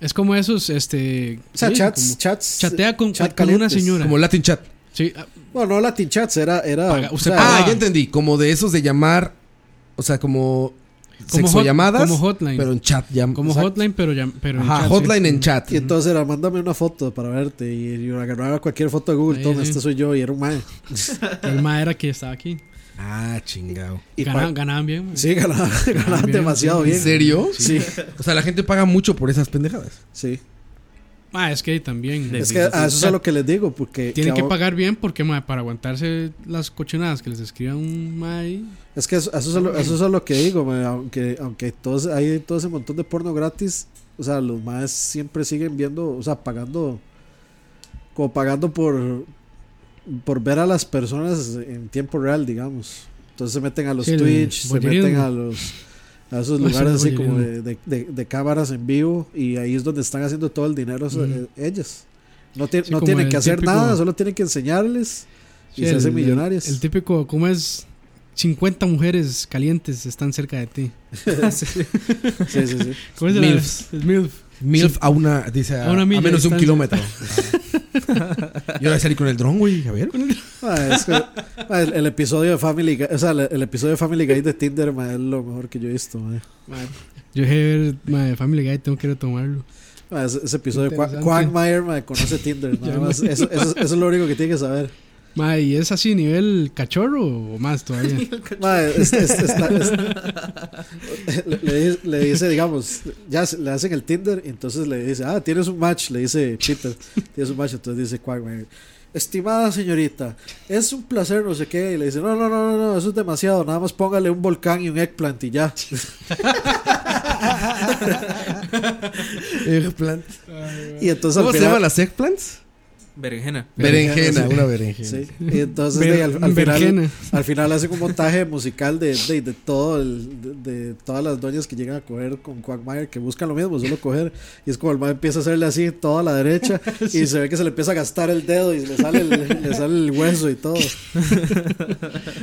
Es como esos, este...
O sea,
sí,
chats,
como-
chats.
chatea con,
chat
con una
calientes.
señora.
Como Latin Chat.
Sí, ah,
Bueno, no Latin chats, era. era
Paga- usted
Ah,
Ah.
ya entendí. Como de esos de llamar. O sea, como.
como,
sexo
hot-
llamadas.
como hotline.
Pero en chat. llam-
como
exacto.
hotline, pero, ya, pero en
Ajá,
chat, sí.
hotline en chat.
Y entonces era, mándame una foto para verte. Y yo agarraba cualquier foto de Google,
Sí,
toma,
sí.
este soy yo, y era un mae.
El mae era que estaba aquí.
Ah, chingado.
Y
Ganaban,
pa-
ganaban bien. mae.
Sí, ganaban, ganaban
bien,
demasiado
¿En
bien.
serio?
Sí,
O sea, la gente paga mucho por esas pendejadas.
sí.
Ah, es que también.
De-
Es que a eso es a lo que les digo, porque
Tienen que
ahora-
pagar bien porque mae, para aguantarse las cochinadas que les escriba un mae.
Es que eso, eso es, a lo, eso es a lo que digo, mae, aunque, aunque todos, hay todo ese montón de porno gratis, o sea, los maes siempre siguen viendo, o sea, pagando, como pagando por, por ver a las personas en tiempo real, digamos. Entonces se meten a los
Sí, el
Twitch, se
voyeurismo.
meten a los a esos
Ah, sí,
lugares
el
así como de,
voyeurismo.
de, de- de cámaras en vivo y ahí es donde están haciendo todo el dinero eso-
Ujú.
ellas. No, tie-
Sí,
no
como
tienen
el
que hacer
típico-
nada, solo tienen que enseñarles y
Sí,
se
el-
hacen millonarias.
El, el típico, ¿cómo es? 50 mujeres calientes están cerca de ti.
Sí, sí, sí.
¿Cómo es la-
Milfs.
el MILF.
MILF a una, dice, a,
A una
a
milla
menos de un kilómetro.
distancia.
Y ahora salí con el dron, güey. A ver.
Ma, es que- ma, el, el episodio de Family Guy, o sea, el, el episodio de Family Guy de Tinder ma, es lo mejor que yo he visto. ma.
Yo dejé de ver mae, Family Guy, tengo que retomarlo.
Ma, ese, ese episodio de Qua-
Interesante.
Quagmire ma, conoce Tinder. nada
Ya
más.
no.
Eso, eso- eso es lo único que tiene que saber.
Mae, ¿y es así nivel cachorro o más todavía?
Ma, es- es- está- es- le, le dice- le dice, digamos, ya se- le hacen el Tinder, entonces le dice, ah, tienes un match, le dice Peter, tienes un match, entonces dice Quagmire. Estimada señorita, es un placer, no sé qué. Y le dice, no, no, no, no, no, eso es demasiado. Nada más póngale un volcán y un eggplant y ya.
Eggplant.
Y entonces
¿Cómo
al final-
Eh, se llaman las eggplants?
Berenjena.
Berenjena, una berenjena.
Sí, y entonces
Ver-
de, al, al final,
vergena.
al final hace un montaje musical de, de, de todo el- de, de todas las doñas que llegan a coger con Quagmire que buscan lo mismo, solo coger. Y es como el man empieza a hacerle así toda la derecha y se ve que se le empieza a gastar el dedo y le sale el, le sale el hueso y todo.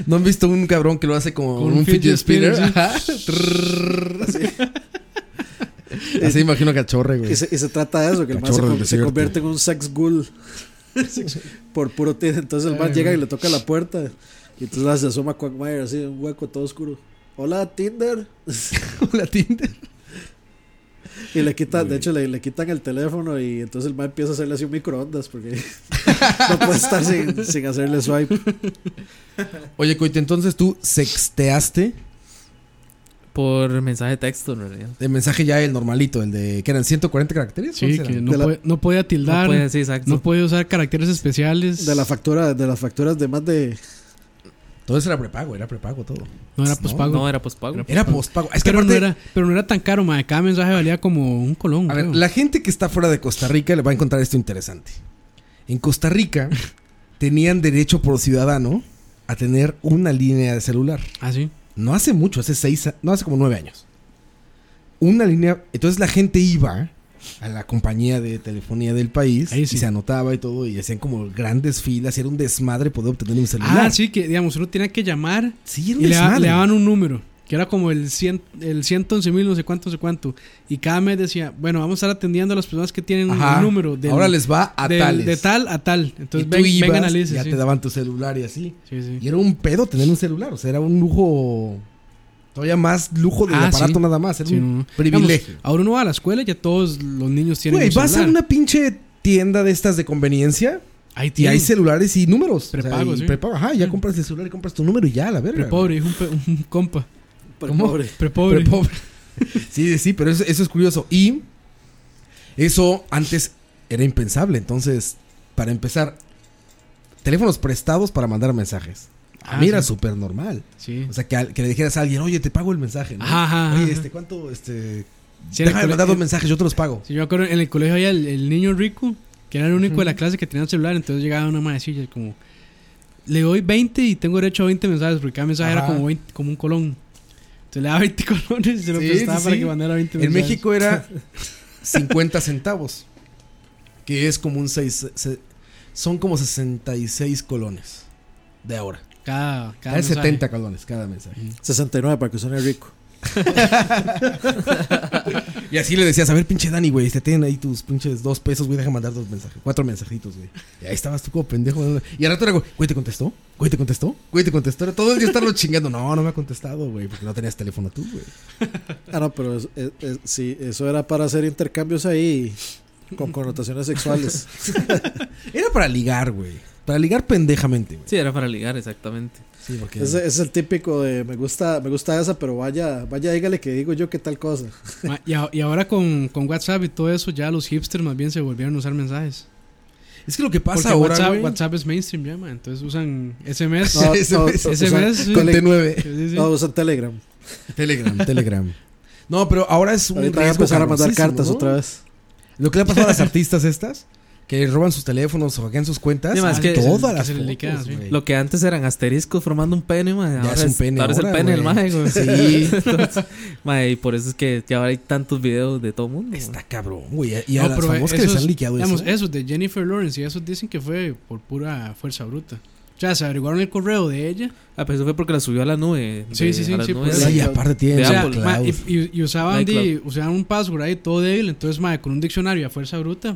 ¿No han visto un cabrón que lo hace con,
Con
un fidget,
fidget
spinner?
spinner,
Ajá. Trrrr. Así imagino cachorre, güey.
Y se, y se trata de eso, que el man se,
Cachorro del
con- se
desierto.
convierte en un sex ghoul por puro Tinder. Entonces el man llega y le toca la puerta y entonces se asoma Quagmire así, en un hueco todo oscuro. Hola Tinder.
La tinta.
Y le quitan, de hecho, le, le quitan el teléfono y entonces el man empieza a hacerle así un microondas porque no puede estar sin, sin hacerle swipe.
Oye, Coite, entonces tú sexteaste
Por mensaje de texto, en realidad.
el mensaje ya el normalito, el de que eran 140 caracteres.
Sí,
¿cuántos
que
eran?
no,
De la-
puede- no podía
No
tildar,
puede, sí, exacto.
no podía usar caracteres especiales.
De la factura, de las facturas de más de.
Todo eso era prepago, era prepago todo.
no era
No,
pospago.
No, era pospago.
Era-
Era postpago. Es que
pero,
aparte,
no era, pero no era tan caro, mae. Cada mensaje valía como un colón.
A ver,
creo.
la gente que está fuera de Costa Rica le va a encontrar esto interesante. En Costa Rica tenían derecho por ciudadano a tener una línea de celular.
Ah, sí.
No hace mucho, hace seis, a- no hace como nueve años. Una línea. Entonces la gente iba a la compañía de telefonía del país
Ahí
y
sí.
se anotaba y todo y hacían como grandes filas. y Era un desmadre poder obtener un celular.
Ah, sí, que digamos, uno tenía que llamar
Sí, era un
Ah, y le, da-
desmadre.
le daban un número. que era como el, cien, el 111 mil, no sé cuánto, no sé cuánto. Y cada mes decía, bueno, vamos a estar atendiendo a las personas que tienen
Ajá.
un número. del-
Ahora les va a
del-
tales.
De tal a tal.
y
Entonces,
tú
ven,
ibas,
vengan a lista,
ya
sí.
te daban tu celular y así.
Sí, sí.
Y era un pedo tener un celular, o sea, era un lujo todavía más lujo del
Ah,
aparato
sí.
nada más, era
Sí, no,
un
no.
privilegio.
Digamos, ahora uno va a la escuela y ya todos los niños tienen
Güey,
un
vas a
celular.
una pinche tienda de estas de conveniencia
Ahí
y hay
tienen.
celulares y números.
Prepago,
o sea, y
sí.
prepago, ajá, ya compras el celular y compras tu número y ya, la verga.
Prepobre, dijo un, pe- un compa.
¿Cómo?
Pobre.
Prepobre.
Prepobre. sí, sí, pero eso, eso es curioso. Y eso antes era impensable. Entonces, para empezar, teléfonos prestados para mandar mensajes.
Ah,
Mira,
sí.
súper normal.
Sí.
O sea, que, al- que le dijeras a alguien, oye, te pago el mensaje. ¿no?
Ajá, ajá,
Oye,
ajá.
este, ¿cuánto? Este,
Sí, en el
déjame
cole-
mandar dos
en-
mensajes, yo te los pago.
sí, yo me acuerdo en el colegio había el, el niño rico, que era el único de la clase que tenía un celular, entonces llegaba una maecilla y como, le doy 20 y tengo derecho a 20 mensajes, porque cada mensaje era
Ajá.
como, 20 como un colón. Entonces le daba 20 colones y se lo
Sí,
prestaba
sí,
para
sí.
que mandara 20
En
mensajes.
México era 50 centavos, que es como un 6... Son como 66 colones de ahora.
Cada, cada
Cada
mensaje.
70 colones cada mensaje.
69 para que suene rico.
Y así le decías, a ver, pinche Dani, güey, te tienen ahí tus pinches dos pesos, güey, deja mandar dos mensajes, cuatro mensajitos, güey. Y ahí estabas tú como pendejo. ¿no? Y al rato era, güey, güey, te contestó, güey, te contestó, güey, te contestó. Era todo el día estarlo chingando. No, no me ha contestado, güey, porque no tenías teléfono tú, güey.
Ah, no, pero es- es- es- sí, eso era para hacer intercambios ahí con connotaciones sexuales.
Era para ligar, güey. Para ligar pendejamente, güey.
Sí, era para ligar, exactamente.
Sí, porque.
Ese ese es el típico de me gusta, me gusta esa, pero vaya, vaya, dígale que digo yo qué tal cosa.
Ma- Y, a- y ahora con, con WhatsApp y todo eso, ya los hipsters más bien se volvieron a usar mensajes.
Es que lo que pasa
Porque
ahora,
WhatsApp,
güey.
WhatsApp es mainstream ya, ma, entonces usan SMS.
No,
Ese
no,
mes.
Ese
usan-
mes, sí.
Con
tele-
T9.
Sí, sí, sí.
no, usan Telegram.
Telegram, Telegram. No, pero ahora es un
Ahorita van a
riesgo
empezar a mandar
cabroncísimo,
cartas
¿no?
otra vez.
Lo que le ha pasado a las artistas estas, que roban sus teléfonos o hackean sus cuentas,
Sí, más que-
todas
que
las
se le
fotos,
liquean, sí.
güey.
Lo que antes eran asteriscos formando un pene, mae,
Ya
ahora
es un pene
ahora es el
ahora,
pene, el
güey.
mae, güey.
Sí.
Entonces, mae, y por eso es que ya ahora hay tantos videos de todo mundo.
Está cabrón, güey. Y a
No,
las
pero
famosas que les
esos-
han liqueado
digamos,
eso.
esos de Jennifer Lawrence y esos dicen que fue por pura fuerza bruta. O sea, se averiguaron el correo de ella.
Ah, pero eso fue porque la subió a la nube.
Sí,
de-
sí, sí,
a las
sí,
nubes.
pues,
Sí, aparte tiene
De
O sea,
Apple,
ma,
iCloud.
y, y- y usaban,
iCloud.
di- usaban un password ahí todo débil. Entonces, ma, con un diccionario a fuerza bruta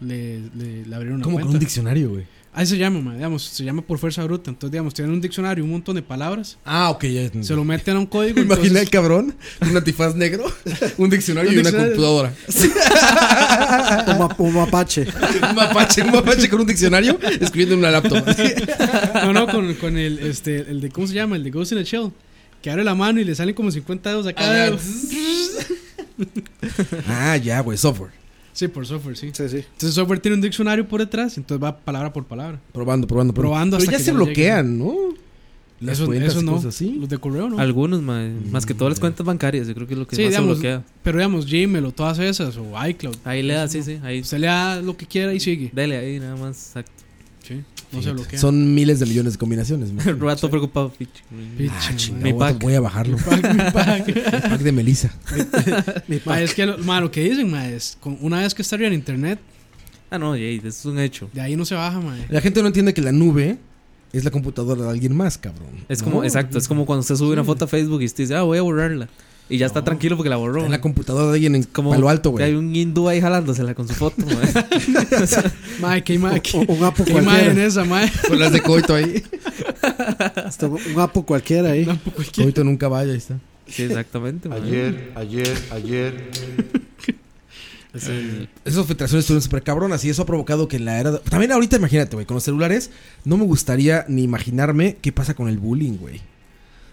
le, le- le abrieron una
Como con un
cuenta.
diccionario, güey.
Ahí se llama, ma, digamos, se llama por fuerza bruta. Entonces, digamos, tienen un diccionario, un montón de palabras.
Ah, ok, ya entendí.
Se lo meten a un código.
Imagina
entonces-
el cabrón, un antifaz negro, un diccionario
Un
y una
diccionario.
computadora. Ah,
Un, ma- un mapache.
un mapache, un mapache con un diccionario escribiendo en una laptop.
No, no, con, con el, este, el de, ¿cómo se llama? El de Ghost in a Shell. Que abre la mano y le salen como 50 dedos a cada dedo.
ah, ya, güey, software.
Sí, por software, sí.
Sí, sí.
Entonces, software tiene un diccionario por detrás, entonces va palabra por palabra.
Probando, probando, probando.
Probando
Pero
hasta
ya
que
se
ya no
bloquean, ¿no? Las
eso
cuentas
eso
y
no.
cosas así.
Los de correo no.
Algunos, mae,
Mm.
más que todas las cuentas bancarias, yo creo que es lo que
Sí,
más
digamos,
se bloquea.
Pero digamos, Gmail o todas esas, o iCloud.
Ahí le da, sí, sí, ahí.
Usted le da lo que quiera y sigue.
Dale ahí, nada más, exacto.
Sí, no se bloquea.
Son miles de millones de combinaciones. man.
El rato preocupado, picho.
Picha,
Ah,
madre.
chingado.
Mi pack.
Voy a bajarlo. El
Pack, mi pack.
pack de Melissa.
Ma, es que lo, ma, lo que dicen, ma, es con- una vez que está arriba en internet,
Ah, no, Jade, eso es un hecho.
de ahí no se baja, ma.
La gente no entiende que la nube es la computadora de alguien más, cabrón.
Es como,
No,
exacto, es como cuando usted sube una foto a Facebook y usted dice, ah, voy a borrarla. Y ya está tranquilo porque la borró.
Está en la computadora de alguien en
Como
Palo Alto,
que Hay
güey.
un hindú ahí jalándosela con su foto, mae.
Ma, qué, ima- qué-
Un apu
qué
cualquiera.
imagen esa, ma.
Con las de coito ahí.
Este, Un apu cualquiera ahí.
coito en un caballo, ahí está.
Sí, exactamente, mae.
Ayer, ayer, ayer.
Es el-
Esas filtraciones estuvieron súper cabronas y eso ha provocado que en la era... de- También ahorita imagínate, güey, con los celulares no me gustaría ni imaginarme qué pasa con el bullying, güey.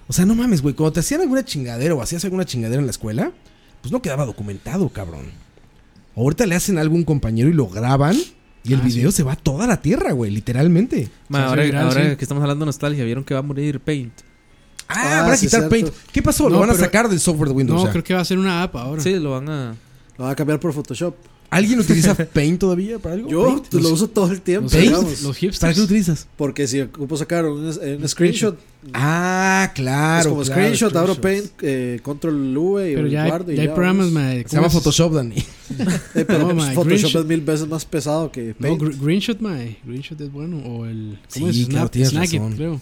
O sea, no mames, güey, cuando te hacían alguna chingadera o hacías alguna chingadera en la escuela, pues no quedaba documentado, cabrón. Ahorita le hacen algo a un compañero y lo graban y el
Ah,
video se va a toda la tierra, güey, literalmente.
Mae,
Se hace
ahora
viral,
ahora
sí.
que estamos hablando de nostalgia, vieron que va a morir Paint.
Ah,
Ah,
habrá
sí,
quitar
cierto.
Paint. ¿Qué pasó? ¿Lo
No,
van a
pero-
sacar del software de Windows?
No,
O sea,
creo que va a ser una app ahora.
Sí, lo van a.
Lo va a cambiar por Photoshop.
¿Alguien utiliza Paint todavía para algo?
Yo
Paint.
lo uso todo el tiempo,
Los, hip-
digamos.
¿Para
los
qué lo
hipsters.
utilizas?
Porque si ocupo sacar un, un screenshot,
Ah, claro.
es como
claro,
screenshot, abro
screenshots.
Paint, eh, control V y
Pero ya hay,
guardo y
ya hay
ya,
programas,
vamos.
ma. de-
Se llama
¿cómo es?
Photoshop, Dani.
Eh, pero
No,
pues,
ma,
Photoshop
Greenshot-
es mil veces más pesado que
No,
Paint.
Gr- Greenshot, mae. Greenshot es bueno. O el. ¿Cómo
¿eh? Sí,
es?
claro,
Snap,
tienes
Snagit,
razón.
creo.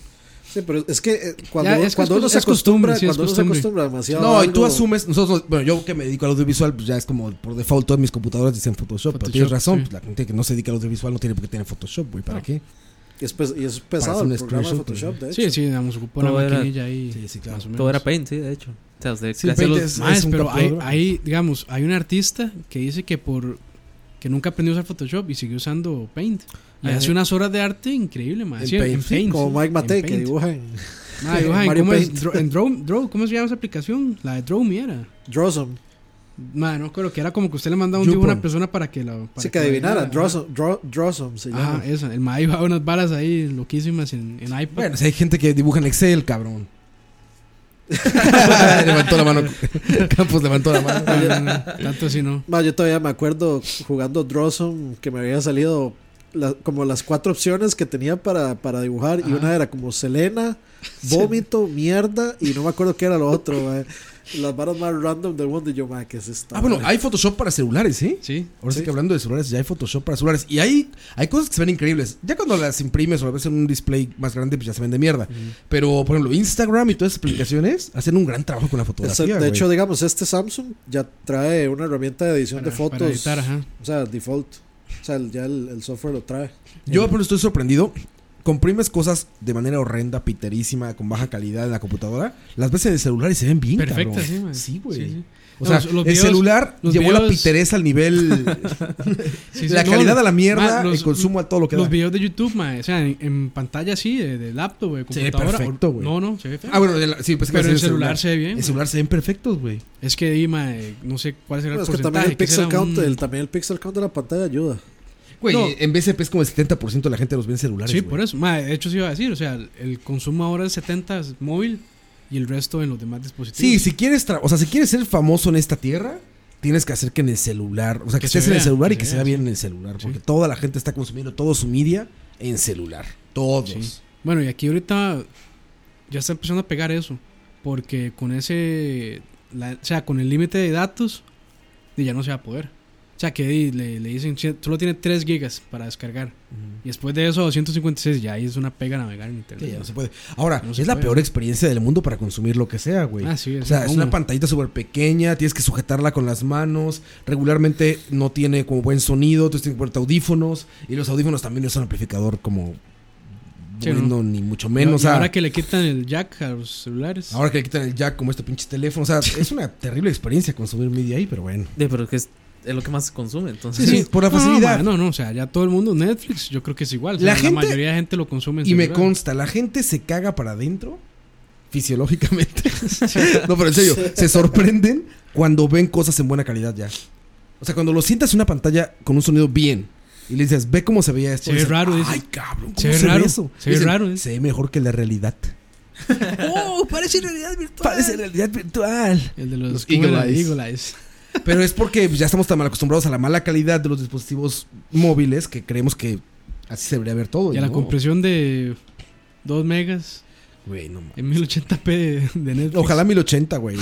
Sí, pero es que eh, cuando,
Ya, es que
cuando
es
uno
cos-
se
es costumbre,
acostumbra,
sí, es
cuando uno se
costumbre.
acostumbra demasiado.
No,
a
y tú
algo-
asumes, nosotros, bueno, yo que me dedico al audiovisual, pues ya es como por default todas mis computadoras dicen Photoshop, pero
Photoshop,
tienes razón,
sí.
pues, la gente que no se dedica al audiovisual no tiene por qué tener Photoshop, güey, ¿para qué?
Y es, pes- y es pesado
Parece
el programa de
un screenshot,
Photoshop, de hecho.
Sí, sí, digamos, ocupó una
Todo era-
maquinilla ahí.
Sí, sí, claro.
más o menos.
Todo era Paint, sí, de hecho. O sea, usted
Sí,
crea
Paint
los-
es-
Maes,
un
pero hay,
capturador.
hay, digamos, hay un artista que dice que por que nunca aprendió a usar Photoshop y siguió usando Paint. Y
Ay,
hace
sí.
unas horas de arte increíble, mae.
En
Sí, En,
Paint,
en
sí,
Paint.
Como Mike
en
Matei, que
Paint.
dibuja en
Mae, dibuja en-
Mario
¿cómo es?
Paint.
Draw- en Draw- Draw, ¿cómo se llama esa aplicación? La de Drawme era.
Drawsome.
Mae, no creo que era como que usted le mandaba un
YouPorn.
dibujo a una persona para que la. Para
Sí, que adivinara.
la adivinara.
Drawsome, draw, Drawsome se
Ajá,
llama.
esa. El mae dibujaba unas varas ahí loquísimas en, en iPad.
Bueno, si hay gente que dibuja en Excel, cabrón. levantó la mano. Campos levantó la mano.
No, no, no, Ah, tanto así no.
Ma, yo todavía me acuerdo jugando Drawsome que me había salido la- como las cuatro opciones que tenía para, para dibujar y una era como Selena, vómito, mierda y no me acuerdo qué era lo otro. ma. Las varas más random del mundo y yo, ma, ¿qué es esta?
Ah, bueno,
vara?
hay Photoshop para celulares, ¿sí?
Sí.
Ahora sí que hablando de celulares, ya hay Photoshop para celulares. Y hay, hay cosas que se ven increíbles. Ya cuando las imprimes o las ves en un display más grande, pues ya se ven de mierda. Pero, por ejemplo, Instagram y todas esas aplicaciones hacen un gran trabajo con la
Este-
fotografía.
de
güey.
hecho, digamos, este Samsung ya trae una herramienta de edición de fotos.
Para editar, ajá.
O sea, default. O sea, el- ya el, el software lo trae.
Eh.
Yo, pero estoy sorprendido. Comprimes cosas de manera horrenda, piterísima, con baja calidad en la computadora. Las ves en el celular y se ven bien,
Perfecta,
cabrón.
sí, mae.
güey.
Sí, sí.
O
No,
sea,
los- los
el
videos-
celular
los
llevó la
videos-
pitereza al nivel.
Sí, sí,
la
no,
calidad a la
ma,
mierda,
los-
el consumo a todo lo que
Los
da.
videos de YouTube, mae, o sea, en, en pantalla así, de, de laptop, de
Se ve
computadora.
perfecto, güey.
No, no, se ve feo.
Ah, bueno, de la- sí, pues
Pero
que
el celular se ve bien,
El
güey.
celular se ven perfectos, güey.
Es que Dima, no sé cuál será el
Bueno, es que
porcentaje.
también el,
que
pixel
será
count,
un-
el- también el pixel count de la pantalla ayuda.
Güey,
No.
en BCP es como el 70% de la gente los ve en celulares.
Sí,
güey.
por eso. mae, de hecho, sí iba a decir, o sea, el, el consumo ahora es 70 es móvil y el resto en los demás dispositivos.
Sí, si quieres, tra- o sea, si quieres ser famoso en esta tierra, tienes que hacer que en el celular, o sea, que,
Que
estés
se
en el
vea,
celular y
que
que
se
se vea
vea,
bien en el celular, porque
Sí.
toda la gente está consumiendo todo su media en celular, todos.
Sí. Bueno, y aquí ahorita ya está empezando a pegar eso. Porque con ese. la- o sea, con el límite de datos, y ya no se va a poder. O sea, que di- le, le dicen, "Sí, solo tiene 3 gigas para descargar. Y después de eso, 256, ya ahí es una pega navegar en
Sí,
internet.
ya no se puede. Ahora,
No
es
se
la
puede.
peor experiencia del mundo para consumir lo que sea, güey.
Ah, sí,
o sea, es
una
una pantallita súper pequeña, tienes que sujetarla con las manos, regularmente no tiene como buen sonido, entonces tienes que ponerte audífonos, y los audífonos también no son amplificador como
Sí,
bueno,
¿no?
ni mucho menos. o
Y
sea,
ahora que le quitan el jack a los celulares.
Ahora que le quitan el jack como este pinche teléfono, o sea, es una terrible experiencia consumir media ahí, pero bueno.
De, pero que es, es lo que más se consume, entonces.
Sí, sí, por la
No, no,
facilidad.
ma, No, no, o sea, ya todo el mundo, Netflix, yo creo que es igual. o sea,
La
la,
gente-
mayoría Pues de gente lo consume en
y me
celular.
consta, la gente se caga para adentro fisiológicamente. no, pero en serio, se sorprenden cuando ven cosas en buena calidad ya. O sea, cuando lo sientas en una pantalla con un sonido bien y le dices, ve cómo se veía esto.
Se ve
dicen,
raro,
Ay,
dicen.
cabrón, ¿cómo
Se ve raro,
eso?
se ve
Dicen,
raro, ¿eh?
Se ve mejor que la realidad. oh, parece realidad virtual. Parece realidad virtual.
El de los,
Los
¿cómo era?
Eagle Eyes.
Eagle Eyes.
Pero es porque ya estamos tan mal acostumbrados a la mala calidad de los dispositivos móviles que creemos que así se debería ver todo.
Y a la
¿no?
compresión de 2 megas
Güey, no mames.
en 1080p de, de Netflix.
Ojalá 1080, güey.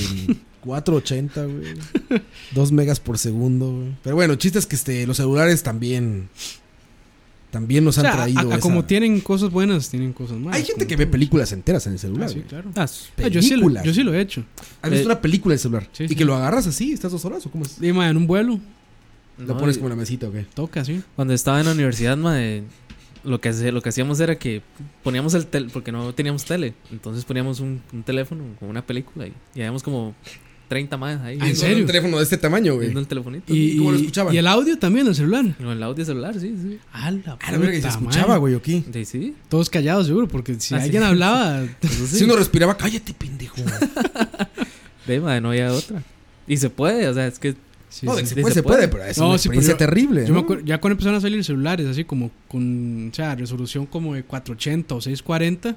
480, güey. 2 megas por segundo, güey. Pero bueno, el chiste es que este, los celulares también. También nos
O sea,
han traído.
a- a-
esa-
como tienen cosas buenas, tienen cosas malas.
Hay gente
como
que ve
todos.
películas enteras en el
Ah,
celular.
sí,
güey.
claro.
Las
Ah, yo, sí lo,
películas,
yo sí
güey.
lo he hecho.
¿Has visto
Eh,
una película en el celular?
sí,
y
sí.
que lo agarras así, estás dos horas o cómo es?
Y ma, en un vuelo,
Lo
no,
pones
y-
como en la mesita, güey.
toca, sí.
Cuando estaba en la universidad, mae, lo que, hace- lo que hacíamos era que poníamos el tel porque no teníamos tele. Entonces poníamos un, un teléfono con una película y, y habíamos como 30 más ahí.
Ah, ¿en
viendo-
serio?
Un teléfono de este tamaño, güey.
viendo el telefonito.
Y,
¿Cómo lo
y-
escuchaban?
y el audio también, el celular.
No, el audio celular, sí, sí.
A la,
A Ah, la verga, y se
puta
escuchaba,
madre.
güey, aquí.
De ahí sí.
Todos callados, seguro, porque si
Ah, sí.
alguien hablaba. pues,
Eso sí.
Si uno respiraba, cállate, pendejo.
Ve, mae, no había otra. Y se puede, o sea, es que.
Sí,
no,
sí.
de que
sí,
se puede,
se
se
puede.
puede, pero es
No,
una
sí, pero
experiencia
yo-
terrible.
Yo
¿no?
me acuerdo, ya cuando empezaron a salir celulares, así como con, o sea, resolución como de 480 o 640,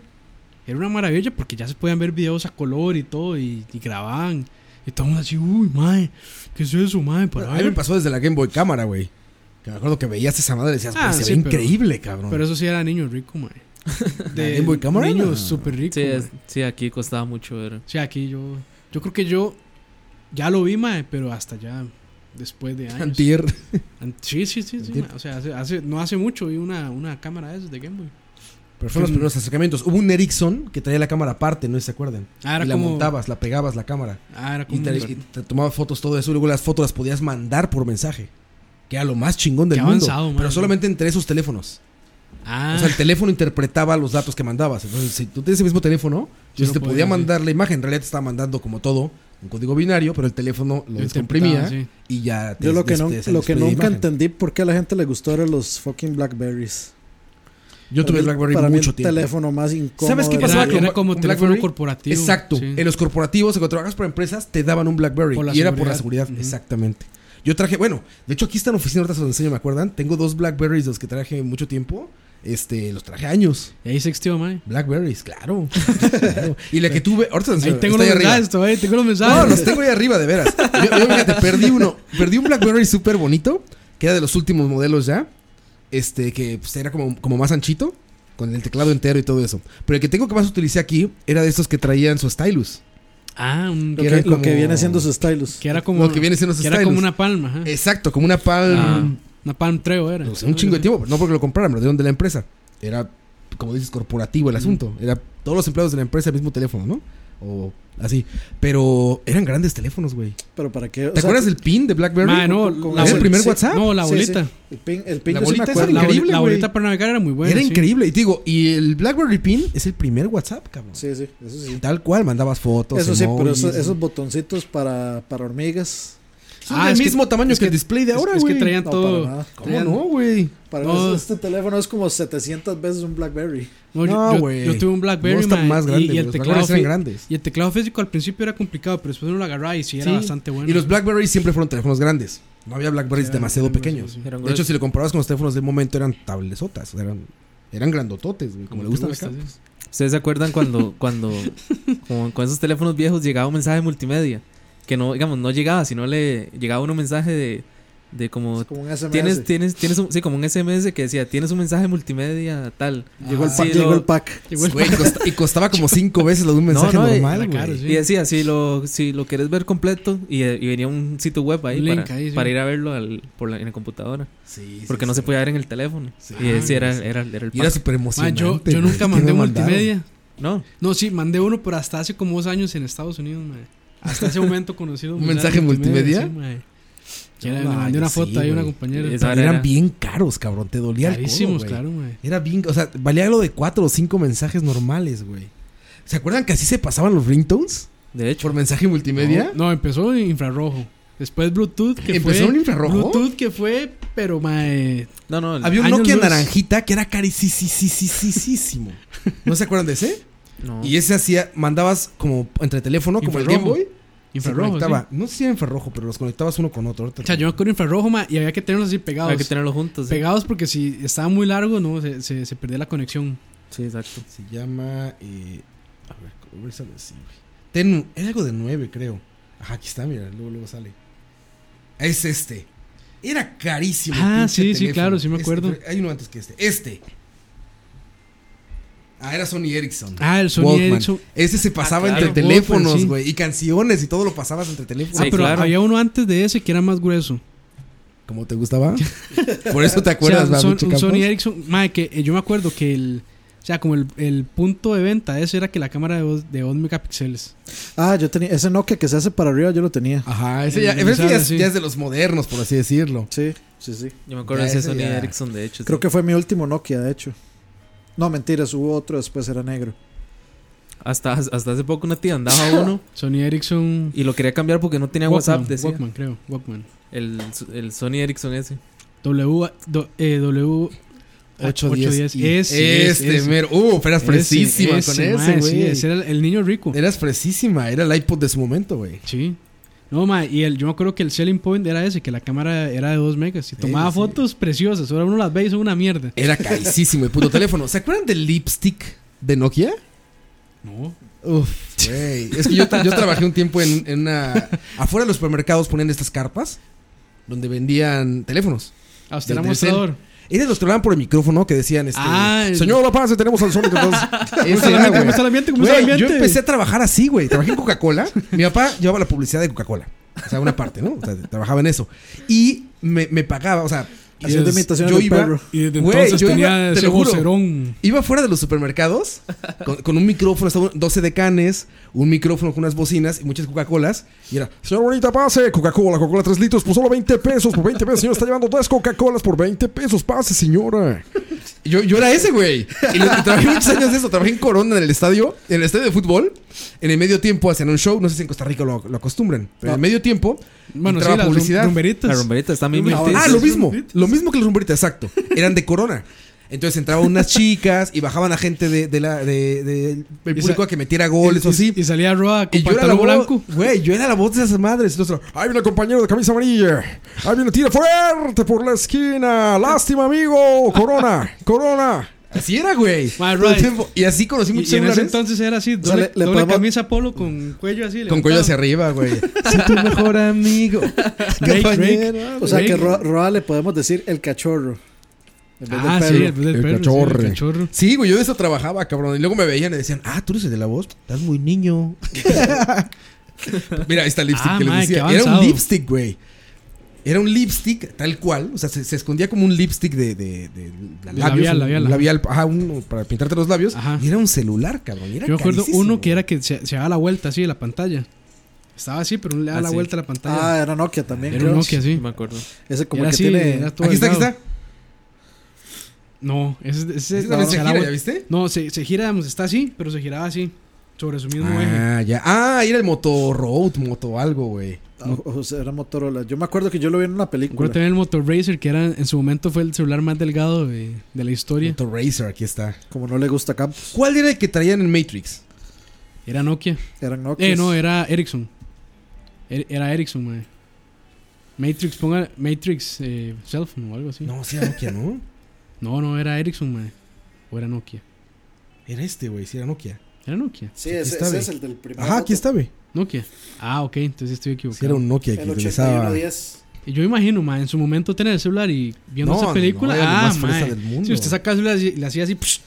era una maravilla porque ya se podían ver videos a color y todo, y, y grababan. Y estábamos así, uy, mae, ¿qué es eso, mae? Para
a mí me
ver".
pasó desde la Game Boy Cámara, güey. Que me acuerdo que veías esa madre y decías,
Ah,
"Pues, se
sí,
ve
pero-
increíble, cabrón.
Pero eso sí era niño rico, mae.
¿La Game Boy Camera?
Niño
No.
súper rico.
Sí, es-
mae.
sí, aquí costaba mucho ver.
O sea, aquí yo, yo creo que yo ya lo vi, mae, pero hasta ya después de años.
Antier.
Ant- Sí, sí, sí, sí,
Antier.
mae. O sea, hace, hace- no hace mucho vi una, una cámara de esas de Game Boy.
Pero fueron los primeros acercamientos. Hubo un Ericsson que traía la cámara aparte, no sé si se acuerdan.
Ah, era
y la
como-
montabas, la pegabas la cámara.
Ah, era
Y
como.
te, y te tomabas fotos, todo eso. y Luego las fotos las podías mandar por mensaje. Que era lo más chingón del
Qué
mundo.
avanzado, man.
pero solamente entre esos teléfonos.
ah,
O sea, el teléfono interpretaba los datos que mandabas. Entonces, si tú tienes el mismo teléfono,
Sí,
pues
lo
te
podías,
podía
sí.
mandar la imagen. En realidad te estaba mandando como todo un código binario, pero el teléfono lo
Lo
descomprimía
interpretaba,
y ya te este,
Yo lo que, no,
des- des-
lo que
despedía
nunca
imagen.
entendí por qué a la gente le gustó eran los fucking Blackberries.
Yo tuve
Para mí-
BlackBerry
para mí
mucho
el
tiempo.
teléfono más incómodo.
¿Sabes qué
era-
pasaba
era,
con-
era como
con
teléfono
BlackBerry?
corporativo.
Exacto.
sí.
En los corporativos, cuando trabajas para empresas, te daban un BlackBerry.
Por la
y era por la
seguridad.
seguridad. Exactamente. Yo traje, bueno, de hecho aquí está en la oficina, ahorita se los enseño, ¿me acuerdan? Tengo dos BlackBerrys de los que traje mucho tiempo. Este, los traje años.
Y ahí se extió, mae.
Blackberries, claro. Claro. Y la que tuve, ahorita se los
Ahí
enseño.
tengo
está
los
ahí arriba.
mensajes, todavía, tengo los
No,
mensajes.
los tengo ahí arriba, de veras. Yo, yo, fíjate, perdí uno. Perdí un BlackBerry súper bonito, que era de los últimos modelos ya. Este, que pues, era como, como más anchito, con el teclado entero y todo eso. Pero el que tengo que más utilicé aquí era de estos que traían su stylus.
Ah, un,
Lo
que
que,
que,
eran
lo que
como-
viene siendo su stylus.
era como.
lo que viene siendo esos
que era como
stylus.
una Ah. palma, ajá.
Exacto, como una palm.
Una palm treo era.
no sé, un chingo de tiempo. No porque lo compraran, me lo dieron de la empresa. Era, como dices, corporativo el asunto. Era todos los empleados de la empresa el mismo teléfono, ¿no? O así. Pero eran grandes teléfonos, güey.
Pero para qué. o
¿Te
sea,
acuerdas del pin de BlackBerry?
Mae, no,
con- con
la
¿Es el
bol-
primer
sí.
WhatsApp?
Ah, No, la
Sí,
bolita.
sí. El pin, el pin
La
yo sí me
bolita esa
acuerdo.
La, bol-
Increíble,
la
güey.
bolita para navegar era muy buena.
era
sí.
increíble. Y te digo, y el BlackBerry Pin es el primer WhatsApp, cabrón.
Sí, sí, eso sí.
Tal cual, mandabas fotos.
Eso sí, pero
emojis.
eso- esos botoncitos para, para hormigas.
Son
Ah,
del
es que-
mismo tamaño
es
que, el display de
Es-
ahora,
es,
güey.
que traían
No,
todo.
para nada.
¿Cómo
traían-
no, güey?
Para
No.
mí este teléfono es como 700 veces un Blackberry.
No, yo-
No,
yo-
güey.
yo, tuve un Blackberry,
No, están
mae,
más
y-
grandes,
Y, el
los
teclado
Blackberries eran
fí-
grandes.
Y el teclado físico al principio era complicado, pero después uno lo agarraba y sí era
Sí.
bastante bueno.
Y los BlackBerry siempre fueron teléfonos grandes. No había BlackBerrys
Sí,
demasiado
eran grandes,
pequeños.
sí, sí.
Eran
De hecho,
gruesos.
si lo comparabas con los teléfonos del momento, eran tablesotas. Eran, eran grandototes, güey, como, le
te
gustan acá.
gusta, sí.
¿Ustedes se acuerdan cuando, cuando como con esos teléfonos viejos llegaba un mensaje multimedia? Que no, digamos, no llegaba, sino le llegaba uno mensaje de, de como...
Es como un SMS.
Tienes, tienes, tienes, un- sí, como un SMS que decía, tienes un mensaje multimedia tal. Ah,
llegó, el
Sí,
pack,
lo-
llegó el pack.
Ah, Llegó el-
Güey, costa- y costaba como cinco veces lo de un mensaje
no, eh,
normal,
era
güey.
caro, sí.
Y decía, si lo, si lo quieres ver completo, y, y venía un sitio web ahí,
Un link
para,
ahí, sí.
para ir a verlo al- por la- en la computadora.
Sí, sí,
Porque no
sí.
se podía ver en el teléfono. Y
Ah,
ese era,
sí.
era, era el
Y era
pack.
súper
Mae,
emocionante.
yo, yo nunca
güey.
mandé
¿Qué me mandaron?
multimedia.
No,
No, sí, mandé uno, pero hasta hace como dos años en Estados Unidos, mae. Hasta ese momento conocido.
¿Un mensaje multimedia?
sí, mae. Que era-
No,
le mandé
yo
una
sí,
foto ahí a una
güey.
compañera.
Esa-
Pero
Era-
eran bien caros, cabrón. Te dolía
Carísimos,
el codo, güey.
claro, mae.
Era bien... O sea, valía lo de cuatro o cinco mensajes normales, güey. ¿Se acuerdan que así se pasaban los ringtones?
de hecho.
¿Por mensaje multimedia?
No, empezó en infrarrojo. Después Bluetooth, que
¿Empezó
fue.
en infrarrojo?
Bluetooth, que fue, pero mae.
No, no, el-
Había un
Años
Nokia
luz.
naranjita que era carísimo. ¿No se acuerdan de ese?
no.
Y ese hacía... Mandabas como entre teléfono, como el Game
Infrarrojo.
Boy. Se
Infrarrojo. sí.
conectaba. No sé si era infrarrojo, pero los conectabas uno con otro. Ahorita
O sea, yo con infrarrojo, ma, y había que tenerlos así pegados.
Hay que tenerlo juntos. sí.
Pegados porque si estaba muy largo, no, se, se, se perdía la conexión.
Sí, exacto.
Se llama. eh, a ver, ¿cómo ver si sale así, güey? Tenu- era algo de 9, creo. Ajá, aquí está, mira, luego, luego sale. Es este. Era carísimo. el
Ah,
pinche
sí, sí, claro, sí me
Este,
acuerdo.
pero hay uno antes que este. Este. Ah, era Sony Ericsson.
Ah, el Sony
Walkman.
Ericsson.
Ese se pasaba
Ah, claro.
entre
Walkman,
teléfonos,
sí.
güey. Y canciones y todo lo pasabas entre teléfonos.
Ah,
Sí,
pero
claro.
había uno antes de ese que era más grueso.
¿Cómo te gustaba? Por eso te acuerdas,
o sea, un,
Babuche
Son- un
Campos?
Sony Ericsson, madre, que eh, yo me acuerdo que el. O sea, como el, el punto de venta de ese era que la cámara de dos, de dos megapíxeles.
Ah, yo tenía ese Nokia que se hace para arriba, yo lo tenía.
Ajá, ese ya,
El-
pero ese ya
sabe,
es-
sí.
ya es de los modernos, por así decirlo.
Sí, sí, sí.
Yo me acuerdo
Ya,
de ese
ese
Sony
ya.
Ericsson, de hecho.
Creo
sí.
que fue mi último Nokia, de hecho. No, mentiras, hubo otro, después era negro.
Hasta, hasta hace poco una tía andaba uno
Sony Ericsson.
y lo quería cambiar porque no tenía
Walkman,
WhatsApp, decía.
Walkman, creo. Walkman.
El, el Sony Ericsson ese.
W. do- eh, w
810.
810.
y-
Ese,
este
ese.
mero. Uh, pero eras fresísima con
ese,
ese,
mae, sí,
güey.
ese era el, el niño rico.
Eras fresísima. Era el iPod de su momento, güey.
Sí. No, ma, y el, yo me acuerdo que el selling point era ese, que la cámara era de 2 megas y tomaba
sí.
fotos preciosas. Ahora uno las ve y son una mierda.
Era carísimo el puto teléfono. ¿Se acuerdan del lipstick de Nokia?
No.
Uf, güey. Es que yo, tra- yo trabajé un tiempo en, en una. Afuera de los supermercados ponían estas carpas donde vendían teléfonos.
A usted
Del
era
Telcel.
mostrador.
Ellos los que hablaban por el micrófono que decían, este,
Ah, el-
señor, la paz, tenemos al Sonic. Entonces, ese
está el
era,
ambiente?
güey.
¿Cómo está el ambiente? ¿Cómo está el
Güey, Yo
ambiente?
empecé a trabajar así, güey. Trabajé en Coca-Cola. Mi papá llevaba la publicidad de Coca-Cola. O sea, una parte, ¿no? O sea, trabajaba en eso. Y me, me pagaba, o sea,
Haciendo
es-
imitación
yo
del
iba-
perro.
Y desde
Güey,
entonces
yo iba-
tenía
te
ese
lo juro.
vocerón.
Iba fuera de los supermercados con, con un micrófono, estaba 12 decanes, un micrófono con unas bocinas y muchas Coca-Colas. Y era,
Señorita, pase Coca-Cola, Coca-Cola 3 litros
pues
por solo 20 pesos, por 20 pesos. Señora, está llevando dos Coca-Colas por 20 pesos. Pase, señora.
yo, yo era ese, güey. Y, lo- y trabajé muchos años de eso. Trabajé en Corona, en el estadio, en el estadio de fútbol. En el medio tiempo hacen un show, no sé si en Costa Rica lo, lo acostumbran, pero en el medio tiempo
Bueno, sí,
entraba
las
publicidad.
rum- rumberitas.
La romperita está bien
Ahora-
metida.
Ah,
Sí,
lo
sí,
mismo.
rumberitas.
Lo mismo que las rumberitas, exacto. Eran de corona. Entonces entraban unas chicas y bajaban a gente de, de la, de, de- del
Y
público
sa-
a que metiera
Y,
goles o así.
y, y salía Roa con
Y yo era la
pantalón
voz,
blanco.
Güey, yo era la voz de esas madres. Entonces,
Ahí viene el compañero de camisa amarilla. Ahí viene, tira fuerte por la esquina. Lástima, amigo. Corona, corona.
así era, güey.
Ma,
Todo el
right.
tiempo. Y así conocí
Y,
muchos
y en ese
celulares
entonces era así, doble,
sea, le- le
doble
podemos-
camisa polo con cuello así.
con
levantado.
cuello hacia arriba, güey. Soy tu mejor amigo.
Rake,
compañero.
rake.
O sea que
Rake.
Roa, Roa le podemos decir el cachorro. En vez
Ah,
del
sí,
perro.
el, del
El
perro, sí,
cachorro.
el cachorro.
Sí, güey, yo de eso trabajaba, cabrón. Y luego me veían y decían, ah, tú eres el de la voz. Estás muy niño. Mira, ahí está el lipstick
Ah,
que les
madre,
decía.
qué
Era un
avanzado.
lipstick, güey. Era un lipstick tal cual. O sea, se, se escondía como un lipstick de, de, de- de
labial,
un-
labial,
un
ajá.
labial. Ajá, uno para pintarte los labios.
Ajá.
Y era un celular, cabrón. y era
Yo recuerdo
carísimo,
uno que
güey.
era que se, se daba la vuelta así de la pantalla. Estaba así, pero le daba
Ah,
la
sí.
vuelta a la pantalla.
Ah, era Nokia también.
era
creo.
un Nokia así.
Sí, me acuerdo.
Ese como
Era
que
así,
tiene.
era todo
Aquí está, aquí
delgado.
está.
No, ese, ese,
Ese también
no,
se
se daba
gira, ¿ya
vuelta.
viste?
No, se, se gira, digamos, está así, pero se giraba así, sobre su mismo eje.
Ah, ya. Ah, era el moto road, moto algo, güey.
Ah, o sea, era Motorola. Yo me acuerdo que yo lo vi en una película.
Recuerdo también el Motor Racer, que era, en su momento fue el celular más delgado de, de la historia.
Moto racer, aquí está.
Como no le gusta Campos.
¿Cuál era el que traían en Matrix?
Era Nokia.
Eran Nokia.
Eh, no, era Ericsson. Er- era Ericsson, mae. Matrix, ponga Matrix eh, Cell Phone o algo así. No,
No, sí era Nokia, ¿no?
no, era Ericsson, mae. O era Nokia.
Era este, güey, sí era Nokia.
Era Nokia.
Sí,
Aquí
ese,
está,
ese
ve.
es el del primer.
Ajá, aquí está, güey.
Nokia. Ah, ok, entonces
Sí
estoy
era
equivocado.
un Nokia que
El
utilizaba.
8110.
Y Yo imagino, mae, en su momento tener el celular y viendo
No,
esa película.
no, era lo
ah,
más fresa
mae.
del mundo.
Si usted saca el celular y le hacía así. psh,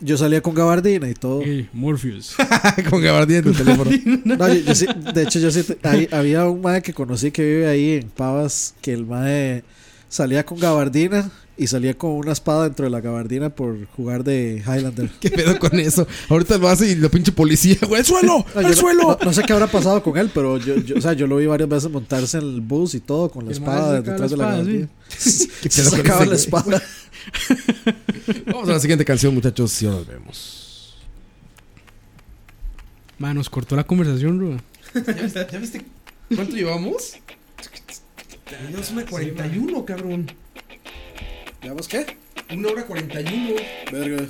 Yo salía con gabardina y todo.
eh, Morpheus.
Con gabardina en el teléfono.
No, yo- yo sí- de hecho, yo sí. te- ahí- había un mae que conocí que vive ahí en Pavas. Que el mae salía con gabardina y salía con una espada dentro de la gabardina por jugar de Highlander.
¿Qué pedo con eso? Ahorita lo hace y lo pinche policía, güey. ¡El suelo!
No, yo
¡El
no-
suelo!
No, no sé qué habrá pasado con él, pero yo, yo, o sea, yo lo vi varias veces montarse en el bus y todo con la
El mae
espada
sacaba
detrás de
la
la
espada,
gabardina.
¿Qué
Se
pedo con
sacaba
ese
la
güey?
espada.
Vamos a la siguiente canción, muchachos. Si nos vemos.
mae, nos cortó la conversación, Ruba.
¿Ya viste cuánto llevamos? Llevamos una 41, cabrón.
¿Llevamos qué?
Una hora 41.
Verga.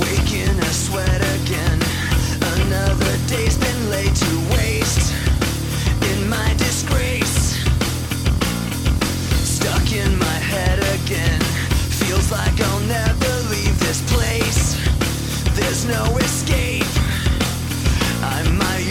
Waking a sweat again. Another day's been laid to waste in my disgrace. Stuck in my head again. Feels like I'll never leave this place. There's no escape. I might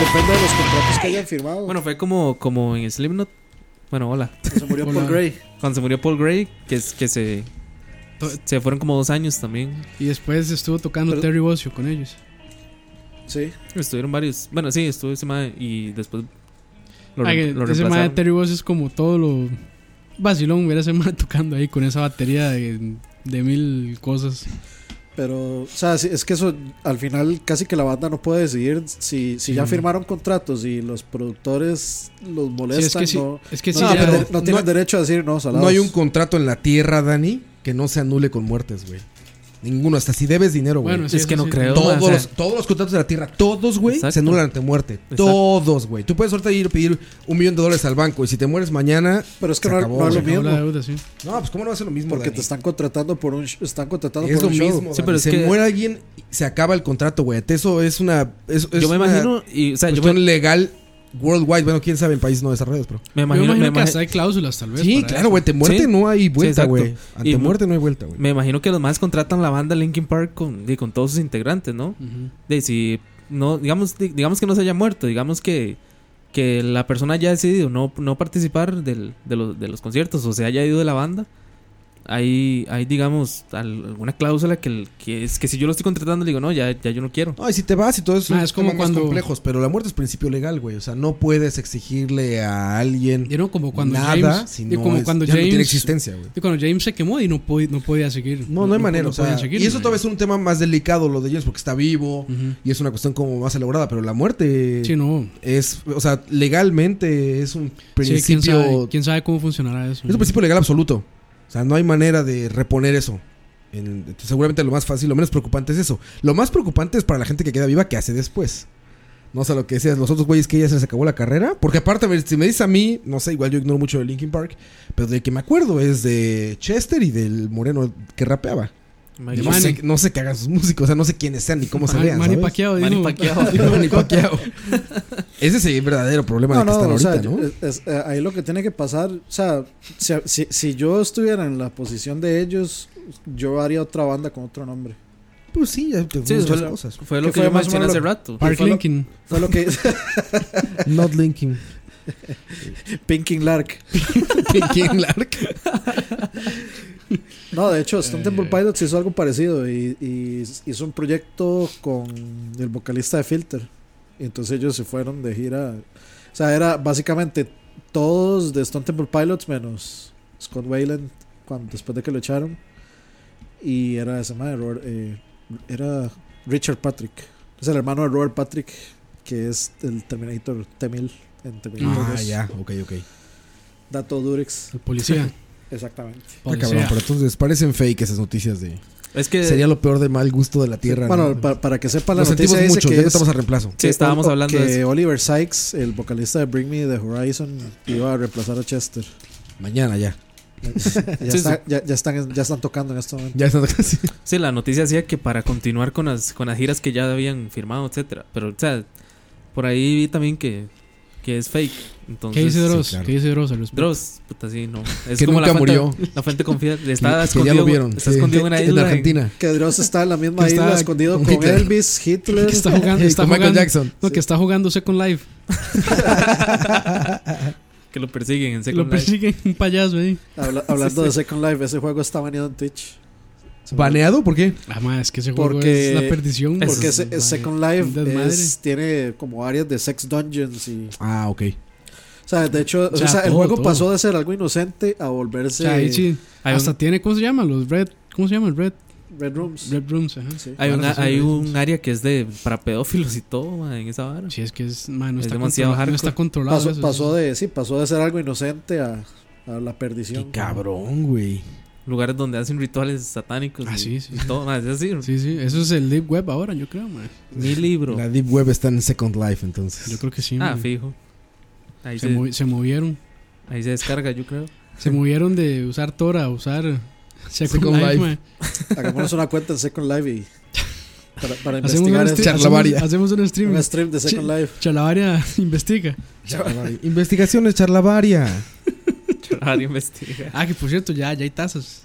Depende de los contratos que hayan firmado.
Bueno, fue como, como en Slipknot. Bueno, hola.
Se murió Paul
Hola.
Gray.
Cuando se murió Paul Gray, que, es- que se,
To-
se fueron como dos años también.
Y después estuvo tocando
Pero-
Terry Bozzio con ellos.
sí.
Estuvieron varios. Bueno, sí, estuvo ese mae y después lo,
Ah,
re-
que
lo
ese mae de
reemplazaron.
Terry Bozzio es como todo lo vacilón. Hubiera ese mae tocando ahí con esa batería de, de mil cosas.
Pero, o sea, sí, es que eso al final casi que la banda no puede decidir si, si ya firmaron contratos y los productores los
Sí, es
molestan.
que sí.
no,
Es que sí,
no,
ya-
pero
pero-
no tienen
no-
derecho a decir no, salados.
No hay un contrato en la tierra, Dani, que no se anule con muertes, güey. Ninguno, hasta si debes dinero, güey.
Bueno, sí,
Es que no
eso sí.
creo.
todos,
mae, o sea,
los, todos los contratos de la tierra, todos, güey,
Exacto.
se anulan ante muerte.
Exacto.
Todos, güey. Tú puedes ahorita ir a pedir un millón de dólares al banco y si te mueres mañana.
Pero es que
se
no,
acabó,
no es lo
güey.
Acabó la
mismo.
deuda, sí.
No, pues cómo no va a ser lo mismo,
Porque
Dani?
te están contratando por un sh- están contratando
Es
por
lo
un show.
mismo.
Sí,
Dani.
pero es
si
que-
muere alguien, se acaba el contrato, güey. Eso es una. Es, es
yo me
una
imagino, y, o sea, yo me,
cuestión legal worldwide. Bueno, quién sabe en países no desarrollados, pero.
me
Yo me
imagino,
imagino
me
que
imagi-
hasta hay cláusulas tal vez.
Sí,
para
claro,
eso.
güey. Te muerte
Sí.
no hay vuelta,
exacto.
güey. Ante
Y mu-
muerte no hay vuelta, güey.
me imagino que los más contratan la banda Linkin Park con, di, con todos sus integrantes, ¿no?
Ujú.
De si no, digamos, di- digamos que no se haya muerto, digamos que, que la persona haya decidido no, no participar del- de, los, de los conciertos o se haya ido de la banda. Hay, hay digamos, al- alguna cláusula que, el- que es que si yo lo estoy contratando, le digo, no, ya, ya yo no quiero.
No, y si te vas y todo eso
Ah, es como
temas más
cuando-
complejos, pero la muerte es principio legal, güey. O sea, no puedes exigirle a alguien
Vieron como cuando
nada
James.
si
y
no,
como
es-
cuando
ya no tiene
James.
existencia, güey.
y cuando James se quemó y no, pod- no podía seguir.
No, no hay manera.
no
o sea,
podían seguir,
y eso
mae.
todavía es un tema más delicado, lo de James, porque está vivo
Ujú.
y es una cuestión como más elaborada, pero la muerte
Sí, no.
es, o sea, legalmente es un
Sí,
principio,
quién, sabe, quién sabe cómo funcionará eso.
es un principio legal absoluto. O sea, no hay manera de reponer eso. En- seguramente lo más fácil, lo menos preocupante es eso. Lo más preocupante es para la gente que queda viva, ¿qué hace después? No sé lo que decías, los otros güeyes que ya se les acabó la carrera. Porque aparte, a ver, si me dices a mí, no sé, igual yo ignoro mucho de Linkin Park, pero de que me acuerdo es de Chester y del moreno que rapeaba.
Manny-
no, sé, no sé qué hagan sus músicos, o sea, no sé quiénes sean ni cómo se
Manny-
vean.
Manny
¿sabes?
Pacquiao,
Manny
digo,
Pacquiao.
Manny Pacquiao. Ese es el verdadero problema
No,
de que
no,
están
o sea,
ahorita, ¿no?
es- es- eh, ahí lo que tiene que pasar, o sea, si, si- si yo estuviera en la posición de ellos, yo haría otra banda con otro nombre.
Pues sí, ya te
Sí,
muchas
fue,
cosas.
fue lo
Que
que,
fue
yo
más o
mencioné
menos
hace
lo-
rato.
Park
fue lo-
Lincoln.
Fue lo que
Not linking.
Pinking Lark.
Linking Lark.
No, de hecho, Stone
Eh.
Temple Pilots hizo algo parecido y, y hizo un proyecto con el vocalista de Filter. Y entonces ellos se fueron de gira. O sea, era básicamente todos de Stone Temple Pilots menos Scott Wayland cuando, después de que lo echaron. Y era ese man, Robert, eh, era Richard Patrick. Es el hermano de Robert Patrick, que es el Terminator T-1000 en Terminator
Ah,
2.
ya, ok, ok.
Dato Durex,
El policía.
exactamente.
Ah, cabrón,
policía.
pero entonces parecen fake esas noticias de.
Es que
Sería lo peor de mal gusto de la tierra.
Bueno,
¿no?
pa- para que sepan, la
Lo
noticia
sentimos
dice
mucho,
que
ya no
es-
estamos a reemplazo.
Sí, estábamos
o- o-
hablando
que
de eso.
Oliver Sykes, el vocalista de Bring Me the Horizon, iba a reemplazar a Chester.
Mañana ya.
Ya,
Sí,
está- ya- ya están, ya están tocando en este momento.
Ya está casi.
Sí, la noticia hacía que para continuar con las, con las giras que ya habían firmado, etcétera. Pero, o sea, por ahí vi también que, que es fake. Entonces,
¿Qué dice Dross?
claro.
¿Qué dice Dross al respecto?
Dross, puta, sí, no. Es
Que
como
nunca
la fuente,
murió.
La fuente confiable.
Que-
Está
que ya
escondido,
lo vieron.
Está
sí.
escondido en una
en
isla. en-
Argentina.
Que Dross está en la misma
Que
isla,
está-
escondido con
con Hitler.
Elvis, Hitler.
Que está jugando. Está
Con Michael
jugando
Jackson.
no, que está jugando Second Life.
que lo persiguen en
Que
Second
lo
Life.
persigue un payaso ahí.
Habla- hablando de Second Life, ese juego está baneado en Twitch.
¿Baneado? ¿Por qué?
Ah, ma, es que ese juego
Porque-
es la perdición.
Porque
es,
ese-
ma,
Second
un
Life
desmadre.
es- tiene como áreas de sex dungeons y...
Ah, ok.
O sea, de hecho, o
sea,
sea, el
todo,
juego
todo.
pasó de ser algo inocente a
O
volverse
sea, ahí sí.
Hay
Ah, Hasta
un,
tiene, ¿cómo se llama? Los Red. ¿Cómo se llama? El Red,
Red Rooms.
Red Rooms. Ajá.
Sí.
hay, un,
Ahora sí,
hay
sí.
un área que es de para pedófilos y todo, ma, en esa vara.
Si es que es, ma, no
Es
está
demasiado
controlado. No
hardcore.
está controlado.
Pasó,
eso,
pasó
sí.
de, sí, pasó de ser algo inocente a, a la perdición.
Qué cabrón, güey.
Lugares donde hacen rituales satánicos.
Ah,
y,
sí, sí.
y todo, ma, es así.
Sí, sí. Eso es el Deep Web ahora, yo creo, ma.
Mi libro.
La Deep Web está en Second Life, entonces.
Yo creo que sí,
Ah,
ma.
fijo. Ahí
se,
se,
movi- se movieron.
ahí se descarga, yo creo.
Se movieron de usar Tora a usar Second,
Second
Life,
Life.
ma.
Hagámonos una cuenta en Second Life y para, para
Hacemos un,
investigar
stre-
este-
charlavaria.
hacemos- hacemos un stream.
un stream de Second
Sí.
Life.
Chalabaria investiga.
Charlavaria. Investigaciones charlavaria.
Nadie investiga.
Ah, que por cierto, ya, ya hay tazas.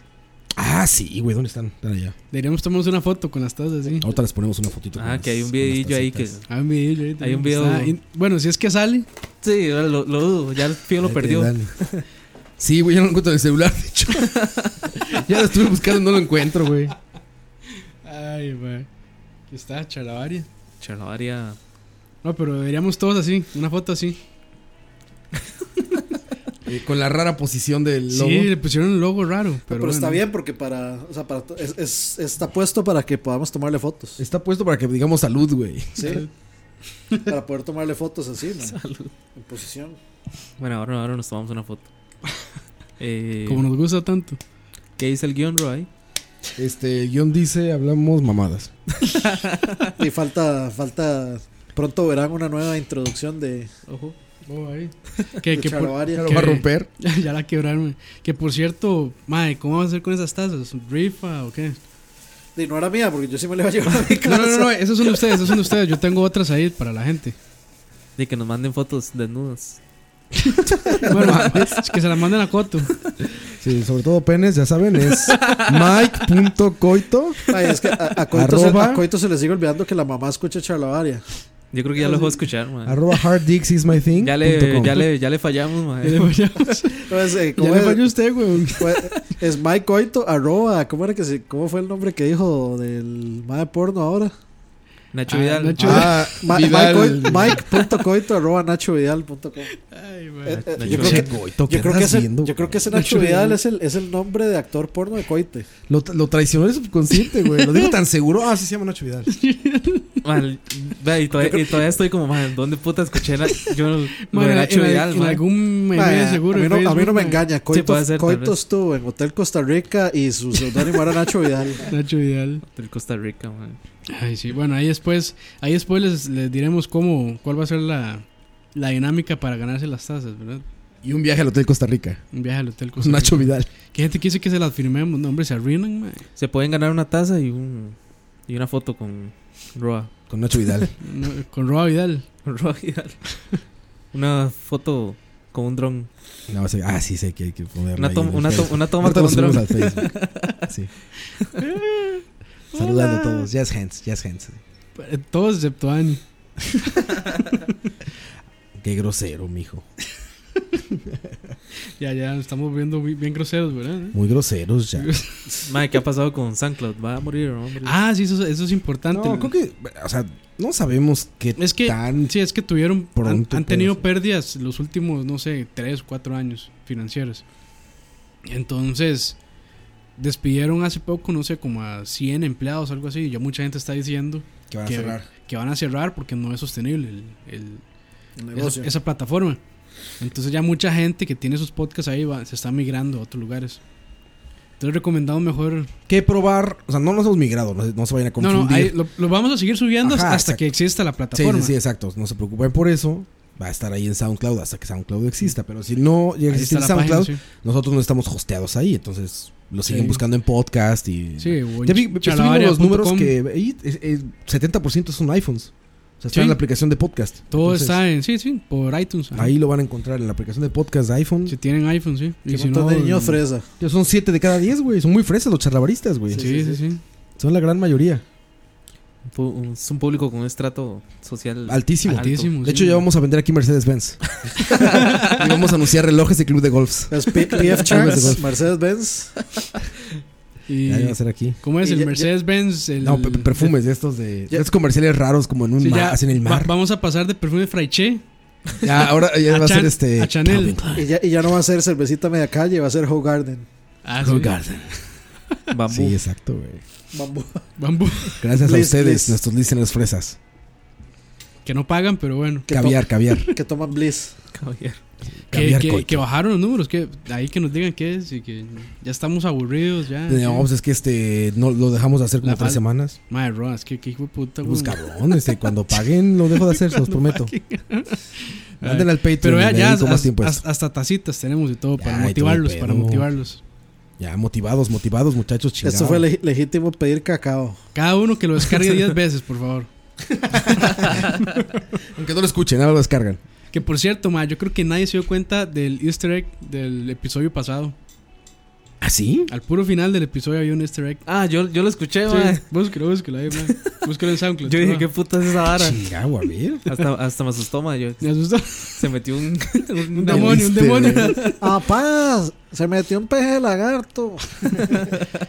Ah, sí, güey, ¿dónde están? Están allá.
Deberíamos tomarnos una foto con las tazas así.
Ahorita les ponemos una fotito. con
Ah, que
las-
hay un
con las
videillo ahí que.
tacitas.
Hay un video. yo ahorita
Hay un
no
video.
está. Y- bueno, si es que sale.
Sí, lo, lo dudo. Ya el Fío lo
Ahí te
perdió.
dan. Sí, güey, ya no lo encuentro en el celular, de hecho. ya lo estuve buscando, no lo encuentro, güey.
Ay, güey. Aquí está, Chalabaria.
Charlavaria.
No, pero deberíamos todos así, una foto así.
Eh, con la rara posición del lobo.
Sí, le pusieron un logo raro. Pero,
Pero,
bueno.
está bien porque para, o sea, para to- es- es- está puesto para que podamos tomarle fotos.
Está puesto para que digamos salud, güey.
Sí. para poder tomarle fotos así, ¿no? En posición.
Bueno, ahora, ahora nos tomamos una foto. Eh,
Como nos gusta tanto.
¿Qué dice el guión, Roy?
Este, el guión dice, hablamos mamadas.
Y falta, falta. Pronto verán una nueva introducción de,
Ojo.
Oh, ahí. Que,
de
que por-
Charlavaria.
Ya lo va a romper.
ya, ya la quebraron. Que por cierto, madre, ¿cómo vas a hacer con esas tazas? ¿Rifa o qué?
Y no era mía, porque yo sí me la iba a llevar a mi
No,
casa.
no, no, no, esos son de ustedes, esos son de ustedes. Yo tengo otras ahí para la gente.
De que nos manden fotos desnudas.
Bueno, es que se las manden a Coto.
Sí, sobre todo penes, ya saben, es mike.coito.
Ay, es que a, a Coito se,
Arroba.
a Coito se le sigue olvidando que la mamá escucha Charlavaria.
Yo creo que ya lo dejó escuchar, man.
Arroba harddicks is my thing.
Ya le,
punto
ya,
com.
le, ya le fallamos, man.
Entonces, eh,
Ya
¿cómo
le
es?
falló usted, güey.
Fue- es Mike Coito, arroba. ¿Cómo, era que se, ¿Cómo fue el nombre que dijo del mae porno ahora?
Nacho Vidal.
Nacho-
Ah,
Ma-
Vidal.
Mike Coito- Mike.coito, arroba nachovidal.com. Eh,
Ay,
eh,
madre.
Yo creo que.
Coito, ¿qué
Yo creo, que
andas
ese,
viendo,
yo creo
güey?
que ese Nacho Vidal es el, es el nombre de actor porno de coite.
Lo, lo traicionó el subconsciente, güey. Lo digo tan seguro. Ah, sí se llama Nacho Vidal.
Man, ve, y, todavía, y todavía estoy como, man, ¿dónde puta escuché la, yo, lo
Madre,
de Nacho
en, al-
Vidal,
en
man?
algún meme
Mae,
seguro.
a, mí
en
no, a mí no
Facebook,
me
mae.
engaña. Coito,
puede ser, tal
Coito
vez.
estuvo en Hotel Costa Rica y su seudónimo era Nacho Vidal.
Nacho Vidal.
Del Costa Rica, man.
Ay, sí, bueno, ahí después, ahí después les, les diremos cómo, cuál va a ser la, la dinámica para ganarse las tazas, ¿verdad?
Y un viaje al Hotel Costa Rica.
Un viaje al hotel
Con
Costa
Nacho
Rica.
Vidal.
Que gente que dice que se las firmemos, no, hombre, se arruinan, mae.
Se pueden ganar una taza y un y una foto con Roa.
Con Nacho Vidal.
No, con Roa Vidal.
Con Roa Vidal. Una foto con un dron.
No, o sea, ah, sí, sé que hay que poner.
Una, tom- una, to- una toma
Ahorita
con
lo
un dron.
subimos al Facebook. Sí. Saludando a todos. Jazz hands, jazz hands.
Eh, Todos excepto Ani.
Qué grosero, mijo.
Ya, ya, estamos viendo muy- bien groseros, ¿verdad?
Muy groseros ya.
Madre, ¿qué ha pasado con SoundCloud? ¿Va a morir o no va a morir?
Ah, sí, eso, eso es importante.
No, creo que, o sea, no sabemos qué
Es que,
tan.
sí, es que tuvieron,
Pronto
han, han
puede
tenido
ser.
pérdidas los últimos, no sé, tres, cuatro años financieras. Entonces, despidieron hace poco, no sé, como a 100 empleados, algo así. y Ya mucha gente está diciendo
que van a
que-
cerrar.
que van a cerrar porque no es sostenible el- el-
Negocio.
esa, esa plataforma. Entonces ya mucha gente que tiene sus podcasts ahí va- se está migrando a otros lugares. Entonces recomendado mejor...
¿Qué probar? O sea, no nos hemos migrado, no, se- no se vayan a
No,
confundir.
no, ahí lo, lo vamos a seguir subiendo
Ajá,
hasta
exacto.
que exista la
Sí,
plataforma.
sí, sí, exacto. No se preocupen por eso. Va a estar ahí en SoundCloud hasta que SoundCloud exista. Pero si no llega a
Ahí
existir
está la
SoundCloud,
página,
nosotros no estamos hosteados ahí. Entonces lo siguen
Sí.
buscando en podcast y.
sí. Sí,
Ya
o en
vi, estoy viendo los
chalabaria.com.
números que. ahí, eh, eh, 70% son iPhones. O sea, está
Sí.
en la aplicación de podcast.
Todo
Entonces,
está en, sí, sí, por iTunes. ajá.
Ahí lo van a encontrar en la aplicación de podcast de iPhone.
Si tienen iPhone, sí.
Qué
Y si
montón
no,
de niños
en-
fresa.
Ya Son 7 de cada 10, güey. Son muy fresas los charlabaristas, güey.
Sí, sí, sí.
Son la gran mayoría.
Un pu- un- Es un público con un estrato social.
Altísimo.
Altísimo.
De
sí.
hecho, ya vamos a vender aquí Mercedes-Benz. y vamos a anunciar relojes de club de golfs.
Es P- PF Chance, Mercedes Benz.
Y,
Ya va a ser aquí.
¿Cómo es?
y
El
ya-
Mercedes-Benz. El...
No, pe- perfumes de estos de, de
Ya-
estos comerciales raros como en un
Sí,
mar,
ya
así en el
va-
mar.
vamos a pasar de perfume Fraiche
Ya, ahora ya
a,
va a
Chan-
ser este
a Chanel.
Y ya, y ya no va a ser cervecita media calle, va a ser Hoe Garden.
Ah, sí.
Covent Garden.
Bambú.
Sí, exacto, güey.
Bambú.
Bambú.
Gracias a
Please,
ustedes,
please.
nuestros listeners fresas.
Que no pagan, pero bueno.
Que
caviar, caviar.
Que toman Bliss.
Caballero.
Que,
Caviar
que,
coito.
que bajaron los números. que Ahí que nos digan qué es. Y que ya estamos aburridos. Ya.
No, pues es que este no lo dejamos de hacer como
La
tres
fal-
semanas.
Madre Roa, es que qué hijo de puta,
Pues
güey.
cabrón, este, cuando paguen lo dejo de hacer, se los prometo. Anden al Patreon.
Pero ya,
y le
ya
dedico más
hasta,
tiempo a esto.
hasta- hasta tacitas tenemos y todo
Ya,
para
y todo el
motivarlos, para
pedo.
motivarlos.
Ya, motivados, motivados, muchachos, chingados.
Esto fue leg- legítimo pedir cacao.
Cada uno que lo descargue 10 veces, por favor.
Aunque no lo escuchen, ahora lo descargan.
Que por cierto, ma, yo creo que nadie se dio cuenta del easter egg del episodio pasado.
¿Ah, sí?
Al puro final del episodio había un easter egg.
Ah, yo, yo lo escuché, mae.
Sí, búsquelo, búsquelo ahí, mae. Búsquelo en SoundCloud.
Yo dije,
mae.
¿qué puta es esa vara?
Chinga, a ver.
Hasta, hasta me asustó, mae. Yo,
Me asustó.
se metió un, un
Un
demonio.
demonio, un demonio.
¡Apá! Se metió un peje de lagarto.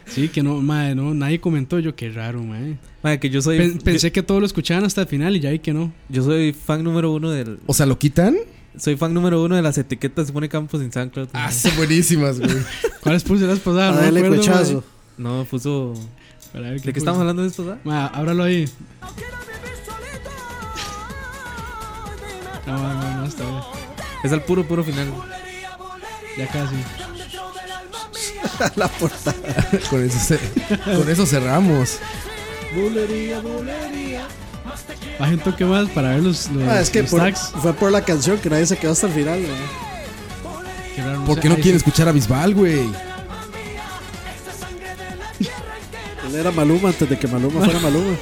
Sí, que no, mae, no, nadie comentó. Yo, qué raro, mae.
Mae, que yo soy,
Pen- pensé que todos lo escuchaban hasta el final y ya vi que no.
yo, yo soy fan número uno del...
O sea, ¿lo quitan?
Soy fan número uno de las etiquetas que pone Campos en SoundCloud. mae.
Ah, son buenísimas, güey.
¿Cuáles puse las
a
pasadas? Ah, No me
darle
acuerdo,
cuechazo.
No, puso...
mae. Para ver
¿De qué estamos
puse.
hablando de esto, da?
Mae, ábralo ahí. No, no, no, está bien.
Es al puro, puro final.
Ya casi.
la portada.
Con eso, ce- con eso cerramos.
Baje un toque más para ver los, los,
Ah, es que
los
por-
tags.
fue por la canción que nadie se quedó hasta el final. ¿no?
Qué raro,
¿Por
sé.
qué no
Ahí
quieren
sí.
escuchar a Bisbal, güey?
Él era Maluma antes de que Maluma fuera Maluma.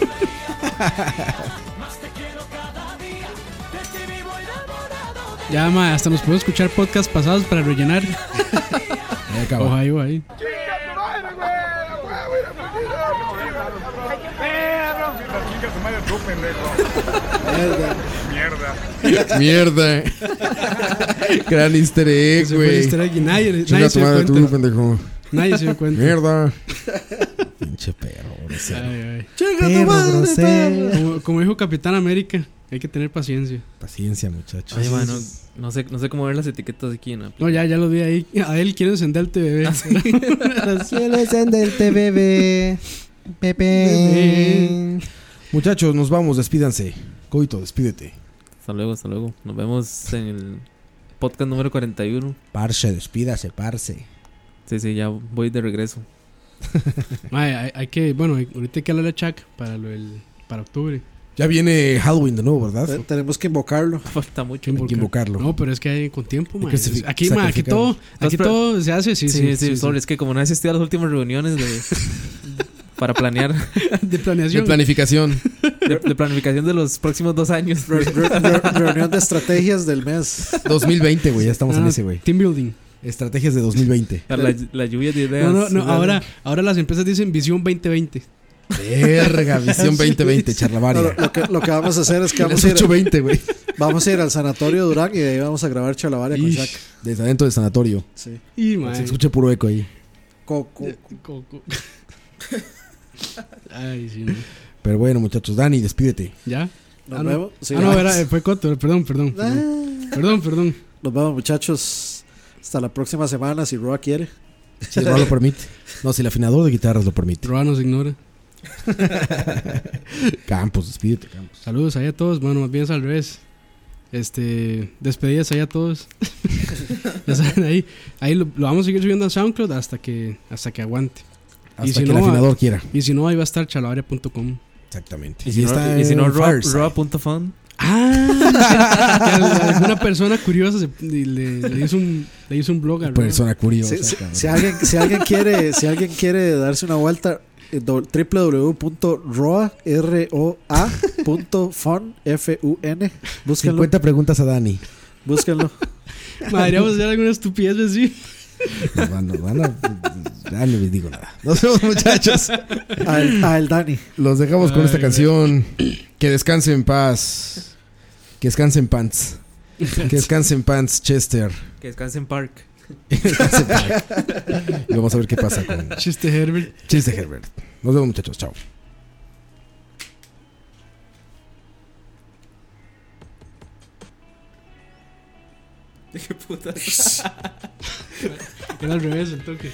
Ya, mae, hasta nos podemos escuchar podcasts pasados para rellenar.
Ahí acaba.
Ohio ahí.
Mierda. Gran easter egg,
Se fue el
güey.
easter egg y nadie, nadie
Chinga
se
tu
dio
madre,
cuenta.
tú, pendejo.
Nadie se dio cuenta.
Mierda. Pinche perro, grosero.
Ay, ay.
Chinga tu madre, perro.
Como, como dijo Capitán América, hay que tener paciencia.
Paciencia, muchachos.
Ay, mae, no, no sé, no sé cómo ver las etiquetas aquí en la...
No, ya, ya lo vi ahí. A él quiere encender el
Ah,
TVB.
Muchachos, nos vamos, despídanse. Coito, despídete.
Hasta luego, hasta luego. Nos vemos en el podcast número 41.
Parce, despídase, parce.
Sí, sí, ya voy de regreso.
Mae, hay, hay que, bueno, hay- ahorita hay que hablar a Chuck para lo del, para octubre.
Ya viene Halloween de nuevo, ¿verdad?
Te- Eh, Tenemos que invocarlo.
Falta mucho.
Hay que invocarlo.
No, pero es que hay con tiempo, mae.
que sacrific-
Aquí, mae, aquí
sacrificar.
todo, aquí
Entonces, pero-
todo se hace, sí,
Sí,
sí,
sí, sorry, es que como no he asistido a las últimas reuniones de... para planear
De
De
planeación.
planificación.
de, de planificación de los próximos dos años.
Re- re- re- reunión de estrategias del mes.
2020, güey. Ya
No,
estamos en
no,
ese, güey.
Ah, Team building.
Estrategias de 2020.
La, la lluvia de ideas.
No, no, no, ahora, ahora las empresas dicen visión 2020.
Verga, visión 2020,
No, lo,
charlavaria.
lo que, lo que vamos a hacer es que vamos a, ir,
820, güey.
vamos a ir al sanatorio Durán y de ahí vamos a grabar Chalabaria con Shaq.
Desde adentro del sanatorio.
Sí.
Y, mae.
Se escucha puro eco ahí.
Co- co-
co- co- Ay, sí, no.
Pero bueno, muchachos, Dani, despídete.
¿Ya?
nos
Ah, no.
vemos. Sí,
ah, no,
ah,
era, eh, fue Coto, perdón, perdón. Perdón,
ah.
perdón. perdón.
Nos vemos, muchachos. Hasta la próxima semana, si Roa quiere.
Si no lo permite. No, si el afinador de guitarras lo permite.
Roa nos ignora.
Campos, despídete, Campos.
Saludos ahí a todos. Bueno, más bien es al revés. Este, despedidas ahí a todos. ya saben, ahí, ahí lo, lo vamos a seguir subiendo a SoundCloud hasta que, hasta que aguante.
Hasta
Y si
que
no,
el afinador quiera.
Y si no, ahí va a estar chalabaria.com.
Exactamente.
Y si no, y si no roa- roa.fun.
Ah, que al- alguna persona curiosa se- le, le- le hizo un, le hizo un blog a Roa.
Persona curiosa.
Si, si-
cabrón.
si alguien, si, alguien quiere, si alguien quiere darse una vuelta, eh, do- www.roa.fun, F-U-N. Búsquenlo.
50 preguntas a Dani.
Búsquenlo.
Podríamos hacer alguna estupidez así.
Nos van, nos van a. Ya no les digo nada. Nos vemos, muchachos.
Al, al Dani.
Los dejamos con
Ay,
esta
güey.
canción. Que descanse en paz. Que descanse en pants. Que descanse en pants, Chester.
Que descanse en Park.
Que descanse en paz. y vamos a ver qué pasa con
Chiste Herbert.
Chester Herbert. Nos vemos, muchachos. Chao.
¿Qué puta?
Era al revés el toque.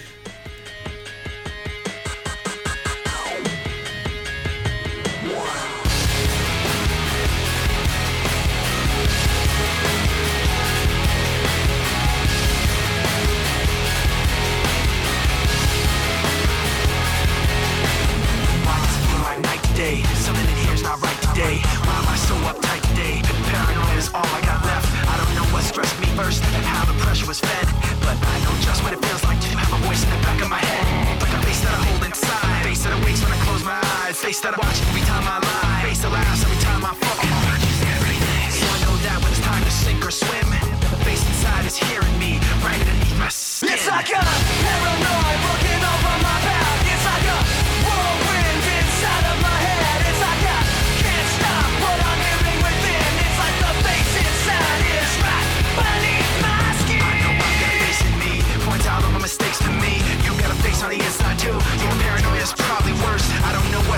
my night today. Something in here's not right today. Why am I so uptight today? Paranoia is all I got left. I don't know what stressed me first and how the pressure was fed. But I know just what it feels like to have a voice in the back of my head. Like a face that I hold inside. Face that awakes when I close my eyes. Face that I watch every time I lie. Face that laughs every time I fall. So I know that when it's time to sink or swim, the face inside is hearing me right underneath my skin. It's like a paranoid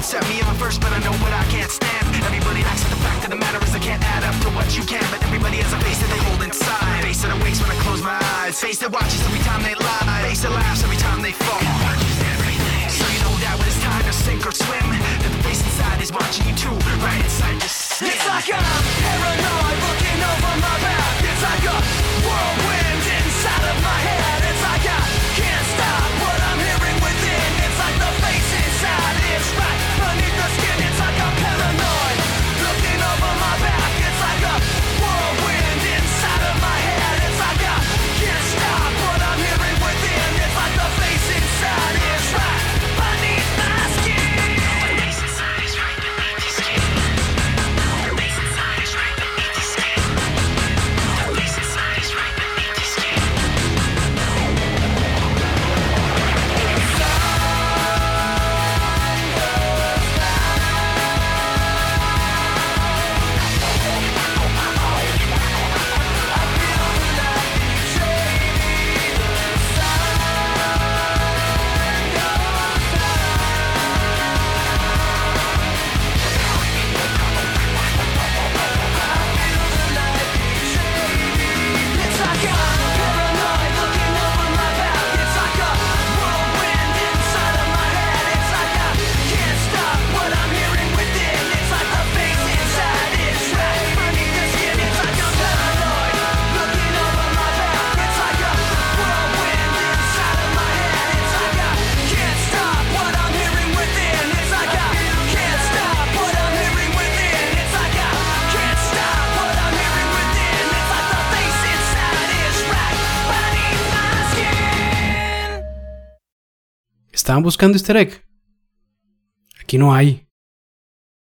set me on first, but I know what I can't stand. Everybody acts, but the fact of the matter is I can't add up to what you can. But everybody has a face that they hold inside. Face that awakes when I close my eyes. Face that watches every time they lie. Face that laughs every time they fall. So you know that when it's time to sink or swim, that the face inside is watching you too, right inside your skin. It's like I'm paranoid, looking over my back. It's like a whirlwind inside of my head. It's like I can't stop what I'm hearing within. It's like the face inside is right beneath the skin. It's like I'm paranoid, looking over my back. It's like a whirlwind inside of my head. It's like I can't stop what I'm hearing within. It's like the face inside is right beneath my skin. The face inside is right beneath your skin. The face inside is right beneath your skin. The face inside is right beneath your skin. It's like I'm paranoid, looking over my back. It's like a whirlwind inside of my head. It's like I can't stop what I'm hearing within. It's like the face inside is trapped beneath the skin. It's like I'm paranoid, looking over my back. It's like a whirlwind inside of my head. It's like I can't stop what I'm hearing within. It's like I can't stop what I'm hearing within. It's like I can't stop what I'm hearing within. It's like the face inside is right beneath my skin.
¿Estaban buscando easter egg? Aquí no hay.